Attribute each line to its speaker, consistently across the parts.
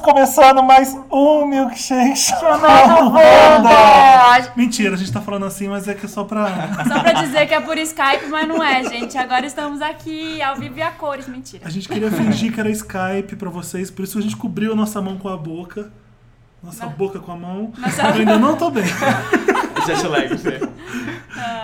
Speaker 1: começando mais um milkshake
Speaker 2: Chamando Wanda!
Speaker 1: Mentira, a gente tá falando assim, mas é que é só pra.
Speaker 3: Só pra dizer que é por Skype, mas não é, gente. Agora estamos aqui ao vivo e a cores. Mentira.
Speaker 1: A gente queria fingir que era Skype pra vocês, por isso a gente cobriu a nossa mão com a boca. Nossa boca com a mão.
Speaker 3: Nossa-
Speaker 1: Eu ainda não tô bem.
Speaker 2: Jet lag, você.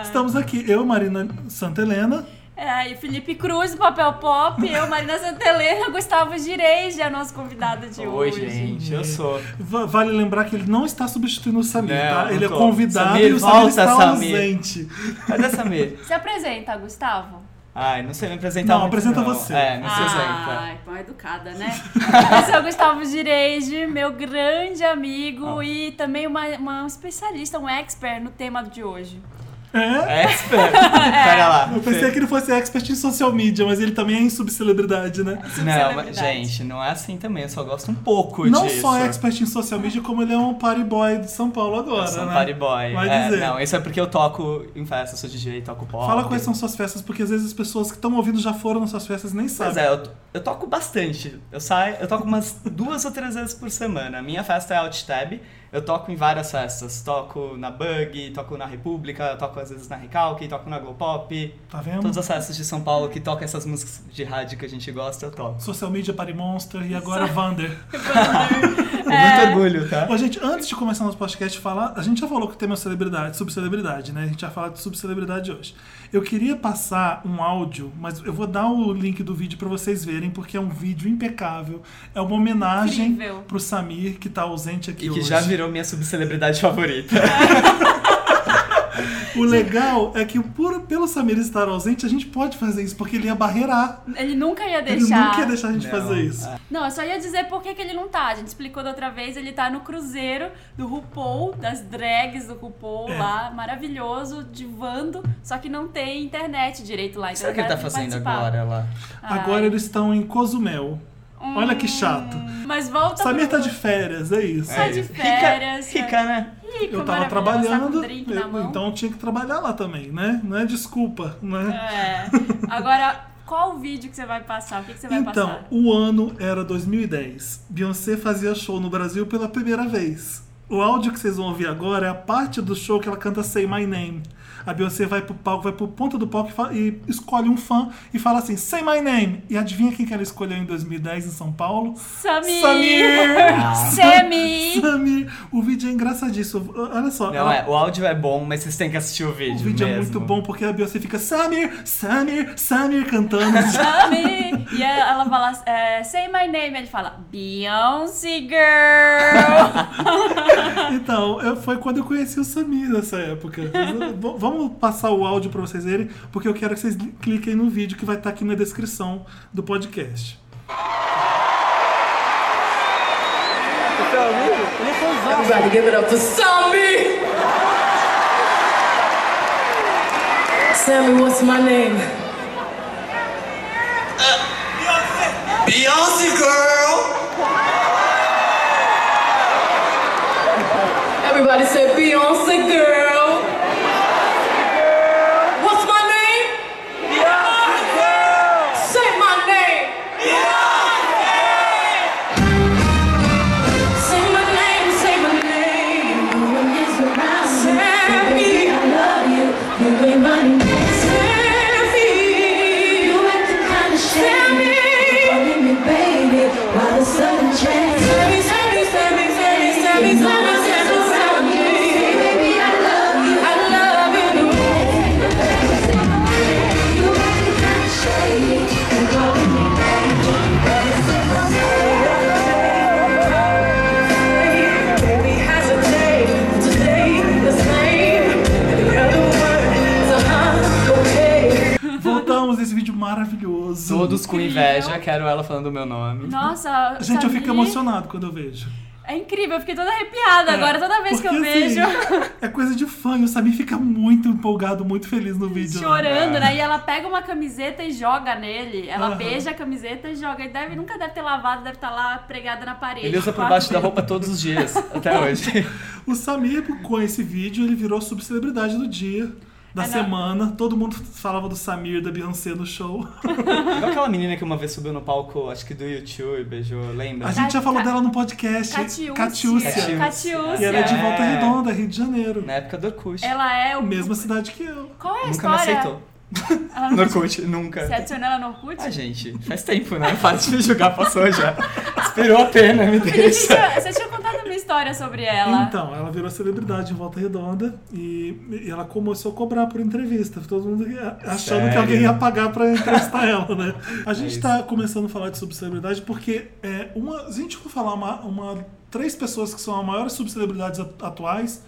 Speaker 1: Estamos aqui, eu, Marina Santa Helena.
Speaker 3: É, e Felipe Cruz, do Papel Pop, eu, Marina Santelena, Gustavo Gireis, é nosso convidado de
Speaker 2: Oi,
Speaker 3: hoje.
Speaker 2: gente, eu sou.
Speaker 1: Va- Vale lembrar que ele não está substituindo o Samir,
Speaker 2: Não,
Speaker 1: tá?
Speaker 2: não
Speaker 1: Ele é
Speaker 2: tô.
Speaker 1: convidado
Speaker 2: Samir,
Speaker 1: e o Samir
Speaker 2: volta,
Speaker 1: está
Speaker 2: Samir.
Speaker 1: ausente.
Speaker 2: Cadê a Samir?
Speaker 3: Se apresenta, Gustavo.
Speaker 2: Ai, não sei me apresentar
Speaker 1: Não,
Speaker 2: muito,
Speaker 1: apresenta
Speaker 2: não.
Speaker 1: você.
Speaker 2: É, me apresenta.
Speaker 3: ah, então é educada, né? Eu sou o Gustavo Gireis, meu grande
Speaker 2: Ah.
Speaker 3: amigo e também uma, uma especialista, um expert no tema de hoje.
Speaker 1: É?
Speaker 2: É, espera. Pera lá.
Speaker 1: Eu pensei que ele fosse expert em social media, mas ele também é em subcelebridade, né?
Speaker 2: Não,
Speaker 3: Subcelebridade.
Speaker 2: mas, gente, não é assim também. Eu só gosto um pouco
Speaker 1: Não
Speaker 2: disso.
Speaker 1: só é expert em social media, como ele é um party boy de São Paulo agora,
Speaker 2: Eu sou um
Speaker 1: né?
Speaker 2: party boy.
Speaker 1: Vai
Speaker 2: É,
Speaker 1: dizer.
Speaker 2: não, isso é porque eu toco em festa, sou DJ, toco pop.
Speaker 1: Fala quais são suas festas, porque às vezes as pessoas que estão ouvindo já foram nas suas festas e nem
Speaker 2: Pois
Speaker 1: sabem.
Speaker 2: é, eu, eu toco bastante. Eu saio, eu toco umas duas ou três vezes por semana. A minha festa é OutTab. Eu toco em várias festas. Toco na Bug, toco na República, toco às vezes na Recalque, toco na Globop.
Speaker 1: Tá vendo?
Speaker 2: é. Todas as festas de São Paulo que tocam essas músicas de rádio que a gente gosta, eu toco.
Speaker 1: Social media, party monster e agora Vander. É.
Speaker 2: Com muito orgulho, tá?
Speaker 1: Ô, gente, antes de começar nosso podcast falar, a gente já falou que o tema é celebridade, subcelebridade, né? A gente já falar de subcelebridade hoje. Eu queria passar um áudio, mas eu vou dar o link do vídeo pra vocês verem, porque é um vídeo impecável. É uma homenagem
Speaker 3: Incrível.
Speaker 1: pro Samir, que tá ausente aqui
Speaker 2: E que
Speaker 1: hoje.
Speaker 2: já virou minha subcelebridade favorita.
Speaker 1: O legal é que por, pelo Samir estar ausente, a gente pode fazer isso, porque ele ia barreirar.
Speaker 3: Ele nunca ia deixar.
Speaker 1: Ele nunca ia deixar a gente
Speaker 2: Não. é.
Speaker 1: fazer isso.
Speaker 3: Não, eu só ia dizer por que, que ele não tá. A gente explicou da outra vez, ele tá no cruzeiro do RuPaul, das drags do RuPaul
Speaker 2: É.
Speaker 3: lá, maravilhoso, divando, só que não tem internet direito lá. Então
Speaker 2: Será que ele
Speaker 3: vai
Speaker 2: tá fazendo
Speaker 3: participar.
Speaker 2: agora lá?
Speaker 3: Ai. Ah.
Speaker 1: Agora eles estão em Cozumel. Olha que chato.
Speaker 3: Hum, Mas volta
Speaker 1: Samir
Speaker 3: pro...
Speaker 1: tá de férias, é isso.
Speaker 3: Sai de férias.
Speaker 2: Rica, rica né?
Speaker 3: Rica,
Speaker 1: Eu tava
Speaker 3: maravilhosa, com
Speaker 1: trabalhando,
Speaker 3: um drink na
Speaker 1: eu-
Speaker 3: mão.
Speaker 1: então eu tinha que trabalhar lá também, né? Não é desculpa, né?
Speaker 3: É. Agora, qual o vídeo que você vai passar? O que, que você vai
Speaker 1: Então,
Speaker 3: passar?
Speaker 1: o ano era 2010. Beyoncé fazia show no Brasil pela primeira vez. O áudio que vocês vão ouvir agora é a parte do show que ela canta Say My Name. A Beyoncé vai pro palco, vai pro ponta do palco e, fa- e escolhe um fã e fala assim, Say My Name! E adivinha quem que ela escolheu em 2010 em São Paulo?
Speaker 3: Samir!
Speaker 1: Samir!
Speaker 3: Samir!
Speaker 1: Samir! O vídeo é engraçadíssimo. Olha só.
Speaker 2: Não,
Speaker 1: ela-
Speaker 2: é, o áudio é bom, mas vocês têm que assistir o
Speaker 1: O
Speaker 2: vídeo.
Speaker 1: vídeo é
Speaker 2: mesmo.
Speaker 1: muito bom porque a Beyoncé fica Samir, Samir, Samir cantando.
Speaker 3: Sammy! E aí ela fala, é, say my name. Ele fala, Beyoncé Girl!
Speaker 1: então, eu- foi quando eu conheci o Samir nessa época. Mas, v- Vamos passar o áudio pra vocês verem, porque eu quero que vocês cliquem no vídeo que vai estar aqui na descrição do podcast.
Speaker 4: Everybody give it up for Sammy! Sammy, what's my name?
Speaker 5: Beyonce girl!
Speaker 4: Everybody said Beyonce girl. What's my name? Beyonce girl. Say my name. Beyonce. Say my name. Say my name. Sammy. I love you. You ain't my name. Sammy. You ain't the kind of Sammy. Calling me baby. Why the sudden change? Sammy, Sammy, Sammy, Sammy, Sammy, Sammy, Sammy, Sammy. Baby, I love you. I love you. You ain't the kind of shady. And calling me baby. Why the sudden Baby, hesitate. Today, the same. Every other word is a huh, okay.
Speaker 1: Voltamos esse vídeo maravilhoso.
Speaker 2: Todos com inveja, quero ela falando o meu nome.
Speaker 3: Nossa,
Speaker 1: Gente, eu
Speaker 3: Samir,
Speaker 1: fico emocionado quando eu vejo.
Speaker 3: É incrível, eu fiquei toda arrepiada agora, toda vez que eu
Speaker 1: Porque, assim,
Speaker 3: vejo.
Speaker 1: É coisa de fã, e o Samir fica muito empolgado, muito feliz no vídeo. né?
Speaker 3: Chorando, né? E ela pega uma camiseta e joga nele. Ela
Speaker 1: Aham.
Speaker 3: beija a camiseta e joga. E deve, nunca deve ter lavado, deve estar lá pregada na parede.
Speaker 2: Ele usa por
Speaker 3: Quatro
Speaker 2: baixo da
Speaker 3: vezes.
Speaker 2: roupa todos os dias, até hoje.
Speaker 1: O Samir, com esse vídeo, ele virou subcelebridade do dia. da
Speaker 3: É, não.
Speaker 1: semana. Todo mundo falava do Samir, da Beyoncé no show.
Speaker 2: Igual aquela menina que uma vez subiu no palco, acho que do YouTube, beijou, lembra?
Speaker 1: A gente já falou
Speaker 3: Ca-
Speaker 1: dela no podcast.
Speaker 3: Catiúcia.
Speaker 1: Catiúcia. E ela é de
Speaker 2: É.
Speaker 1: Volta Redonda, Rio de Janeiro.
Speaker 3: Né?
Speaker 2: Na época do Orkut.
Speaker 3: Ela é o.
Speaker 1: Mesma cidade que eu.
Speaker 3: Qual é
Speaker 2: Nunca
Speaker 3: a
Speaker 2: me
Speaker 3: história?
Speaker 2: aceitou.
Speaker 3: Ela
Speaker 2: No
Speaker 3: não...
Speaker 2: Orkut, nunca.
Speaker 3: Você é adicionou ela no Orkut?
Speaker 2: Ah, gente, faz tempo, né? Fácil de julgar, passou já. Esperou a pena, me
Speaker 3: Felipe, você
Speaker 2: deixa.
Speaker 3: tinha- você tinha contado uma história sobre ela.
Speaker 1: Então, ela virou celebridade em Volta Redonda e, e ela começou a cobrar por entrevista. Todo mundo ia- achando que
Speaker 2: Sério?
Speaker 1: alguém ia pagar pra entrevistar ela, né? A gente
Speaker 3: É
Speaker 2: isso.
Speaker 1: tá começando a falar de subcelebridade porque é, uma, se a gente for falar uma, uma- três pessoas que são as maiores subcelebridades at- atuais,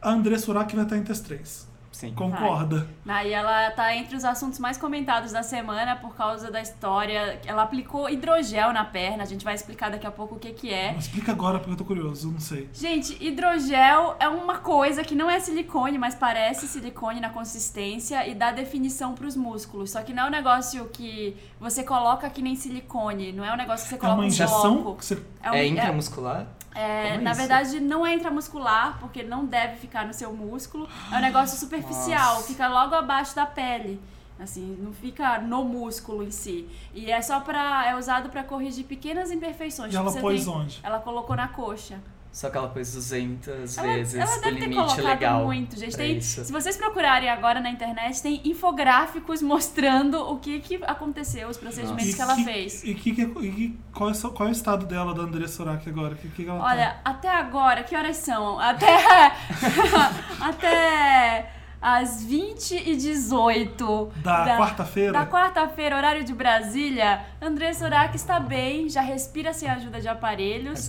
Speaker 1: a André Surak vai estar entre as três.
Speaker 2: Sim.
Speaker 1: Concorda?
Speaker 3: Aí ela tá entre os assuntos mais comentados da semana por causa da história. Ela aplicou hidrogel na perna, a gente vai explicar daqui a pouco o que que é.
Speaker 1: Mas Explica agora porque eu tô curioso, eu não sei.
Speaker 3: Gente, hidrogel é uma coisa que não é silicone, mas parece silicone na consistência e dá definição pros músculos. Só que não é um negócio que você coloca que nem silicone, não é um negócio que você
Speaker 1: É
Speaker 3: coloca
Speaker 1: uma
Speaker 3: um
Speaker 1: injeção?
Speaker 3: bloco.
Speaker 1: Você-
Speaker 3: um-
Speaker 2: É intramuscular?
Speaker 3: é,
Speaker 2: Como é
Speaker 3: na
Speaker 2: isso?
Speaker 3: verdade, não é intramuscular, porque não deve ficar no seu músculo. É um negócio superficial,
Speaker 2: Nossa.
Speaker 3: fica logo abaixo da pele. Assim, não fica no músculo em si. E é só pra. É usado pra corrigir pequenas imperfeições.
Speaker 1: E
Speaker 3: Tipo,
Speaker 1: ela
Speaker 3: você
Speaker 1: pôs
Speaker 3: tem-
Speaker 1: onde?
Speaker 3: Ela colocou na coxa.
Speaker 2: Só que ela pôs 200
Speaker 3: Ela,
Speaker 2: vezes
Speaker 3: ela
Speaker 2: o
Speaker 3: deve ter
Speaker 2: limite
Speaker 3: colocado
Speaker 2: legal.
Speaker 3: muito, gente.
Speaker 2: pra
Speaker 3: Tem-
Speaker 2: isso.
Speaker 3: se vocês procurarem agora na internet, tem infográficos mostrando o que, que aconteceu, os procedimentos
Speaker 1: E
Speaker 3: que ela
Speaker 1: que-
Speaker 3: fez.
Speaker 1: E, que, e que- qual, é, o- qual é o estado dela, da André Surak agora? Que, que ela tá?
Speaker 3: Olha, até agora, que horas são? Até. até. As 20 e 18
Speaker 1: Da quarta-feira?
Speaker 3: Da quarta-feira, horário de Brasília, Andressa Urach está bem, já respira sem a ajuda de aparelhos.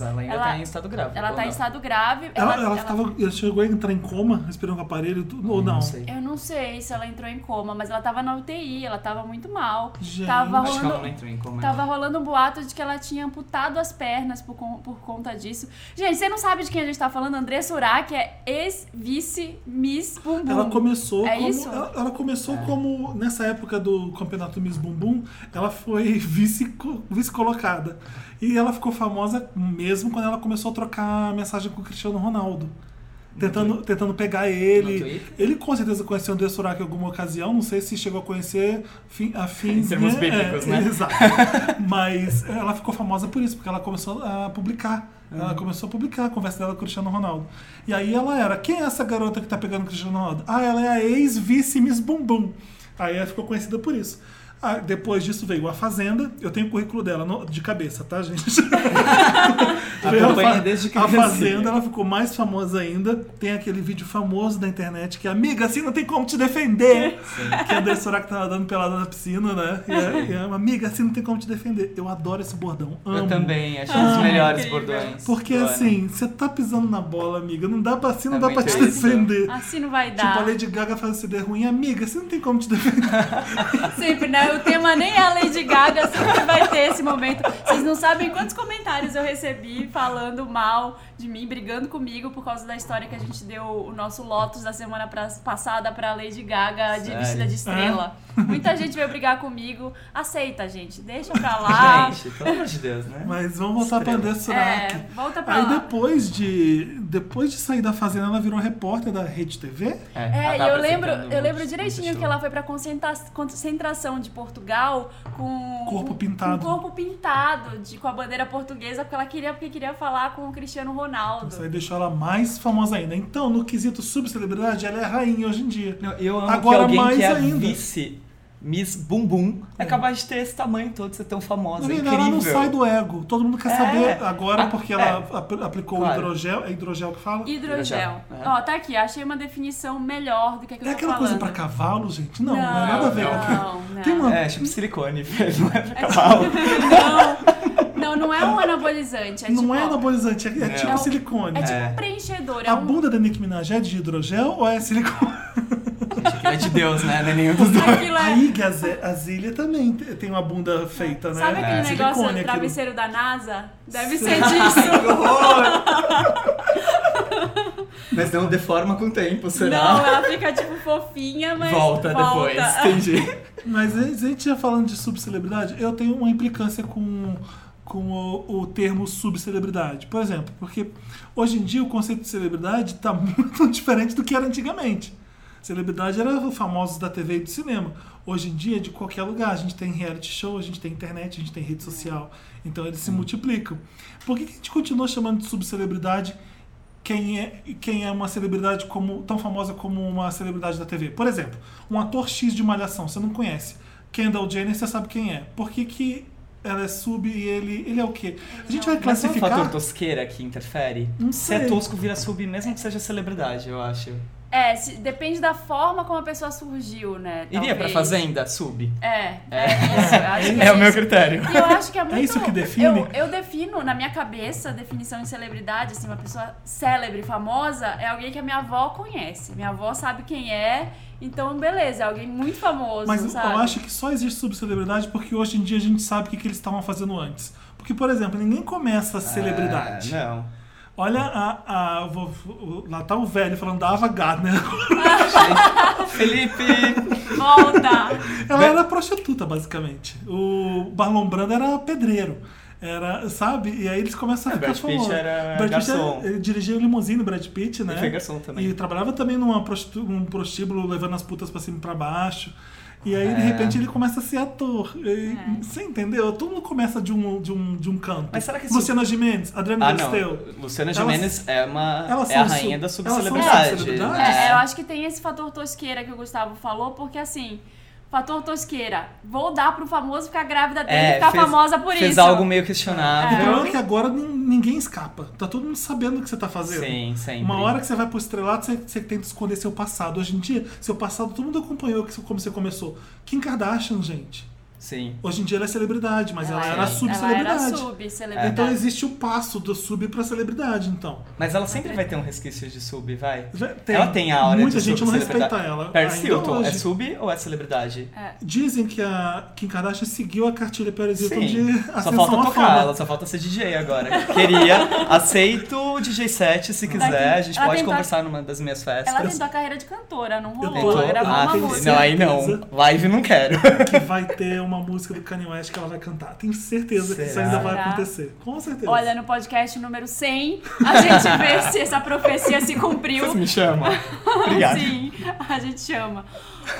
Speaker 2: Mas ela ainda tá em estado grave.
Speaker 3: ela
Speaker 2: ou
Speaker 3: tá em
Speaker 2: não?
Speaker 3: estado grave.
Speaker 1: Ela, ela, tava- ela chegou a entrar em coma, respirando com o aparelho, tu- ou não?
Speaker 2: Não sei.
Speaker 3: Eu não sei se ela entrou em coma, mas ela tava na UTI, ela tava muito mal.
Speaker 1: Gente.
Speaker 3: Tava
Speaker 2: Acho que ela não
Speaker 3: rolando.
Speaker 2: entrou em coma. né?
Speaker 3: Tava rolando um boato de que ela tinha amputado as pernas por, con- por conta disso. Gente, você não sabe de quem a gente tá falando. Andressa Urach é ex-vice Miss Bumbum.
Speaker 1: Ela começou
Speaker 3: É
Speaker 1: como.
Speaker 3: isso?
Speaker 1: Ela, ela começou como. Nessa época do campeonato Miss Bumbum, ela foi vice- vice-colocada. e ela ficou famosa mesmo quando ela começou a trocar mensagem com o Cristiano Ronaldo. Tentando, tentando pegar
Speaker 2: No
Speaker 1: ele.
Speaker 2: Twitter?
Speaker 1: Ele com certeza conheceu o André Surak em alguma ocasião, não sei se chegou a conhecer fi- a fins.
Speaker 2: Em termos
Speaker 1: é,
Speaker 2: bíblicos,
Speaker 1: é,
Speaker 2: né?
Speaker 1: Exato. Mas ela ficou famosa por isso, porque ela começou a publicar.
Speaker 2: Uhum.
Speaker 1: Ela começou a publicar a conversa dela com o Cristiano Ronaldo. E aí ela era, quem é essa garota que tá pegando o Cristiano Ronaldo? Ah, ela é a ex-vice Miss Bumbum. Aí ela ficou conhecida por isso. Ah, depois disso veio A Fazenda. Eu tenho o currículo dela no- de cabeça, tá, gente? Veio a
Speaker 2: Acompanha
Speaker 1: Fa-
Speaker 2: desde
Speaker 1: A
Speaker 2: criancinha.
Speaker 1: Fazenda, ela ficou mais famosa ainda. Tem aquele vídeo famoso da internet que, amiga, assim não tem como te defender. Que é a André Surak tava dando pelada na piscina, né? E a- E, a amiga, assim não tem como te defender. Eu adoro esse bordão. Amo.
Speaker 2: Eu também, achei
Speaker 3: Ah,
Speaker 2: um dos melhores bordões.
Speaker 1: Porque
Speaker 2: do ano.
Speaker 1: assim, você tá pisando na bola, amiga. Não dá pra, assim, não
Speaker 2: É
Speaker 1: dá pra
Speaker 2: muito
Speaker 1: te
Speaker 2: isso.
Speaker 1: defender.
Speaker 3: Assim não vai dar.
Speaker 1: Tipo, a Lady Gaga faz um CD ruim, amiga, você não tem como te defender.
Speaker 3: Sempre, né? O tema nem é a Lady Gaga, sempre vai ter esse momento. Vocês não sabem quantos comentários eu recebi falando mal de mim, brigando comigo por causa da história que a gente deu o nosso Lotus da semana pra- passada pra Lady Gaga de
Speaker 2: Sério?
Speaker 3: vestida
Speaker 1: É.
Speaker 3: de estrela. Muita gente veio brigar comigo. Aceita, gente. Deixa pra lá.
Speaker 2: Gente, pelo amor de Deus, né?
Speaker 1: Mas vamos voltar pra André Surak.
Speaker 3: É, volta pra
Speaker 1: né? Aí
Speaker 3: lá.
Speaker 1: depois de, depois de sair da fazenda, ela virou repórter da Rede TV.
Speaker 2: ela
Speaker 3: É, e
Speaker 2: tá
Speaker 3: eu lembro,
Speaker 2: apresentando
Speaker 3: eu
Speaker 2: um
Speaker 3: lembro
Speaker 2: monte-
Speaker 3: direitinho
Speaker 2: muito
Speaker 3: que ela foi pra concentra- concentração de Portugal com
Speaker 1: Corpo
Speaker 3: com-
Speaker 1: pintado.
Speaker 3: com corpo pintado, de, com a bandeira portuguesa, porque ela queria porque queria falar com o Cristiano Ronaldo.
Speaker 1: Então, Isso aí deixou ela mais famosa ainda. Então, no quesito subcelebridade, ela é rainha hoje em dia.
Speaker 2: Não, eu amo
Speaker 1: Agora
Speaker 2: que alguém
Speaker 1: mais
Speaker 2: que é
Speaker 1: ainda.
Speaker 2: vice Miss Bumbum é capaz de ter esse tamanho todo, ser tão famosa.
Speaker 1: Na verdade,
Speaker 2: é incrível.
Speaker 1: ela não sai do ego. Todo mundo quer
Speaker 2: É.
Speaker 1: saber agora,
Speaker 2: Ah,
Speaker 1: porque
Speaker 2: é.
Speaker 1: ela ap- aplicou
Speaker 2: Claro.
Speaker 1: o hidrogel. É hidrogel que fala?
Speaker 3: Hidrogel.
Speaker 2: Hidrogel, é.
Speaker 3: Ó, tá aqui, achei uma definição melhor do que a que
Speaker 1: É
Speaker 3: eu tô
Speaker 1: aquela coisa
Speaker 3: falando.
Speaker 1: pra cavalo, gente? Não, não, é nada a ver.
Speaker 3: Não, não. tipo,
Speaker 1: Tem uma.
Speaker 2: É, tipo silicone, velho, não é pra cavalo.
Speaker 3: Não, não é um anabolizante, é
Speaker 1: não
Speaker 3: tipo,
Speaker 1: é anabolizante, é, é tipo
Speaker 2: É
Speaker 3: um-
Speaker 1: silicone.
Speaker 3: é tipo um preenchedor, é
Speaker 1: A
Speaker 3: um
Speaker 1: bunda da Nicki Minaj é de hidrogel ou é silicone?
Speaker 2: Não é de Deus, né? Não é nenhum dos dois.
Speaker 3: aquilo é
Speaker 1: Aí, Gaze- a Zília também te- tem uma bunda feita, né?
Speaker 3: Sabe
Speaker 2: É.
Speaker 3: aquele
Speaker 1: De
Speaker 3: negócio
Speaker 1: silicone,
Speaker 3: do
Speaker 1: aquilo.
Speaker 3: travesseiro da NASA? Deve ser disso.
Speaker 2: Mas não deforma com o tempo,
Speaker 3: Não,
Speaker 2: será?
Speaker 3: ela fica tipo fofinha, mas Ah,
Speaker 2: volta, depois, entendi.
Speaker 1: Mas a gente já falando de subcelebridade, eu tenho uma implicância com, com o, o termo subcelebridade. Por exemplo, tá porque hoje em dia o conceito de celebridade está muito diferente do que era antigamente. Celebridade era os famosos da TV e do cinema. Hoje em dia, é de qualquer lugar, a gente tem reality show, a gente tem internet, a gente tem rede social. Então eles se multiplicam. Por que, que a gente continua chamando de subcelebridade quem é, quem é uma celebridade como, tão famosa como uma celebridade da TV? Por exemplo, um ator X de Malhação, você não conhece. Kendall Jenner, você sabe quem é. Por que, que ela é sub e ele, ele é o quê? A gente vai
Speaker 2: Mas é um fator
Speaker 1: classificar.
Speaker 2: tosqueira que interfere?
Speaker 1: Não
Speaker 2: Se é
Speaker 1: sei.
Speaker 2: tosco, vira sub, mesmo que seja celebridade, eu acho.
Speaker 3: É, se- depende da forma como a pessoa surgiu, né?
Speaker 2: Iria pra
Speaker 3: talvez.
Speaker 2: Fazenda, sub.
Speaker 3: É, é, isso. eu acho que
Speaker 2: É o meu
Speaker 3: isso.
Speaker 2: critério.
Speaker 3: E eu acho que é muito.
Speaker 1: isso que define?
Speaker 3: Eu, eu defino, na minha cabeça, a definição de celebridade, assim, uma pessoa célebre, famosa, é alguém que a minha avó conhece. Minha avó sabe quem é, então beleza, é alguém muito famoso,
Speaker 1: Mas eu-
Speaker 3: sabe?
Speaker 1: eu acho que só existe subcelebridade porque hoje em dia a gente sabe o que, que eles estavam fazendo antes. Porque, por exemplo, ninguém começa a celebridade.
Speaker 2: Ah, não.
Speaker 1: Olha a. a vou- vou- lá tá o velho falando da Ava Gardner.
Speaker 2: Felipe!
Speaker 3: Volta!
Speaker 1: Ela era prostituta, basicamente. O Marlon Brando era pedreiro. Era, sabe? E aí eles começam a
Speaker 2: É,
Speaker 1: ficar
Speaker 2: Brad Pitt
Speaker 1: famosos.
Speaker 2: era garçom.
Speaker 1: ele dirigia o limusine, o Brad Pitt, né?
Speaker 2: foi garçom também.
Speaker 1: E trabalhava também num um prostíbulo, levando as putas pra cima e pra baixo. E aí, de
Speaker 2: É.
Speaker 1: repente, ele começa a ser ator. E-
Speaker 3: É.
Speaker 1: Você entendeu? Todo mundo começa de um, de um, de um canto.
Speaker 2: Mas será que isso-
Speaker 1: Luciana Gimenez, Adriana
Speaker 2: Ah,
Speaker 1: Galisteu.
Speaker 2: não. Luciana
Speaker 1: Elas-
Speaker 2: Gimenez é, uma,
Speaker 1: elas
Speaker 2: é a
Speaker 1: são
Speaker 2: rainha
Speaker 1: sub-
Speaker 2: da
Speaker 1: elas são
Speaker 2: subcelebridade.
Speaker 1: subcelebridades?
Speaker 2: né?
Speaker 3: É, eu acho que tem esse fator tosqueira que o Gustavo falou, porque assim. Fator tosqueira. Vou dar pro famoso ficar grávida dele e
Speaker 2: É,
Speaker 3: ficar
Speaker 2: fez-
Speaker 3: famosa por
Speaker 2: Fez
Speaker 3: isso.
Speaker 2: algo meio questionável.
Speaker 1: Então é que agora nin- ninguém escapa. Tá todo mundo sabendo o que você tá fazendo.
Speaker 2: Sim, sempre.
Speaker 1: Uma hora que você vai pro estrelato, você, você tenta esconder seu passado. Hoje em dia, seu passado, todo mundo acompanhou que- como você começou. Kim Kardashian, gente.
Speaker 2: Sim.
Speaker 1: Hoje em dia ela é celebridade, mas
Speaker 2: né?
Speaker 1: ela, era
Speaker 3: Ela
Speaker 1: subcelebridade.
Speaker 3: era subcelebridade.
Speaker 1: Então existe o passo do sub pra celebridade, então.
Speaker 2: Mas ela sempre vai ter um resquício de sub, vai?
Speaker 1: Já-
Speaker 2: Ela tem a hora
Speaker 1: Muita
Speaker 2: de
Speaker 1: gente não
Speaker 2: subcelebridade.
Speaker 1: respeita ela.
Speaker 2: Paris
Speaker 1: ainda
Speaker 2: Hilton é
Speaker 1: hoje.
Speaker 2: sub ou é celebridade?
Speaker 3: É.
Speaker 1: Dizem que a Kim Kardashian seguiu a cartilha Paris Hilton Então, de
Speaker 2: Só
Speaker 1: ascensão é
Speaker 2: falta
Speaker 1: à
Speaker 2: tocar,
Speaker 1: fama.
Speaker 2: ela só falta ser DJ agora. Queria, aceito o DJ set se quiser. A gente
Speaker 3: Ela
Speaker 2: pode
Speaker 3: tentou-
Speaker 2: conversar numa das minhas festas.
Speaker 3: Ela tentou a carreira de cantora, não rolou.
Speaker 1: tentou-
Speaker 3: Ela gravou
Speaker 2: Ah,
Speaker 3: uma
Speaker 1: tenho
Speaker 3: música.
Speaker 2: Não, aí não.
Speaker 1: certeza.
Speaker 2: Live não quero.
Speaker 1: Que vai ter uma música do Kanye West que ela vai cantar. Tenho certeza que isso
Speaker 2: Será?
Speaker 1: ainda vai
Speaker 3: Será?
Speaker 1: acontecer. Com certeza.
Speaker 3: Olha, no podcast número 100, a gente vê se essa profecia se cumpriu.
Speaker 2: Vocês me chamam. Obrigado.
Speaker 3: Sim, a gente chama.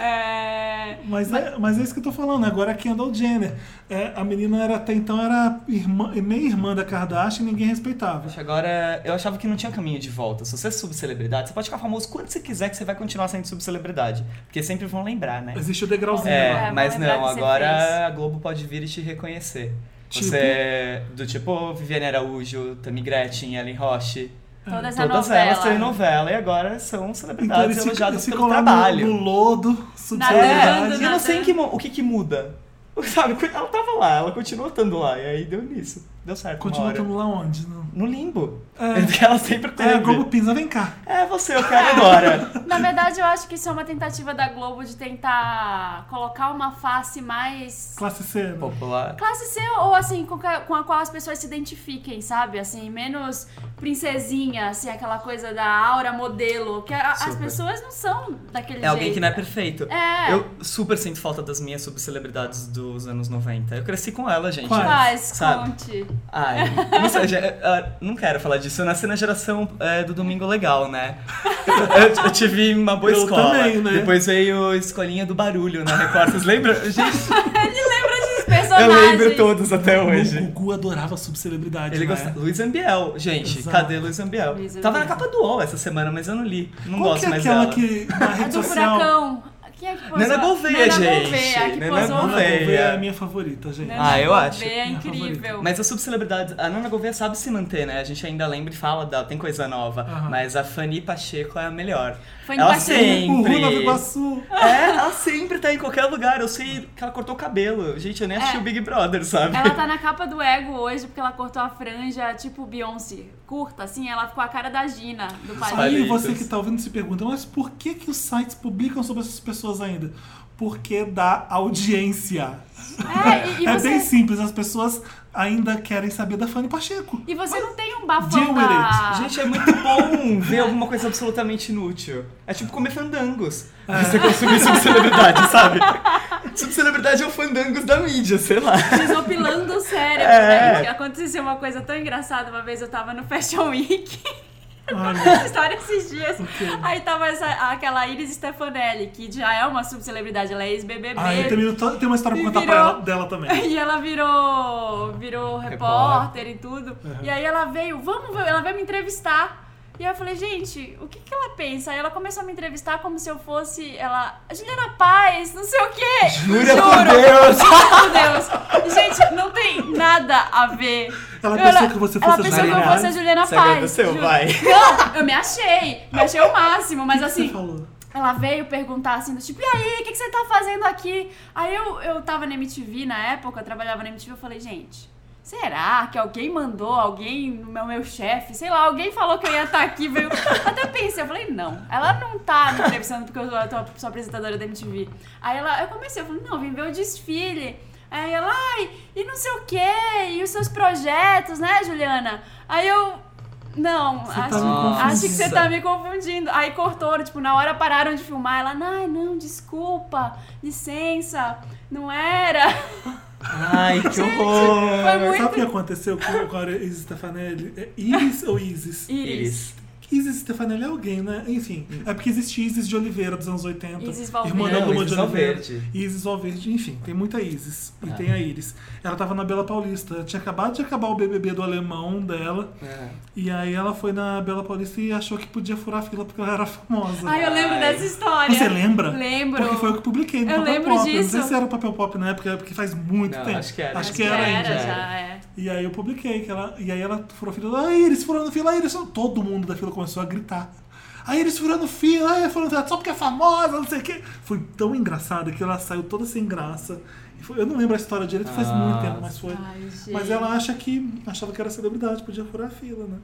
Speaker 3: É,
Speaker 1: Mas, É, mas é isso que eu tô falando. Agora a Kendall Jenner. É, a menina era até então era irmã, meia-irmã da Kardashian e ninguém respeitava.
Speaker 2: Poxa, Agora, eu achava que não tinha caminho de volta. Se você é subcelebridade, você pode ficar famoso quando você quiser que você vai continuar sendo subcelebridade. Porque sempre vão lembrar, né?
Speaker 1: Existe o degrauzinho
Speaker 2: É,
Speaker 1: lá.
Speaker 3: vão
Speaker 2: mas
Speaker 3: lembrar
Speaker 2: não,
Speaker 3: que você fez.
Speaker 2: agora a Globo pode vir e te reconhecer.
Speaker 1: Tipo?
Speaker 2: Você, do tipo Viviane Araújo, Tami Gretchen, Ellen Roche.
Speaker 3: toda essa
Speaker 2: Todas
Speaker 3: novela.
Speaker 2: elas têm novela e agora são
Speaker 1: Então
Speaker 2: celebridades
Speaker 1: eles ficam, eles
Speaker 2: elogiadas
Speaker 1: ficam
Speaker 2: tá pelo
Speaker 1: lá
Speaker 2: trabalho.
Speaker 1: no, no lodo,
Speaker 3: Nadando, né?
Speaker 2: É,
Speaker 1: subcelebridade.
Speaker 2: e eu não sei em que mo- o que que muda. Sabe, ela tava lá, ela continuou estando lá, e aí deu nisso. Deu certo.
Speaker 1: Continua
Speaker 2: uma hora.
Speaker 1: estando lá onde? Não.
Speaker 2: No limbo.
Speaker 1: É.
Speaker 2: Porque ela sempre teve.
Speaker 1: É, a Globo Pinza, vem cá.
Speaker 2: É você, eu quero agora.
Speaker 3: Na verdade, eu acho que isso é uma tentativa da Globo de tentar colocar uma face mais.
Speaker 1: Classe C. né?
Speaker 2: Popular.
Speaker 3: Classe C ou assim, com, que- com a qual as pessoas se identifiquem, sabe? Assim, menos princesinha, assim, aquela coisa da aura modelo. Que a- as
Speaker 2: Super.
Speaker 3: pessoas não são daquele
Speaker 2: É
Speaker 3: jeito.
Speaker 2: alguém que não é perfeito.
Speaker 3: É.
Speaker 2: Eu super sinto falta das minhas subcelebridades dos anos 90. Eu cresci com ela, gente.
Speaker 1: Quais?
Speaker 3: Faz,
Speaker 2: Sabe?
Speaker 3: conte.
Speaker 2: Ai, não sei, já- ah, não quero falar disso. Eu nasci na geração é, do Domingo Legal, né? Eu, eu tive uma boa
Speaker 1: Eu
Speaker 2: escola.
Speaker 1: também, né?
Speaker 2: Depois veio Escolinha do Barulho na Record. Vocês lembram? Gente,
Speaker 3: Ele lembra desses
Speaker 2: eu
Speaker 3: personagens.
Speaker 2: lembro todos até
Speaker 1: O
Speaker 2: hoje.
Speaker 1: Gugu adorava subcelebridade.
Speaker 2: Ele
Speaker 1: né?
Speaker 2: gostava. Luiz Ambiel, gente,
Speaker 1: Exato.
Speaker 2: cadê Luiz Ambiel?
Speaker 3: Luiz
Speaker 2: Tava na
Speaker 3: Ambiel.
Speaker 2: capa do UOL essa semana, mas eu não li. Não
Speaker 1: Qual
Speaker 2: gosto
Speaker 1: que é
Speaker 2: mais
Speaker 1: aquela
Speaker 2: dela.
Speaker 1: que na
Speaker 3: A
Speaker 1: rede
Speaker 3: do
Speaker 1: social.
Speaker 3: furacão. Quem é que posou?
Speaker 2: Nena Gouveia,
Speaker 3: Nena
Speaker 2: gente.
Speaker 3: Gouveia, a que
Speaker 2: Nena
Speaker 3: posou.
Speaker 1: Ana
Speaker 2: Gouveia.
Speaker 1: Gouveia é a minha favorita, gente.
Speaker 3: Nena
Speaker 2: Ah, eu
Speaker 3: Gouveia
Speaker 2: acho.
Speaker 3: é
Speaker 1: Minha
Speaker 3: incrível.
Speaker 2: Mas a subcelebridade, a Nana Gouveia sabe se manter, né? A gente ainda lembra e fala dela, tem coisa nova.
Speaker 1: Aham.
Speaker 2: Mas a Fanny Pacheco é a melhor.
Speaker 3: Fanny
Speaker 2: ela
Speaker 3: Pacheco.
Speaker 1: O Ru Nova
Speaker 2: é sempre.
Speaker 1: Iguaçu.
Speaker 2: É, ela sempre tá em qualquer lugar. Eu sei que ela cortou o cabelo. Gente, eu nem assisti
Speaker 3: É.
Speaker 2: o Big Brother, sabe?
Speaker 3: Ela tá na capa do Ego hoje porque ela cortou a franja tipo Beyoncé, curta assim, ela ficou a cara da Gina, do
Speaker 2: Aí-
Speaker 1: Aí
Speaker 3: Paris.
Speaker 2: palitos.
Speaker 1: você que tá ouvindo se pergunta, mas por que, que os sites publicam sobre essas pessoas ainda? Porque dá audiência.
Speaker 3: É, e, e
Speaker 1: é
Speaker 3: você,
Speaker 1: bem simples, as pessoas ainda querem saber da Fanny Pacheco.
Speaker 3: e você não tem um bafão
Speaker 1: Deal with
Speaker 3: da...
Speaker 2: Gente, é muito bom ver alguma coisa absolutamente inútil. É tipo comer fandangos.
Speaker 3: É.
Speaker 2: Você consumir subcelebridade, sabe? Subcelebridade é o fandangos da mídia, sei lá.
Speaker 3: desopilando o cérebro,
Speaker 2: É.
Speaker 3: né? Porque aconteceu uma coisa tão engraçada. Uma vez eu tava no Fashion Week
Speaker 1: Olha,
Speaker 3: essa história esses dias. Aí tava essa- aquela Iris Stefanelli, que já é uma subcelebridade, ela é ex-BBB.
Speaker 1: ah, eu também tô- tenho uma história pra contar pra
Speaker 3: Virou.
Speaker 1: ela, dela também.
Speaker 3: E ela virou, virou repórter e tudo. E aí ela veio, vamos, ver", ela veio me entrevistar. E eu falei, gente, o que, que ela pensa? Aí ela começou a me entrevistar como se eu fosse ela, Juliana Paz, não sei o quê.
Speaker 2: Jura
Speaker 3: Juro,
Speaker 2: por Deus!
Speaker 3: Meu Deus! Gente, não tem nada a ver.
Speaker 1: Ela
Speaker 3: Eu
Speaker 1: pensou
Speaker 3: era-
Speaker 1: que você
Speaker 3: ela
Speaker 1: fosse a
Speaker 3: pensou é que eu
Speaker 1: Juliana
Speaker 3: fosse a Juliana
Speaker 2: Você
Speaker 3: Paz.
Speaker 2: agradeceu,
Speaker 3: juro.
Speaker 2: vai.
Speaker 3: Não, eu me achei. Me achei o máximo, mas
Speaker 1: Você
Speaker 3: assim,
Speaker 1: falou.
Speaker 3: ela veio perguntar assim, do tipo, e aí, o que, que você tá fazendo aqui? Aí eu, eu tava na MTV na época, eu trabalhava na MTV, eu falei, gente, será que alguém mandou, alguém, no meu, meu chefe, sei lá, alguém falou que eu ia estar aqui, veio. Até pensei, eu falei, não, ela não tá me entrevistando porque eu sou, eu sou apresentadora da MTV. Aí ela, eu comecei, eu falei, não, vim ver o desfile. Aí ela, ai, e não sei o quê, e os seus projetos, né, Juliana? Aí eu. Não,
Speaker 1: Você tá
Speaker 3: acho,
Speaker 1: me confundindo.
Speaker 3: acho que você tá me confundindo. Aí cortou, tipo, na hora pararam de filmar. Ela, ai, não, desculpa, licença, não era.
Speaker 2: Ai, que horror!
Speaker 3: Foi
Speaker 1: Sabe o
Speaker 3: muito.
Speaker 1: que aconteceu com com a Iris Stefanelli? É Iris ou Isis?
Speaker 3: Iris.
Speaker 1: Isis Stefanelli é alguém, né? Enfim, é porque existe Isis de Oliveira dos anos 80.
Speaker 3: Isis Valverde.
Speaker 1: Irmã da
Speaker 3: Não,
Speaker 1: Luma
Speaker 2: Isis
Speaker 1: de Oliveira.
Speaker 2: Valverde. É.
Speaker 1: Isis Valverde, enfim, tem muita Isis. E tem a Iris. Ela tava na Bela Paulista. Tinha acabado de acabar o BBB do alemão dela.
Speaker 2: É.
Speaker 1: E aí ela foi na Bela Paulista e achou que podia furar a fila porque ela era famosa.
Speaker 3: Ai, eu lembro
Speaker 2: Ai.
Speaker 3: dessa história.
Speaker 1: Você lembra?
Speaker 3: Lembro.
Speaker 1: Porque foi o que publiquei no
Speaker 3: Eu
Speaker 1: Papel
Speaker 3: lembro
Speaker 1: Pop. Eu Não
Speaker 3: disso.
Speaker 1: sei se era o Papel Pop na época, porque faz muito
Speaker 2: Não,
Speaker 1: tempo.
Speaker 2: acho que era.
Speaker 1: Acho que era ainda.
Speaker 2: ainda.
Speaker 3: já, é.
Speaker 1: E aí eu publiquei que ela. E aí ela furou fila, ah, Iris furando fila, ah, Iris furando-" Todo mundo da fila começou a gritar. A Iris furando fila, ah, Iris furando fila, só porque é famosa, não sei o quê. Foi tão engraçado que ela saiu toda sem graça. E foi- eu não lembro a história direito,
Speaker 2: Ah,
Speaker 1: faz muito tempo, mas foi.
Speaker 3: Ai, gente.
Speaker 1: mas ela acha que. achava que era celebridade, podia furar a fila, né?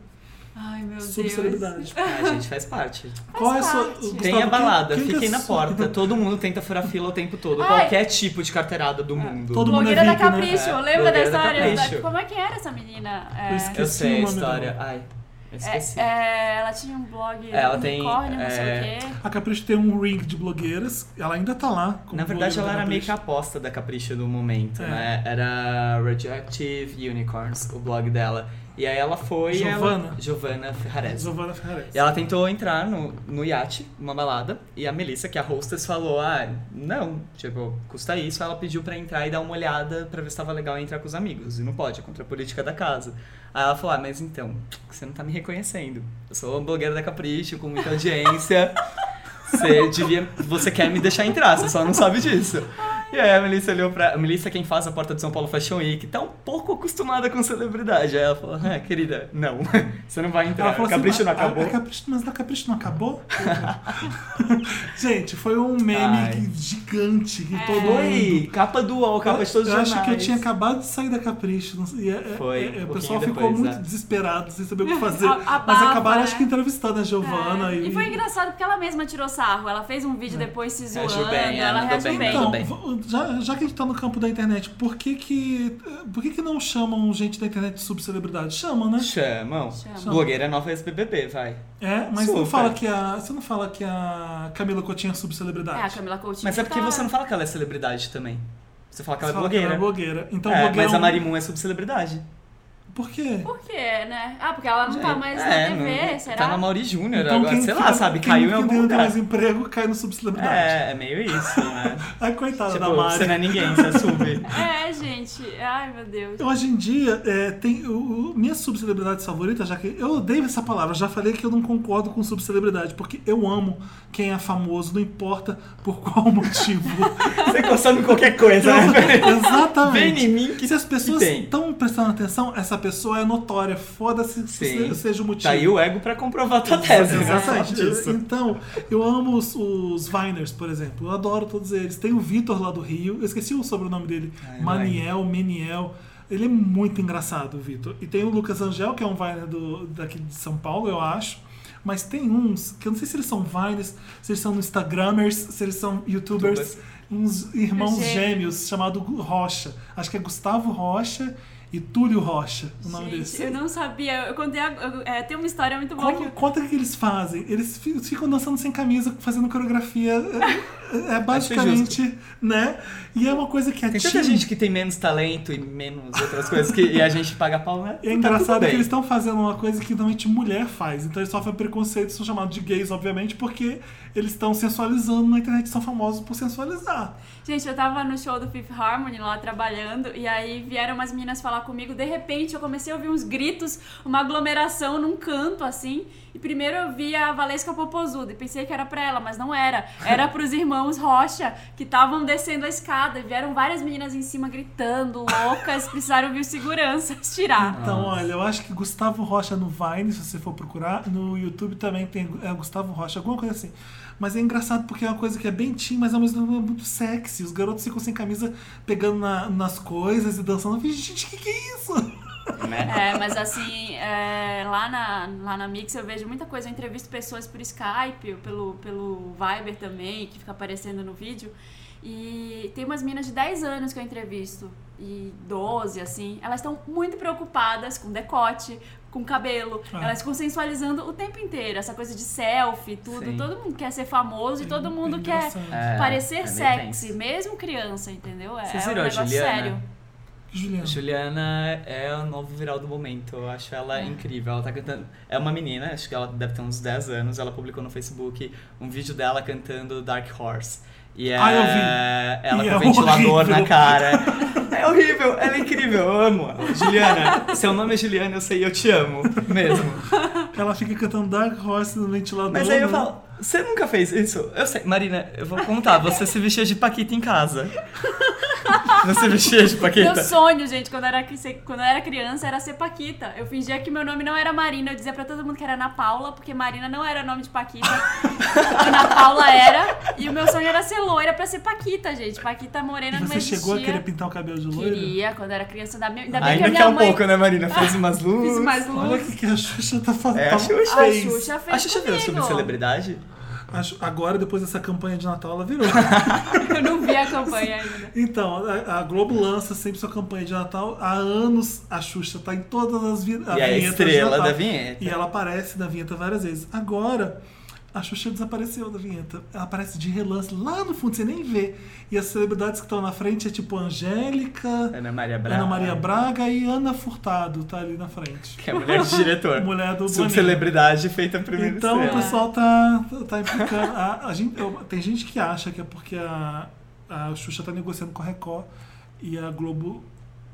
Speaker 3: Ai, meu Deus.
Speaker 1: Subcelebridade.
Speaker 2: Ah, gente, faz parte.
Speaker 1: Qual é a sua.
Speaker 3: parte.
Speaker 1: Gustavo,
Speaker 2: Tem a
Speaker 1: quem-
Speaker 2: balada,
Speaker 1: quem que é
Speaker 2: fiquem na
Speaker 1: sua-
Speaker 2: porta. Todo mundo tenta furar fila o tempo todo,
Speaker 3: Ai.
Speaker 2: qualquer tipo de carteirada do mundo.
Speaker 1: Todo mundo é
Speaker 3: Blogueira da
Speaker 1: VIP, né?
Speaker 3: Capricho,
Speaker 2: É,
Speaker 3: lembra da
Speaker 2: blogueira da
Speaker 3: história?
Speaker 2: Capricho.
Speaker 3: Como é que era essa menina?
Speaker 1: Eu
Speaker 3: É,
Speaker 1: esqueci.
Speaker 2: Eu sei a
Speaker 1: o nome
Speaker 2: história.
Speaker 1: dela.
Speaker 2: Ai, eu
Speaker 3: é,
Speaker 2: esqueci.
Speaker 3: é, ela tinha um blog
Speaker 2: Ela tem,
Speaker 3: unicórnio, não sei
Speaker 2: é,
Speaker 3: o quê.
Speaker 1: A Capricho tem um ring de blogueiras, ela ainda tá lá. como
Speaker 2: Na verdade,
Speaker 1: blogueira
Speaker 2: ela
Speaker 1: da
Speaker 2: era meio que
Speaker 1: Capricho.
Speaker 2: a aposta da Capricho do momento,
Speaker 1: É.
Speaker 2: né? Era Radioactive Unicorns, o blog dela. E aí ela foi.
Speaker 1: Giovanna.
Speaker 2: Ela... Giovanna Ferrarese.
Speaker 1: Giovanna Ferrares.
Speaker 2: E ela tentou entrar no, no iate, uma balada, e a Melissa, que é a hostess, falou: Ah, não, tipo, custa isso. Ela pediu pra entrar e dar uma olhada pra ver se tava legal entrar com os amigos. E não pode, é contra a política da casa. Aí ela falou: Ah, mas então, você não tá me reconhecendo. Eu sou uma blogueira da Capricho, com muita audiência. Você devia. Você quer me deixar entrar, você só não sabe disso. E aí a Melissa olhou pra. A Melissa é quem faz a porta de São Paulo Fashion Week, tá um pouco acostumada com celebridade. Aí ela falou, ah, querida, não, você não vai entrar.
Speaker 1: Ela falou
Speaker 2: o capricho não
Speaker 1: assim, "Ah, a-
Speaker 2: acabou.
Speaker 1: a Capricho- mas a Capricho não acabou? Gente, foi um meme
Speaker 2: Ai.
Speaker 1: gigante que todo mundo.
Speaker 2: Oi, capa do UOL, capa de todos os
Speaker 1: eu acho que eu
Speaker 2: jornais.
Speaker 1: tinha acabado de sair da Capricho. não sei- E é- é-
Speaker 2: Foi,
Speaker 1: é-
Speaker 2: um
Speaker 1: o pessoal
Speaker 2: pouquinho
Speaker 1: ficou
Speaker 2: depois,
Speaker 1: muito
Speaker 2: né?
Speaker 1: desesperado, sem saber o que fazer.
Speaker 3: A- a
Speaker 1: mas
Speaker 3: Bárbara,
Speaker 1: acabaram,
Speaker 3: né?
Speaker 1: acho que entrevistando a Giovana.
Speaker 3: É,
Speaker 1: E, Então,
Speaker 3: E foi engraçado porque ela mesma tirou sarro. Ela fez um vídeo depois se zoando.
Speaker 2: Reagiu Hum. bem,
Speaker 3: ela
Speaker 2: ela mandou bem,
Speaker 3: reagiu bem.
Speaker 2: mandou
Speaker 1: Então,
Speaker 2: bem.
Speaker 1: v- já, já que a gente tá no campo da internet, por que que, por que que não chamam gente da internet de subcelebridade? Chamam, né?
Speaker 2: Chamam.
Speaker 3: Chamam.
Speaker 2: Blogueira nova ex-BBB, vai.
Speaker 1: É, mas não
Speaker 2: Super.
Speaker 1: fala que a, você não fala que a Camila Coutinho é subcelebridade.
Speaker 3: É, a Camila Coutinho.
Speaker 2: Mas é porque
Speaker 3: tá-
Speaker 2: você não fala que ela é celebridade também. Você fala que ela é
Speaker 1: Fala que ela
Speaker 2: blogueira.
Speaker 1: blogueira. Então,
Speaker 2: É,
Speaker 1: blogueira
Speaker 2: mas
Speaker 1: é
Speaker 2: a
Speaker 1: um-
Speaker 2: Marimun é subcelebridade.
Speaker 1: Por quê?
Speaker 3: Por quê, né? Ah, porque ela não tá mais
Speaker 2: É,
Speaker 3: na TV,
Speaker 2: não-
Speaker 3: será?
Speaker 2: Tá na Mauri Júnior
Speaker 1: Então,
Speaker 2: agora,
Speaker 1: quem
Speaker 2: sei lá,
Speaker 1: fica-
Speaker 2: sabe?
Speaker 1: quem
Speaker 2: Caiu em
Speaker 1: não
Speaker 2: algum
Speaker 1: tem- não tem
Speaker 2: lugar.
Speaker 1: mais emprego, cai no subcelebridade.
Speaker 2: É, é meio isso, né?
Speaker 1: Ai, coitada da
Speaker 2: tipo,
Speaker 1: Mari.
Speaker 2: você não é ninguém, você é sub.
Speaker 3: É, gente. Ai, meu Deus.
Speaker 1: Então, Hoje em dia, é, tem o, o- minhas subcelebridades favoritas, já que eu odeio essa palavra, já falei que eu não concordo com subcelebridade, porque eu amo quem é famoso, não importa por qual motivo.
Speaker 2: Você consome qualquer coisa, né?
Speaker 1: Eu- exatamente.
Speaker 2: Vem em mim que-
Speaker 1: Se as pessoas
Speaker 2: que tem.
Speaker 1: estão prestando atenção, essa pessoa é notória. Foda-se
Speaker 2: Sim.
Speaker 1: se seja o motivo.
Speaker 2: Tá aí o ego pra comprovar tua tese. né?
Speaker 1: É, Exatamente.
Speaker 2: Só disso.
Speaker 1: Então, eu amo os, os Viners, por exemplo. Eu adoro todos eles. Tem o Vitor lá do Rio. Eu esqueci o sobrenome dele.
Speaker 2: Ai,
Speaker 1: Maniel, Meniel. Ele é muito engraçado, o Vitor. E tem o Lucas Angel, que é um Viner do, daqui de São Paulo, eu acho. Mas tem uns que eu não sei se eles são Viners, se eles são Instagrammers, se eles são YouTubers. Uns irmãos
Speaker 3: Gêmeos.
Speaker 1: gêmeos chamado Gu- é Rocha. Acho que é Gustavo Rocha E Túlio Rocha,
Speaker 2: é
Speaker 1: o nome
Speaker 3: Gente,
Speaker 1: desse.
Speaker 3: eu não sabia. Eu contei. ag- eu- é, tem uma história muito boa
Speaker 1: Como,
Speaker 3: que.
Speaker 1: conta o que eles fazem. Eles fi- ficam dançando sem camisa, fazendo coreografia. É- É, basicamente, né? E é uma coisa que a
Speaker 2: Tem tanta
Speaker 1: teen-
Speaker 2: gente que tem menos talento e menos outras coisas que e a gente paga pau, né?
Speaker 1: E é engraçado que eles estão fazendo uma coisa que normalmente mulher faz. Então eles sofrem preconceito, são chamados de gays, obviamente, porque eles estão sensualizando na internet, são famosos por sensualizar.
Speaker 3: Gente, eu tava no show do Fifth Harmony lá trabalhando. E aí vieram umas meninas falar comigo. De repente eu comecei a ouvir uns gritos, uma aglomeração num canto assim. E primeiro eu vi a Valesca Popozuda e pensei que era pra ela, mas não era. Era pros irmãos Rocha que estavam descendo a escada. E vieram várias meninas em cima gritando, loucas. Precisaram vir os seguranças tirar.
Speaker 1: Então, olha, eu acho que Gustavo Rocha no Vine, se você for procurar, no YouTube também tem é, Gustavo Rocha, alguma coisa assim. Mas é engraçado porque é uma coisa que é bem teen, mas ao mesmo tempo é muito sexy. Os garotos ficam sem camisa pegando na- nas coisas e dançando. Eu falei, gente, o que, que é isso?
Speaker 2: Né?
Speaker 3: É, mas assim, é, lá, na, lá na Mix eu vejo muita coisa. Eu entrevisto pessoas por Skype, ou pelo, pelo Viber também, que fica aparecendo no vídeo. E tem umas meninas de 10 anos que eu entrevisto, e 12, assim. Elas estão muito preocupadas com decote, com cabelo.
Speaker 1: Ah.
Speaker 3: Elas ficam sensualizando o tempo inteiro. Essa coisa de selfie, tudo.
Speaker 2: Sim.
Speaker 3: Todo mundo quer ser famoso e todo mundo
Speaker 1: É
Speaker 3: quer
Speaker 1: engraçado.
Speaker 2: É,
Speaker 3: parecer
Speaker 2: é meio
Speaker 3: sexy,
Speaker 2: tenso.
Speaker 3: mesmo criança, entendeu? É,
Speaker 2: Vocês
Speaker 3: é um
Speaker 2: viram a
Speaker 3: negócio
Speaker 2: Juliana?
Speaker 3: sério.
Speaker 1: Juliana.
Speaker 2: Juliana é o novo viral do momento. Eu acho ela
Speaker 1: É.
Speaker 2: incrível. Ela tá cantando. É uma menina, acho que ela deve ter uns 10 anos. Ela publicou no Facebook um vídeo dela cantando Dark Horse. E é,
Speaker 1: Ah, eu vi.
Speaker 2: Ela
Speaker 1: E
Speaker 2: com
Speaker 1: é
Speaker 2: ventilador
Speaker 1: horrível.
Speaker 2: na cara. É horrível, ela é incrível, eu amo. ela. Juliana, seu nome é Juliana, eu sei, eu te amo mesmo.
Speaker 1: Ela fica cantando Dark Horse no ventilador.
Speaker 2: Mas aí eu
Speaker 1: né?
Speaker 2: falo, você nunca fez isso? Eu sei, Marina, eu vou contar, você se vestia de Paquita em casa. Você vestia de
Speaker 3: Meu
Speaker 2: Paquita?
Speaker 3: sonho, gente, quando eu, era, cri- quando eu era criança, era ser Paquita. Eu fingia que meu nome não era Marina. Eu dizia pra todo mundo que era Ana Paula, porque Marina não era nome de Paquita. Ana Paula era. E o meu sonho era ser loira pra ser Paquita, gente. Paquita
Speaker 1: E
Speaker 3: morena não
Speaker 1: você
Speaker 3: existia.
Speaker 1: chegou a querer pintar o cabelo de loira?
Speaker 3: Queria, quando eu era criança. Ainda bem ainda bem que a
Speaker 2: Ainda que
Speaker 3: minha
Speaker 2: é um
Speaker 3: mãe...
Speaker 2: pouco, né, Marina? Fez umas luzes.
Speaker 3: Fiz mais
Speaker 1: Olha o
Speaker 3: luz.
Speaker 1: que, que a Xuxa tá fazendo.
Speaker 2: É, a Xuxa
Speaker 3: A
Speaker 2: fez.
Speaker 3: Xuxa fez
Speaker 2: A Xuxa virou
Speaker 3: comigo.
Speaker 2: subcelebridade?
Speaker 1: A Xu- Agora, depois dessa campanha de Natal, ela virou.
Speaker 3: Eu não vi a campanha ainda.
Speaker 1: Então, a, a Globo lança sempre sua campanha de Natal. Há anos a Xuxa tá em todas as vi-
Speaker 2: E é a
Speaker 1: vinhetas de
Speaker 2: estrela
Speaker 1: Natal.
Speaker 2: da vinheta.
Speaker 1: E ela aparece na vinheta várias vezes. Agora, a Xuxa desapareceu da vinheta. Ela aparece de relance lá no fundo, você nem vê. E as celebridades que estão na frente é tipo Angélica,
Speaker 2: Ana Maria Braga.
Speaker 1: Ana Maria Braga e Ana Furtado, tá ali na frente.
Speaker 2: Que é a mulher de diretor.
Speaker 1: Mulher do
Speaker 2: Subcelebridade feita primeiro
Speaker 1: Então o
Speaker 2: estrela.
Speaker 1: pessoal tá, tá implicando. A, a gente, eu- tem gente que acha que é porque a, a Xuxa tá negociando com a Record e a Globo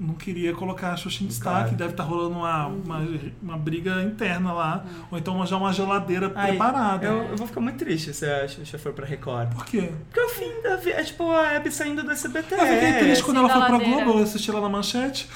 Speaker 1: não queria colocar a Xuxa em destaque.
Speaker 2: Claro.
Speaker 1: Deve estar rolando uma, uma, uma briga interna lá. Ou então já uma geladeira
Speaker 2: Uhum. Ai,
Speaker 1: preparada.
Speaker 2: Eu, eu vou ficar muito triste se a Xuxa for pra Record.
Speaker 1: Por quê?
Speaker 2: Porque é o fim da vida. É tipo a Hebe saindo do SBT.
Speaker 1: Eu fiquei triste quando
Speaker 3: sim,
Speaker 1: ela foi pra
Speaker 3: geladeira.
Speaker 1: Globo, eu assisti ela na manchete.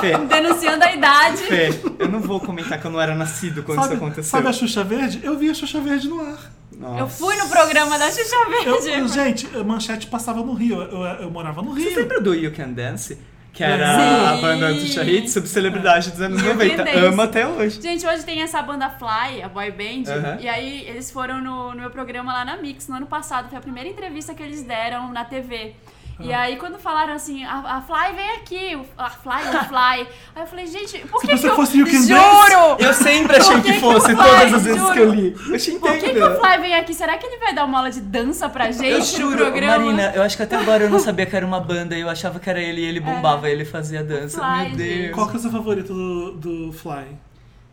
Speaker 2: Fê,
Speaker 3: Denunciando a idade.
Speaker 2: Fê, eu não vou comentar que eu não era nascido quando
Speaker 1: Sabe,
Speaker 2: isso aconteceu.
Speaker 1: sabe a Xuxa Verde? Eu vi a Xuxa Verde no ar.
Speaker 2: Nossa.
Speaker 3: Eu fui no programa da Xuxa
Speaker 1: Eu,
Speaker 3: Verde.
Speaker 1: gente, a manchete passava no Rio. Eu, eu morava no Rio.
Speaker 2: Vocês lembram do You Can Dance? Que era
Speaker 3: Sim.
Speaker 2: a banda do Charrit, subcelebridade dos anos
Speaker 3: Can
Speaker 2: 90.
Speaker 3: Dance.
Speaker 2: Amo até hoje.
Speaker 3: Gente, hoje tem essa banda Fly, a boy band,
Speaker 2: Aham.
Speaker 3: e aí eles foram no, no meu programa lá na Mix no ano passado, foi a primeira entrevista que eles deram na TV. E
Speaker 2: Ah.
Speaker 3: aí quando falaram assim, a, a Fly vem aqui, o- a Fly, o Fly. Aí eu falei, gente, por
Speaker 1: Se
Speaker 3: que
Speaker 1: você
Speaker 3: que eu...
Speaker 1: fosse You Can Dance-
Speaker 3: Juro!
Speaker 2: Eu sempre achei
Speaker 3: Por que
Speaker 2: que,
Speaker 3: que
Speaker 2: fosse,
Speaker 3: eu
Speaker 2: todas
Speaker 3: faço?
Speaker 2: as vezes que eu li. Eu te
Speaker 3: Por
Speaker 2: entendo.
Speaker 3: que, que o Fly vem aqui? Será que ele vai dar uma aula de dança pra gente
Speaker 2: eu
Speaker 3: no
Speaker 2: juro,
Speaker 3: programa?
Speaker 2: Marina, eu acho que até agora eu não sabia que era uma banda, eu achava que era ele e ele bombava, ele fazia dança.
Speaker 3: É. Fly,
Speaker 2: Meu Deus.
Speaker 1: Qual que é o seu favorito do, do Fly?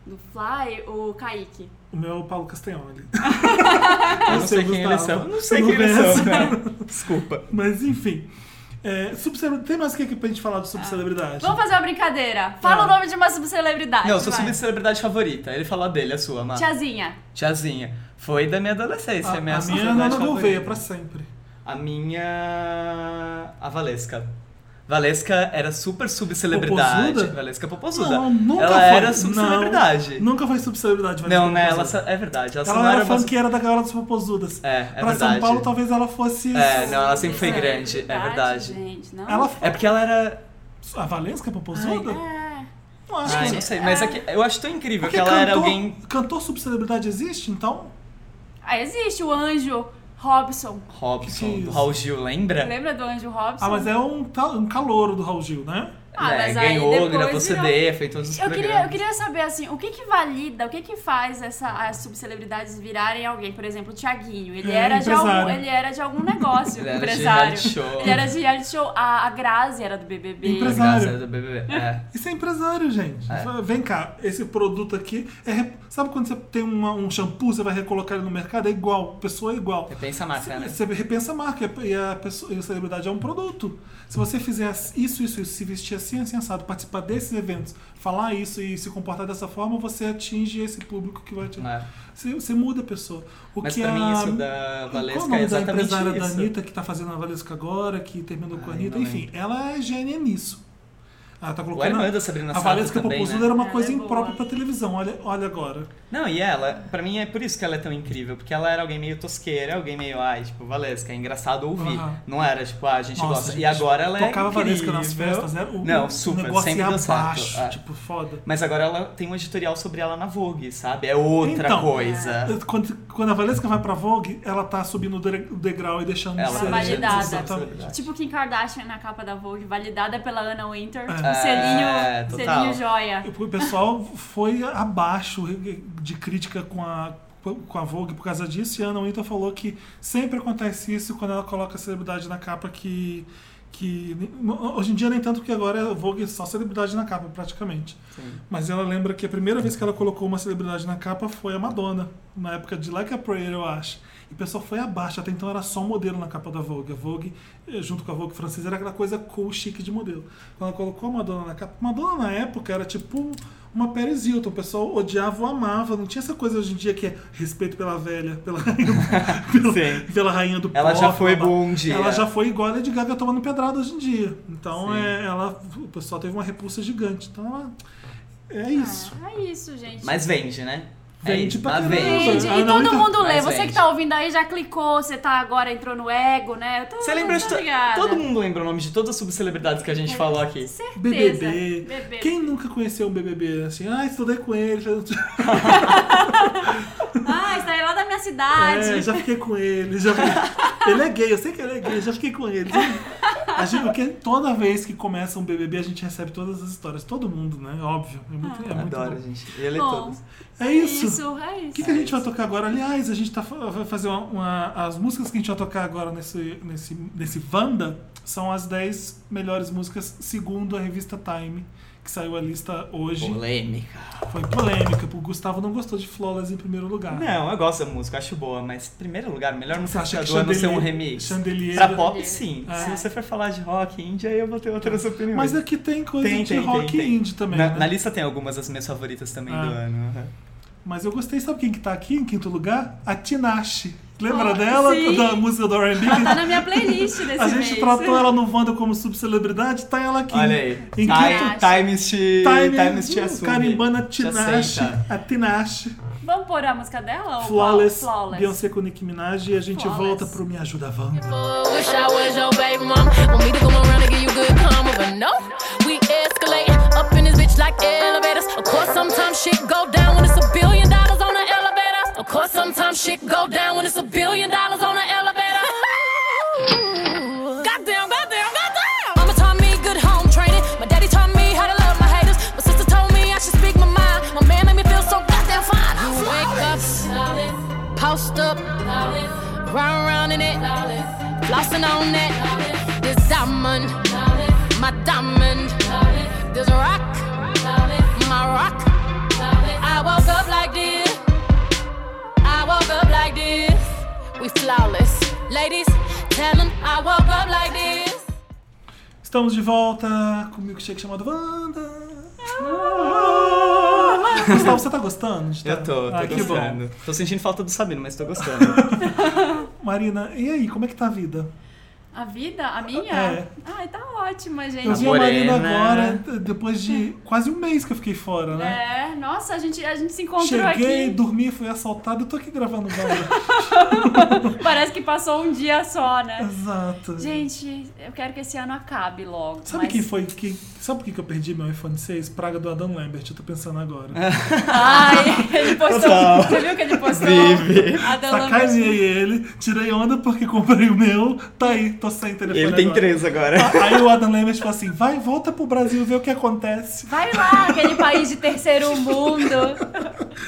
Speaker 3: Do Fly, o Kaique.
Speaker 1: O meu é o Paulo Castagnoli.
Speaker 2: Eu não sei
Speaker 1: Gustavo.
Speaker 2: quem eles são. Não sei
Speaker 1: Não
Speaker 2: quem eles
Speaker 1: conheço.
Speaker 2: são, né? Desculpa.
Speaker 1: Mas enfim. É, subcelebra- Tem mais o que aqui pra gente falar de subcelebridade?
Speaker 3: Vamos fazer uma brincadeira. Fala
Speaker 1: Ah.
Speaker 3: o nome de uma subcelebridade.
Speaker 2: Não, sua
Speaker 3: vai.
Speaker 2: subcelebridade favorita. Ele falou a dele, a sua, Má.
Speaker 3: Tiazinha.
Speaker 2: Tiazinha. Foi da minha adolescência,
Speaker 1: a,
Speaker 2: minha
Speaker 1: a
Speaker 3: Ah,
Speaker 1: minha é a
Speaker 2: subcelebridade
Speaker 1: Nana
Speaker 2: favorita.
Speaker 1: Gouveia, pra sempre.
Speaker 2: A minha. A Valesca. Valesca era super subcelebridade.
Speaker 1: Popozuda?
Speaker 2: Valesca Popozuda.
Speaker 1: Não, nunca
Speaker 2: ela
Speaker 1: foi.
Speaker 2: era
Speaker 1: Não,
Speaker 2: subcelebridade.
Speaker 1: Nunca foi subcelebridade. vai
Speaker 2: Não,
Speaker 1: ser
Speaker 2: né? Ela
Speaker 1: Popozuda.
Speaker 2: só- é verdade. Ela, só
Speaker 1: Ela
Speaker 2: não
Speaker 1: era
Speaker 2: era. uma-
Speaker 1: funkeira da Gaiola dos Popozudas.
Speaker 2: É, é
Speaker 1: pra São
Speaker 2: verdade.
Speaker 1: Paulo, talvez ela fosse...
Speaker 2: É, não, ela sempre foi grande. É verdade.
Speaker 3: Gente, não.
Speaker 1: Ela...
Speaker 2: É porque ela era.
Speaker 1: A Valesca Popozuda?
Speaker 3: É.
Speaker 1: Não acho
Speaker 2: Ai,
Speaker 1: que...
Speaker 2: não sei. Mas é que eu acho tão incrível
Speaker 1: Porque
Speaker 2: que ela
Speaker 1: cantor,
Speaker 2: era alguém.
Speaker 1: cantor subcelebridade existe, então?
Speaker 3: Ah, existe o anjo Robson.
Speaker 2: Robson,
Speaker 1: Que que é
Speaker 2: do
Speaker 1: isso?
Speaker 2: Raul Gil, lembra? Ah,
Speaker 3: Lembra do anjo Robson?
Speaker 1: Ah, mas é um, ta- um calouro do Raul Gil, né?
Speaker 3: Ah, Ah,
Speaker 2: né,
Speaker 3: mas aí
Speaker 2: ganhou,
Speaker 3: depois
Speaker 2: gravou
Speaker 3: virou-
Speaker 2: CD, fez todos os
Speaker 3: Eu queria, eu
Speaker 2: programas.
Speaker 3: queria saber, assim, o que que valida, o que que faz essa, as subcelebridades virarem alguém? Por exemplo, o Thiaguinho, ele,
Speaker 1: É,
Speaker 3: era, de algum,
Speaker 1: empresário.
Speaker 3: ele era de algum negócio,
Speaker 2: Ele era de
Speaker 3: empresário.
Speaker 2: reality show.
Speaker 3: Ele era de reality show. A, a Grazi era do BBB.
Speaker 1: Empresa-
Speaker 2: Graça do BBB. É.
Speaker 1: Isso é empresário, gente.
Speaker 2: É.
Speaker 1: Vem cá, esse produto aqui é. re- Sabe quando você tem uma- um shampoo, você vai recolocar ele no mercado? É igual, a pessoa é igual.
Speaker 2: Repensa a marca, né?
Speaker 1: Você repensa a marca e a- e a, pessoa, e a celebridade é um produto. Se você fizer isso, isso, isso, se vestir assim, assim, assado, participar desses eventos, falar isso e se comportar dessa forma, você atinge esse público que vai te.
Speaker 2: É.
Speaker 1: Você, você muda a pessoa. O
Speaker 2: Mas
Speaker 1: que é
Speaker 2: pra
Speaker 1: a-
Speaker 2: mim isso da
Speaker 1: qual o
Speaker 2: Valesca
Speaker 1: nome
Speaker 2: é
Speaker 1: da
Speaker 2: exatamente
Speaker 1: empresária da
Speaker 2: isso.
Speaker 1: Anitta que tá fazendo a Valesca agora, que terminou com a
Speaker 2: Ai,
Speaker 1: Anitta?
Speaker 2: não
Speaker 1: Enfim, ela é gênia nisso. Ela tá
Speaker 2: O
Speaker 1: colocando.
Speaker 2: irmã é da Sabrina
Speaker 1: a
Speaker 2: Sato
Speaker 1: Valesca
Speaker 2: também,
Speaker 1: Popozuda
Speaker 2: né?
Speaker 1: era uma
Speaker 3: Ela
Speaker 1: coisa
Speaker 3: é boa.
Speaker 1: imprópria pra televisão, olha, olha agora.
Speaker 2: Não, e ela, pra mim é por isso que ela é tão incrível, porque ela era alguém meio tosqueira, alguém meio, ai, tipo, Valesca, é engraçado ouvir.
Speaker 1: Aham.
Speaker 2: Não era, tipo, ah, a gente
Speaker 1: Nossa,
Speaker 2: gosta.
Speaker 1: gente,
Speaker 2: e agora ela é.
Speaker 1: Tocava a Valesca
Speaker 2: incrível.
Speaker 1: nas festas, né? O,
Speaker 2: Não,
Speaker 1: o
Speaker 2: super,
Speaker 1: negócio
Speaker 2: sempre
Speaker 1: ia
Speaker 2: deu certo,
Speaker 1: abaixo,
Speaker 2: é.
Speaker 1: tipo, foda.
Speaker 2: Mas agora ela tem um editorial sobre ela na Vogue, sabe? É outra
Speaker 1: Então,
Speaker 2: coisa.
Speaker 1: Quando, quando a Valesca vai pra Vogue, ela tá subindo o dre- o degrau e deixando de
Speaker 2: Ela
Speaker 1: ser
Speaker 3: tá
Speaker 1: gente,
Speaker 3: validada.
Speaker 1: exatamente.
Speaker 3: Tipo Kim Kardashian na capa da Vogue, validada pela Anna Winter.
Speaker 1: É.
Speaker 3: Um selinho,
Speaker 2: É, total.
Speaker 3: selinho joia.
Speaker 1: O pessoal foi abaixo de crítica com a, com a Vogue por causa disso. E a Ana Wintour falou que sempre acontece isso quando ela coloca a celebridade na capa que. que hoje em dia nem tanto, porque agora a Vogue é só celebridade na capa, praticamente. Mas ela lembra que a primeira vez que ela colocou uma celebridade na capa foi a Madonna, na época de Like a Prayer, eu acho. E o pessoal foi abaixo, até então era só um modelo na capa da Vogue. A Vogue, eh, junto com a Vogue francesa, era aquela coisa cool, chique de modelo. Quando ela colocou a Madonna na capa, Madonna na época era tipo uma Paris Hilton. O pessoal odiava ou amava, não tinha essa coisa hoje em dia que é respeito pela velha, pela rainha, pela,
Speaker 2: Sim.
Speaker 1: pela rainha do
Speaker 2: Ela
Speaker 1: pop,
Speaker 2: já foi
Speaker 1: blá, blá.
Speaker 2: boa um dia.
Speaker 1: Ela já foi igual a Lady Gaga tomando pedrada hoje em dia. Então
Speaker 2: Sim.
Speaker 1: é, ela, o pessoal teve uma repulsa gigante. Então ela, é isso.
Speaker 3: Ah, é isso, gente.
Speaker 2: Mas vende, né?
Speaker 1: Vende
Speaker 2: é isso,
Speaker 1: pra
Speaker 2: mas
Speaker 1: caramba.
Speaker 2: vende.
Speaker 3: Gente,
Speaker 1: Ah,
Speaker 3: e
Speaker 1: não,
Speaker 3: todo
Speaker 1: então-
Speaker 3: mundo lê.
Speaker 2: Mas,
Speaker 3: Você
Speaker 2: gente.
Speaker 3: que tá ouvindo aí já clicou, você tá agora, entrou no ego, né? Eu tô-
Speaker 2: Você lembra
Speaker 3: tô
Speaker 2: de. to-
Speaker 3: ligada.
Speaker 2: Todo mundo lembra o nome de todas as subcelebridades que a gente falou aqui.
Speaker 3: Certeza.
Speaker 1: BBB.
Speaker 3: BBB.
Speaker 1: Quem nunca conheceu um BBB? Assim, ah, estudei com ele, um já,
Speaker 3: Ah, isso daí é lá da minha cidade.
Speaker 1: é, já fiquei com ele. Já... ele é gay, eu sei que ele é gay, já fiquei com ele. A gente, porque toda vez que começa um BBB, a gente recebe todas as histórias. Todo mundo, né? Óbvio. É muito, é muito
Speaker 2: Adoro,
Speaker 1: bom.
Speaker 2: gente. Ele é
Speaker 3: Bom.
Speaker 2: todos.
Speaker 1: É
Speaker 3: É
Speaker 1: isso.
Speaker 3: isso, é
Speaker 1: O que,
Speaker 3: isso.
Speaker 1: que a gente vai tocar agora? Aliás, a gente tá, fa- vai fazer uma, uma- As músicas que a gente vai tocar agora nesse, nesse, nesse Wanda são as 10 melhores músicas, segundo a revista Time, que saiu a lista hoje.
Speaker 2: Polêmica.
Speaker 1: Foi polêmica, porque o Gustavo não gostou de Flawless em primeiro lugar.
Speaker 2: Não, eu gosto da música, acho boa, mas em primeiro lugar, melhor música
Speaker 1: acha que
Speaker 2: do ano ser um
Speaker 1: Chandelier-
Speaker 2: remix.
Speaker 1: Chandelier-
Speaker 2: Pra pop, sim.
Speaker 1: É.
Speaker 2: Se você for falar de rock indie, aí eu vou ter outras opiniões.
Speaker 1: Tá. Mas aqui tem coisa
Speaker 2: Tem,
Speaker 1: de
Speaker 2: tem,
Speaker 1: rock
Speaker 2: tem, tem.
Speaker 1: indie também.
Speaker 2: na,
Speaker 1: né?
Speaker 2: na lista tem algumas das minhas favoritas também
Speaker 1: Ah.
Speaker 2: do ano. aham.
Speaker 1: Mas eu gostei, sabe quem que tá aqui em quinto lugar? A Tinashe. Lembra dela?
Speaker 3: Ah, sim.
Speaker 1: Da música do R&B?
Speaker 3: Ela tá na minha playlist desse
Speaker 1: A
Speaker 3: mês.
Speaker 1: gente tratou ela no Wanda como subcelebridade, tá ela aqui.
Speaker 2: Olha aí. Tá,
Speaker 1: Em
Speaker 2: Time,
Speaker 1: quinto
Speaker 2: times te,
Speaker 1: Time,
Speaker 2: times te
Speaker 1: hum,
Speaker 2: assume.
Speaker 1: Carimbando a
Speaker 2: Te
Speaker 1: Tinashe,
Speaker 2: aceita.
Speaker 1: a Tinashe,
Speaker 3: Vamos pôr a música dela? ou
Speaker 1: Flawless,
Speaker 3: qual? Flawless.
Speaker 1: Beyoncé com Nicki Minaj e a gente
Speaker 3: Flawless.
Speaker 1: volta pro Me Ajuda Wanda.
Speaker 5: Wish I was your baby mama. Want me to come around and give you good karma, but no. We escalate up in this bitch like elevators. Of course, sometimes shit go down when it's a billion dollars on the elevator. Of course, sometimes shit go down when it's a billion dollars on the elevator. goddamn, goddamn, goddamn. Mama taught me good home training. My daddy taught me how to love my haters. My sister told me I should speak my mind. My man made me feel so goddamn fine. I'm wake up, post up, round round in it, flossing on it. This diamond, my diamond. This rock, my rock. I woke up like this. I woke up like this. We flawless, ladies. Tell 'em I woke up like this.
Speaker 1: Estamos de volta com o milkshake chamado Wanda.
Speaker 3: Ah.
Speaker 1: Gustavo, você tá gostando? de
Speaker 2: Eu
Speaker 1: tá-
Speaker 2: tô, tô
Speaker 1: Ah, que bom.
Speaker 2: gostando. Tô sentindo falta do Sabino, mas tô gostando.
Speaker 1: Marina, e aí, como é que tá a vida?
Speaker 3: A vida? A minha?
Speaker 1: É.
Speaker 3: Ai, tá ótima, gente.
Speaker 1: Eu vi a Marina
Speaker 2: morena.
Speaker 1: agora, depois de quase um mês que eu fiquei fora, né?
Speaker 3: É, nossa, a gente, a gente se encontrou
Speaker 1: Cheguei,
Speaker 3: aqui.
Speaker 1: dormi, fui assaltado e tô aqui gravando Wanda.
Speaker 3: Parece que passou um dia só, né?
Speaker 1: Exato.
Speaker 3: Gente, eu quero que esse ano acabe logo.
Speaker 1: Sabe
Speaker 3: mas-
Speaker 1: quem foi que. Sabe por que que eu perdi meu iPhone 6? Praga do Adam Lambert, eu tô pensando agora.
Speaker 3: Ai, ele postou.
Speaker 2: Total.
Speaker 3: Você viu que ele postou?
Speaker 2: Vive.
Speaker 3: A da
Speaker 1: Sacaneei ele, tirei onda porque comprei o meu, tá aí, tô sem telefone.
Speaker 2: Ele tem
Speaker 1: agora.
Speaker 2: três agora.
Speaker 1: Aí o Gordon Lemmert falou assim: vai, volta pro Brasil ver o que acontece.
Speaker 3: Vai lá, aquele país de terceiro mundo.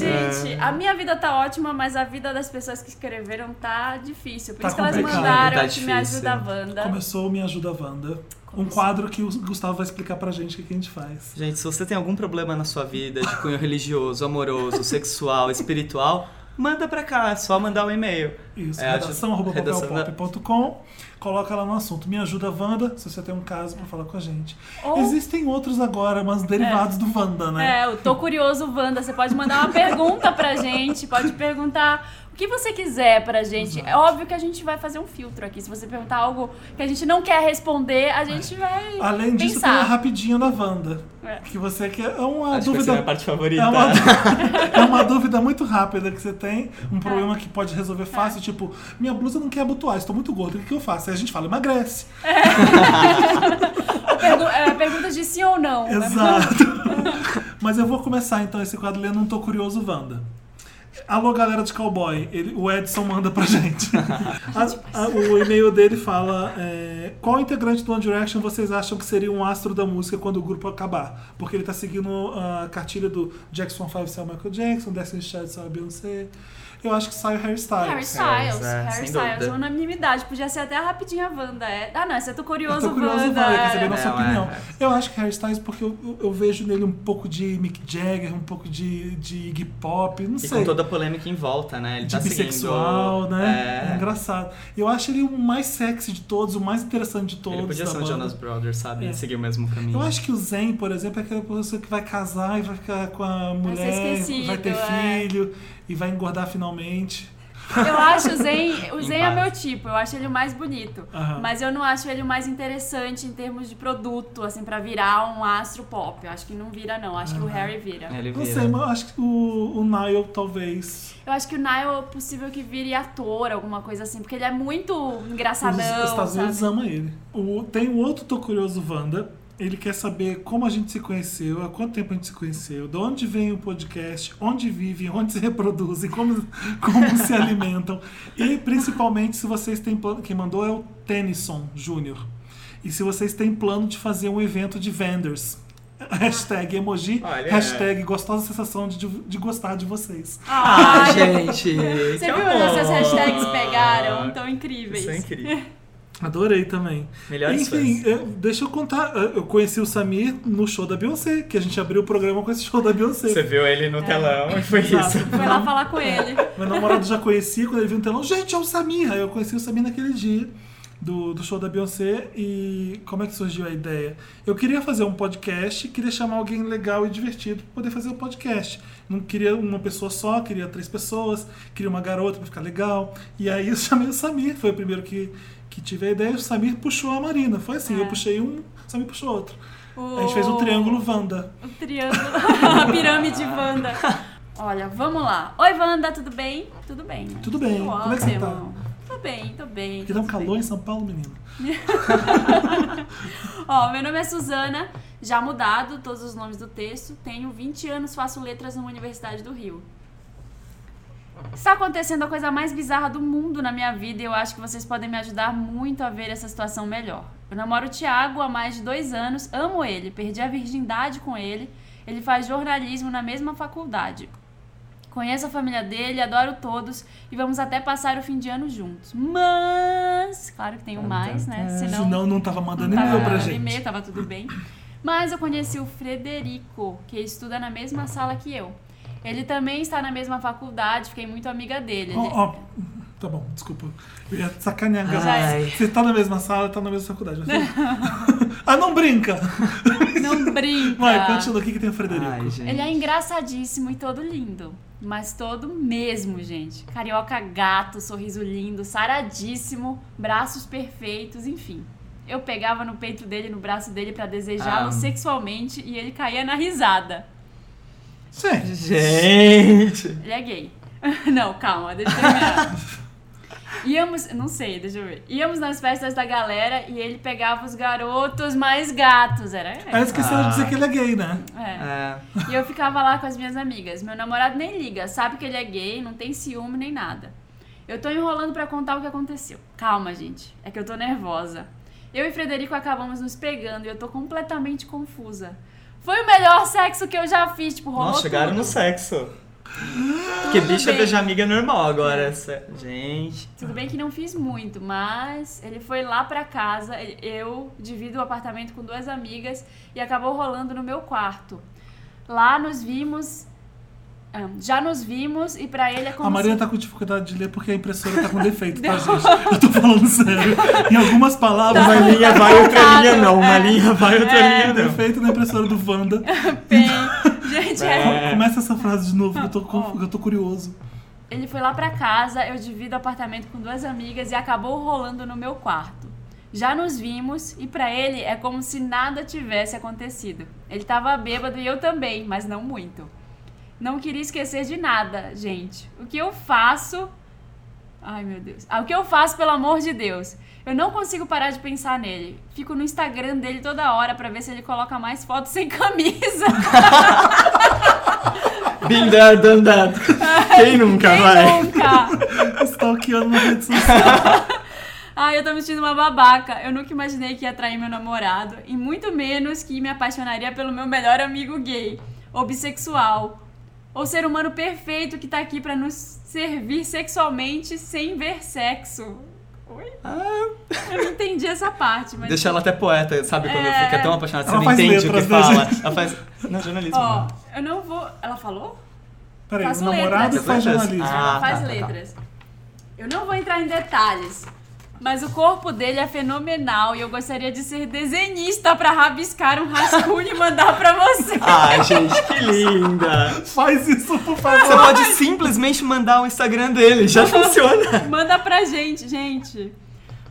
Speaker 1: É.
Speaker 3: Gente, a minha vida tá ótima, mas a vida das pessoas que escreveram tá difícil. Por
Speaker 1: Tá
Speaker 3: isso que elas
Speaker 1: complicado.
Speaker 3: mandaram
Speaker 2: Tá
Speaker 3: te me ajuda
Speaker 2: difícil.
Speaker 3: Wanda.
Speaker 1: Começou o Me Ajuda Wanda. Um quadro que o Gustavo vai explicar pra gente o que que a gente faz.
Speaker 2: Gente, se você tem algum problema na sua vida de cunho religioso, amoroso, sexual, espiritual, manda pra cá, é só mandar um e-mail.
Speaker 1: Isso,
Speaker 2: É,
Speaker 1: redação, arroba
Speaker 2: redação é-
Speaker 1: papelpop.com. Coloca lá no assunto. Me ajuda Wanda, se você tem um caso pra falar com a gente.
Speaker 3: Ou-
Speaker 1: Existem outros agora, mas derivados do Wanda, né?
Speaker 3: É, eu tô curioso, Wanda. Você pode mandar uma pergunta pra gente, pode perguntar o que você quiser pra gente. É óbvio que a gente vai fazer um filtro aqui. Se você perguntar algo que a gente não quer responder, a gente vai
Speaker 1: Além disso, é tem a
Speaker 3: pensar.
Speaker 1: rapidinha da Wanda.
Speaker 3: É.
Speaker 1: Que você quer. É uma
Speaker 2: Acho que essa é a minha
Speaker 1: dúvida.
Speaker 2: parte favorita.
Speaker 1: É uma, dú- é uma dúvida muito rápida que você tem,
Speaker 3: É.
Speaker 1: um problema que pode resolver fácil, tipo, minha blusa não quer abotoar, estou muito gordo, o que que eu faço? Aí a gente fala, emagrece.
Speaker 3: Pergu é, perguntas de sim ou não. né?
Speaker 1: Exato. Mas eu vou começar então esse quadro lendo Um Tô Curioso Wanda. Alô, galera de cowboy. Ele- o Edson manda pra gente. A- a- o e-mail dele fala: é, Qual integrante do One Direction vocês acham que seria um astro da música quando o grupo acabar? Porque ele tá seguindo a cartilha do Jackson 5 sai o Michael Jackson, Destiny's Child sai o Beyoncé. Eu acho que sai o Harry Styles.
Speaker 3: Harry Styles,
Speaker 2: é, sem
Speaker 3: Harry Styles,
Speaker 2: dúvida.
Speaker 3: unanimidade. Podia ser até a rapidinha Wanda. É. Ah, não, essa eu tô
Speaker 1: Eu
Speaker 3: curioso,
Speaker 1: tô curioso,
Speaker 3: Wanda.
Speaker 1: Wanda, quer saber
Speaker 3: é.
Speaker 1: nossa
Speaker 2: Não, é,
Speaker 1: opinião.
Speaker 2: é.
Speaker 1: Eu acho que Harry Styles, porque eu, eu- eu vejo nele um pouco de Mick Jagger, um pouco de, de Iggy Pop, não
Speaker 2: E
Speaker 1: sei.
Speaker 2: com toda a polêmica em volta, né? Ele
Speaker 1: de
Speaker 2: tá
Speaker 1: bissexual,
Speaker 2: seguindo...
Speaker 1: né? É.
Speaker 2: É,
Speaker 1: engraçado. Eu acho ele o mais sexy de todos, o mais interessante de todos.
Speaker 2: ele podia
Speaker 1: da
Speaker 2: ser um
Speaker 1: banda.
Speaker 2: Jonas Brothers, sabe?
Speaker 1: tá É.
Speaker 2: E seguir o mesmo caminho.
Speaker 1: Eu acho que o Zen, por exemplo, é aquela pessoa que vai casar e vai ficar com a mulher,
Speaker 3: esquecido,
Speaker 1: vai ter
Speaker 3: é.
Speaker 1: filho e vai engordar finalmente.
Speaker 3: Eu acho o Zen, o
Speaker 2: Em
Speaker 3: Zen é
Speaker 2: paz.
Speaker 3: meu tipo, eu acho ele o mais bonito.
Speaker 1: Aham.
Speaker 3: Mas eu não acho ele o mais interessante em termos de produto, assim, pra virar um astro pop. Eu acho que não vira, não. Eu acho que o Harry vira.
Speaker 2: Ele
Speaker 1: Não
Speaker 2: vira.
Speaker 1: sei, mas eu acho que o, o Niall talvez.
Speaker 3: Eu acho que o Niall é possível que vire ator, alguma coisa assim, porque ele é muito engraçadão.
Speaker 1: os, os Estados Unidos
Speaker 3: sabe?
Speaker 1: amam ele. O, tem o outro Tô Curioso Wanda. Ele quer saber como a gente se conheceu, há quanto tempo a gente se conheceu, de onde vem o podcast, onde vivem, onde se reproduzem, como, como se alimentam. E principalmente se vocês têm plano. Quem mandou é o Tennyson Júnior. E se vocês têm plano de fazer um evento de vendors. Hashtag emoji,
Speaker 2: Olha.
Speaker 1: hashtag gostosa sensação de, de gostar de vocês.
Speaker 2: Ah,
Speaker 3: Ai,
Speaker 2: gente!
Speaker 3: Você viu onde essas hashtags pegaram? Então, Tão incríveis.
Speaker 2: Isso é incrível.
Speaker 1: Adorei também.
Speaker 2: Melhores
Speaker 1: Enfim,
Speaker 2: fãs.
Speaker 1: eu- deixa eu contar. Eu eu conheci o Samir no show da Beyoncé, que a gente abriu o programa com esse show da Beyoncé.
Speaker 2: Você viu ele
Speaker 3: É.
Speaker 2: no telão e foi isso.
Speaker 3: Foi lá falar com ele.
Speaker 1: Meu namorado já conhecia quando ele viu no telão. Gente, é o Samir! Aí eu conheci o Samir naquele dia do, do show da Beyoncé. E como é que surgiu a ideia? Eu queria fazer um podcast, queria chamar alguém legal e divertido pra poder fazer o podcast. Não queria uma pessoa só, queria três pessoas, queria uma garota pra ficar legal. E aí eu chamei o Samir, foi o primeiro que, que tive a ideia. O Samir puxou a Marina. Foi assim, eu
Speaker 3: É.
Speaker 1: puxei um, o Samir puxou outro. A gente fez um triângulo Wanda.
Speaker 3: O triângulo. A pirâmide Wanda. Olha, vamos lá. Oi, Wanda, tudo bem? Tudo bem.
Speaker 1: Tudo bem.
Speaker 3: Ótimo.
Speaker 1: Como é que você tá?
Speaker 3: Tô bem, tô bem.
Speaker 1: Porque dá um
Speaker 3: tudo bem.
Speaker 1: calor em São Paulo, menino.
Speaker 3: Ó, meu nome é Suzana, já mudado todos os nomes do texto. Tenho 20 anos, faço letras numa universidade do Rio. Está acontecendo a coisa mais bizarra do mundo na minha vida e eu acho que vocês podem me ajudar muito a ver essa situação melhor. Eu namoro o Thiago há mais de dois anos, amo ele, perdi a virgindade com ele. Ele faz jornalismo na mesma faculdade. Conheço a família dele, adoro todos e vamos até passar o fim de ano juntos. Mas, claro que tem um mais, né? Senão,
Speaker 1: Senão não tava mandando
Speaker 3: Tava
Speaker 1: e-mail pra
Speaker 3: mandando
Speaker 1: gente.
Speaker 3: e-mail, tava tudo bem. Mas eu conheci o Frederico, que estuda na mesma sala que eu. Ele também está na mesma faculdade, fiquei muito amiga dele.
Speaker 1: Ó,
Speaker 3: Ele-
Speaker 1: ó, tá bom, desculpa. Eu ia sacanear.
Speaker 2: Ai.
Speaker 1: Gabi. Você tá na mesma sala, tá na mesma faculdade. mas tudo- ah, não brinca!
Speaker 3: Não brinca!
Speaker 1: oh. Vai, continua. O que, que tem o Frederico?
Speaker 2: Ai, gente.
Speaker 3: Ele é engraçadíssimo e todo lindo. Mas todo mesmo, gente. Carioca gato, sorriso lindo, saradíssimo, braços perfeitos, enfim. Eu pegava no peito dele, no braço dele pra desejá-lo
Speaker 2: Ah.
Speaker 3: sexualmente e ele caía na risada. é
Speaker 1: Gente,
Speaker 2: Gente!
Speaker 3: Ele é gay. Não, calma, deixa eu terminar. Íamos, não sei, deixa eu ver. Íamos nas festas da galera e ele pegava os garotos mais gatos, era?
Speaker 1: ela esqueceu de
Speaker 2: Ah.
Speaker 1: dizer que ele é gay, né?
Speaker 3: É.
Speaker 2: É,
Speaker 3: E eu ficava lá com as minhas amigas. Meu namorado nem liga, sabe que ele é gay, não tem ciúme nem nada. Eu tô enrolando pra contar o que aconteceu. Calma, gente, é que eu tô nervosa. Eu e Frederico acabamos nos pegando e eu tô completamente confusa. Foi o melhor sexo que eu já fiz, tipo, rolou
Speaker 2: Nossa, chegaram
Speaker 3: tudo.
Speaker 2: no sexo. Porque bicha
Speaker 3: Ah, bem.
Speaker 2: beijar amiga é normal agora. essa- Gente.
Speaker 3: Tudo bem que não fiz muito, mas ele foi lá pra casa, ele- eu divido o apartamento com duas amigas e acabou rolando no meu quarto. Lá nos vimos, ah, já nos vimos e pra ele é como
Speaker 1: A Maria
Speaker 3: se...
Speaker 1: tá com dificuldade de ler porque a impressora tá com defeito, tá, gente? Eu tô falando sério. Em algumas palavras,
Speaker 2: Uma
Speaker 1: vai ler
Speaker 2: linha vai, outra linha não. Uma
Speaker 3: É.
Speaker 2: linha vai, outra linha não.
Speaker 1: defeito na impressora do Wanda.
Speaker 3: Bem, gente, é...
Speaker 1: Co- Começa essa frase de novo, eu tô, conf- eu tô curioso.
Speaker 3: Ele foi lá pra casa, eu divido o apartamento com duas amigas e acabou rolando no meu quarto. Já nos vimos e pra ele é como se nada tivesse acontecido. Ele tava bêbado e eu também, mas não muito. Não queria esquecer de nada, gente. O que eu faço? Ai, meu Deus. Ah, o que eu faço, pelo amor de Deus? Eu não consigo parar de pensar nele. Fico no Instagram dele toda hora pra ver se ele coloca mais fotos sem camisa.
Speaker 2: Been there, done that. Quem nunca
Speaker 3: Quem
Speaker 2: vai?
Speaker 3: nunca?
Speaker 1: Stalkeando na rede social.
Speaker 3: Ai, eu tô me sentindo uma babaca. Eu nunca imaginei que ia atrair meu namorado. E muito menos que me apaixonaria pelo meu melhor amigo gay. Ou bissexual. Ou ser humano perfeito que tá aqui pra nos servir sexualmente sem ver sexo. Oi? Eu não entendi essa parte, mas.
Speaker 2: Ah. Deixa ela até poeta, sabe? Quando
Speaker 3: É.
Speaker 2: fica tão apaixonada, você
Speaker 1: Ela
Speaker 2: não
Speaker 1: faz
Speaker 2: entende o que
Speaker 1: letras, né,
Speaker 2: fala.
Speaker 1: gente?
Speaker 2: Ela faz. Não, jornalismo.
Speaker 3: Ó,
Speaker 2: não.
Speaker 3: eu não vou. Ela falou?
Speaker 1: Peraí, o
Speaker 3: Faço
Speaker 1: namorado
Speaker 3: letras.
Speaker 1: faz
Speaker 2: Letras?
Speaker 1: jornalismo.
Speaker 2: Ah.
Speaker 3: Ela faz
Speaker 2: tá, tá, tá.
Speaker 3: letras. Eu não vou entrar em detalhes, mas o corpo dele é fenomenal e eu gostaria de ser desenhista pra rabiscar um rascunho e mandar pra você.
Speaker 2: Ai, gente, que linda.
Speaker 1: Faz isso, por
Speaker 2: Você
Speaker 1: favor.
Speaker 2: pode simplesmente mandar o Instagram dele, já funciona.
Speaker 3: Manda pra gente, gente.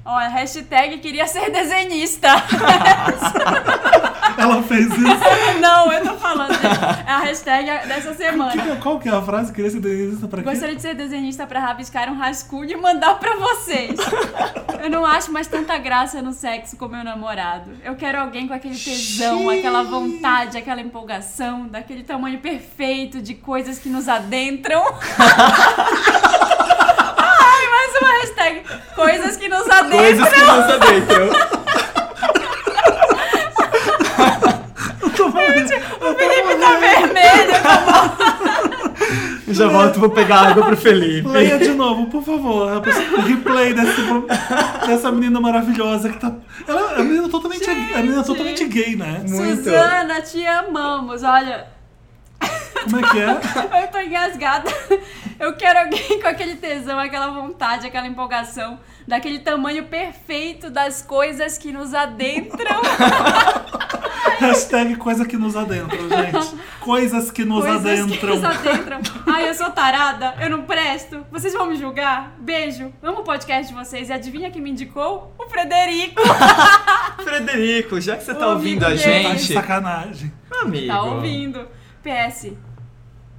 Speaker 3: Ó, hashtag queria ser desenhista.
Speaker 1: Ela fez isso.
Speaker 3: não, eu tô falando. gente. É a hashtag dessa
Speaker 1: Que
Speaker 3: semana.
Speaker 1: que- qual que é a frase? Queria ser desenhista pra quê?
Speaker 3: Gostaria de ser desenhista pra rabiscar um rascunho e mandar pra vocês. Eu não acho mais tanta graça no sexo com meu namorado. Eu quero alguém com aquele tesão, aquela vontade, aquela empolgação, daquele tamanho perfeito de coisas que nos adentram. Ai, mais uma hashtag. Coisas que nos adentram.
Speaker 2: Coisas que não sabem.
Speaker 3: O Felipe tá vermelho.
Speaker 2: Eu já volto, vou pegar água pro Felipe.
Speaker 1: Leia de novo, por favor. A pessoa- Replay desse, dessa menina maravilhosa que tá. Ela é a menina totalmente, a menina totalmente gay, né?
Speaker 3: Suzana, te amamos. Olha,
Speaker 1: Como é que é?
Speaker 3: Eu tô engasgada. Eu quero alguém com aquele tesão, aquela vontade, aquela empolgação, daquele tamanho perfeito das coisas que nos adentram.
Speaker 1: Hashtag coisa que nos adentram, gente. Coisas que nos
Speaker 3: coisas que
Speaker 1: adentram.
Speaker 3: nos adentram. Ai, eu sou tarada, eu não presto. Vocês vão me julgar? Beijo. Amo o podcast de vocês e adivinha quem me indicou? O Frederico.
Speaker 2: Frederico, já que você tá
Speaker 3: Ô,
Speaker 2: ouvindo a
Speaker 3: amigo
Speaker 1: Tá de
Speaker 2: gente.
Speaker 1: sacanagem.
Speaker 2: Amigo.
Speaker 3: Tá ouvindo. PS.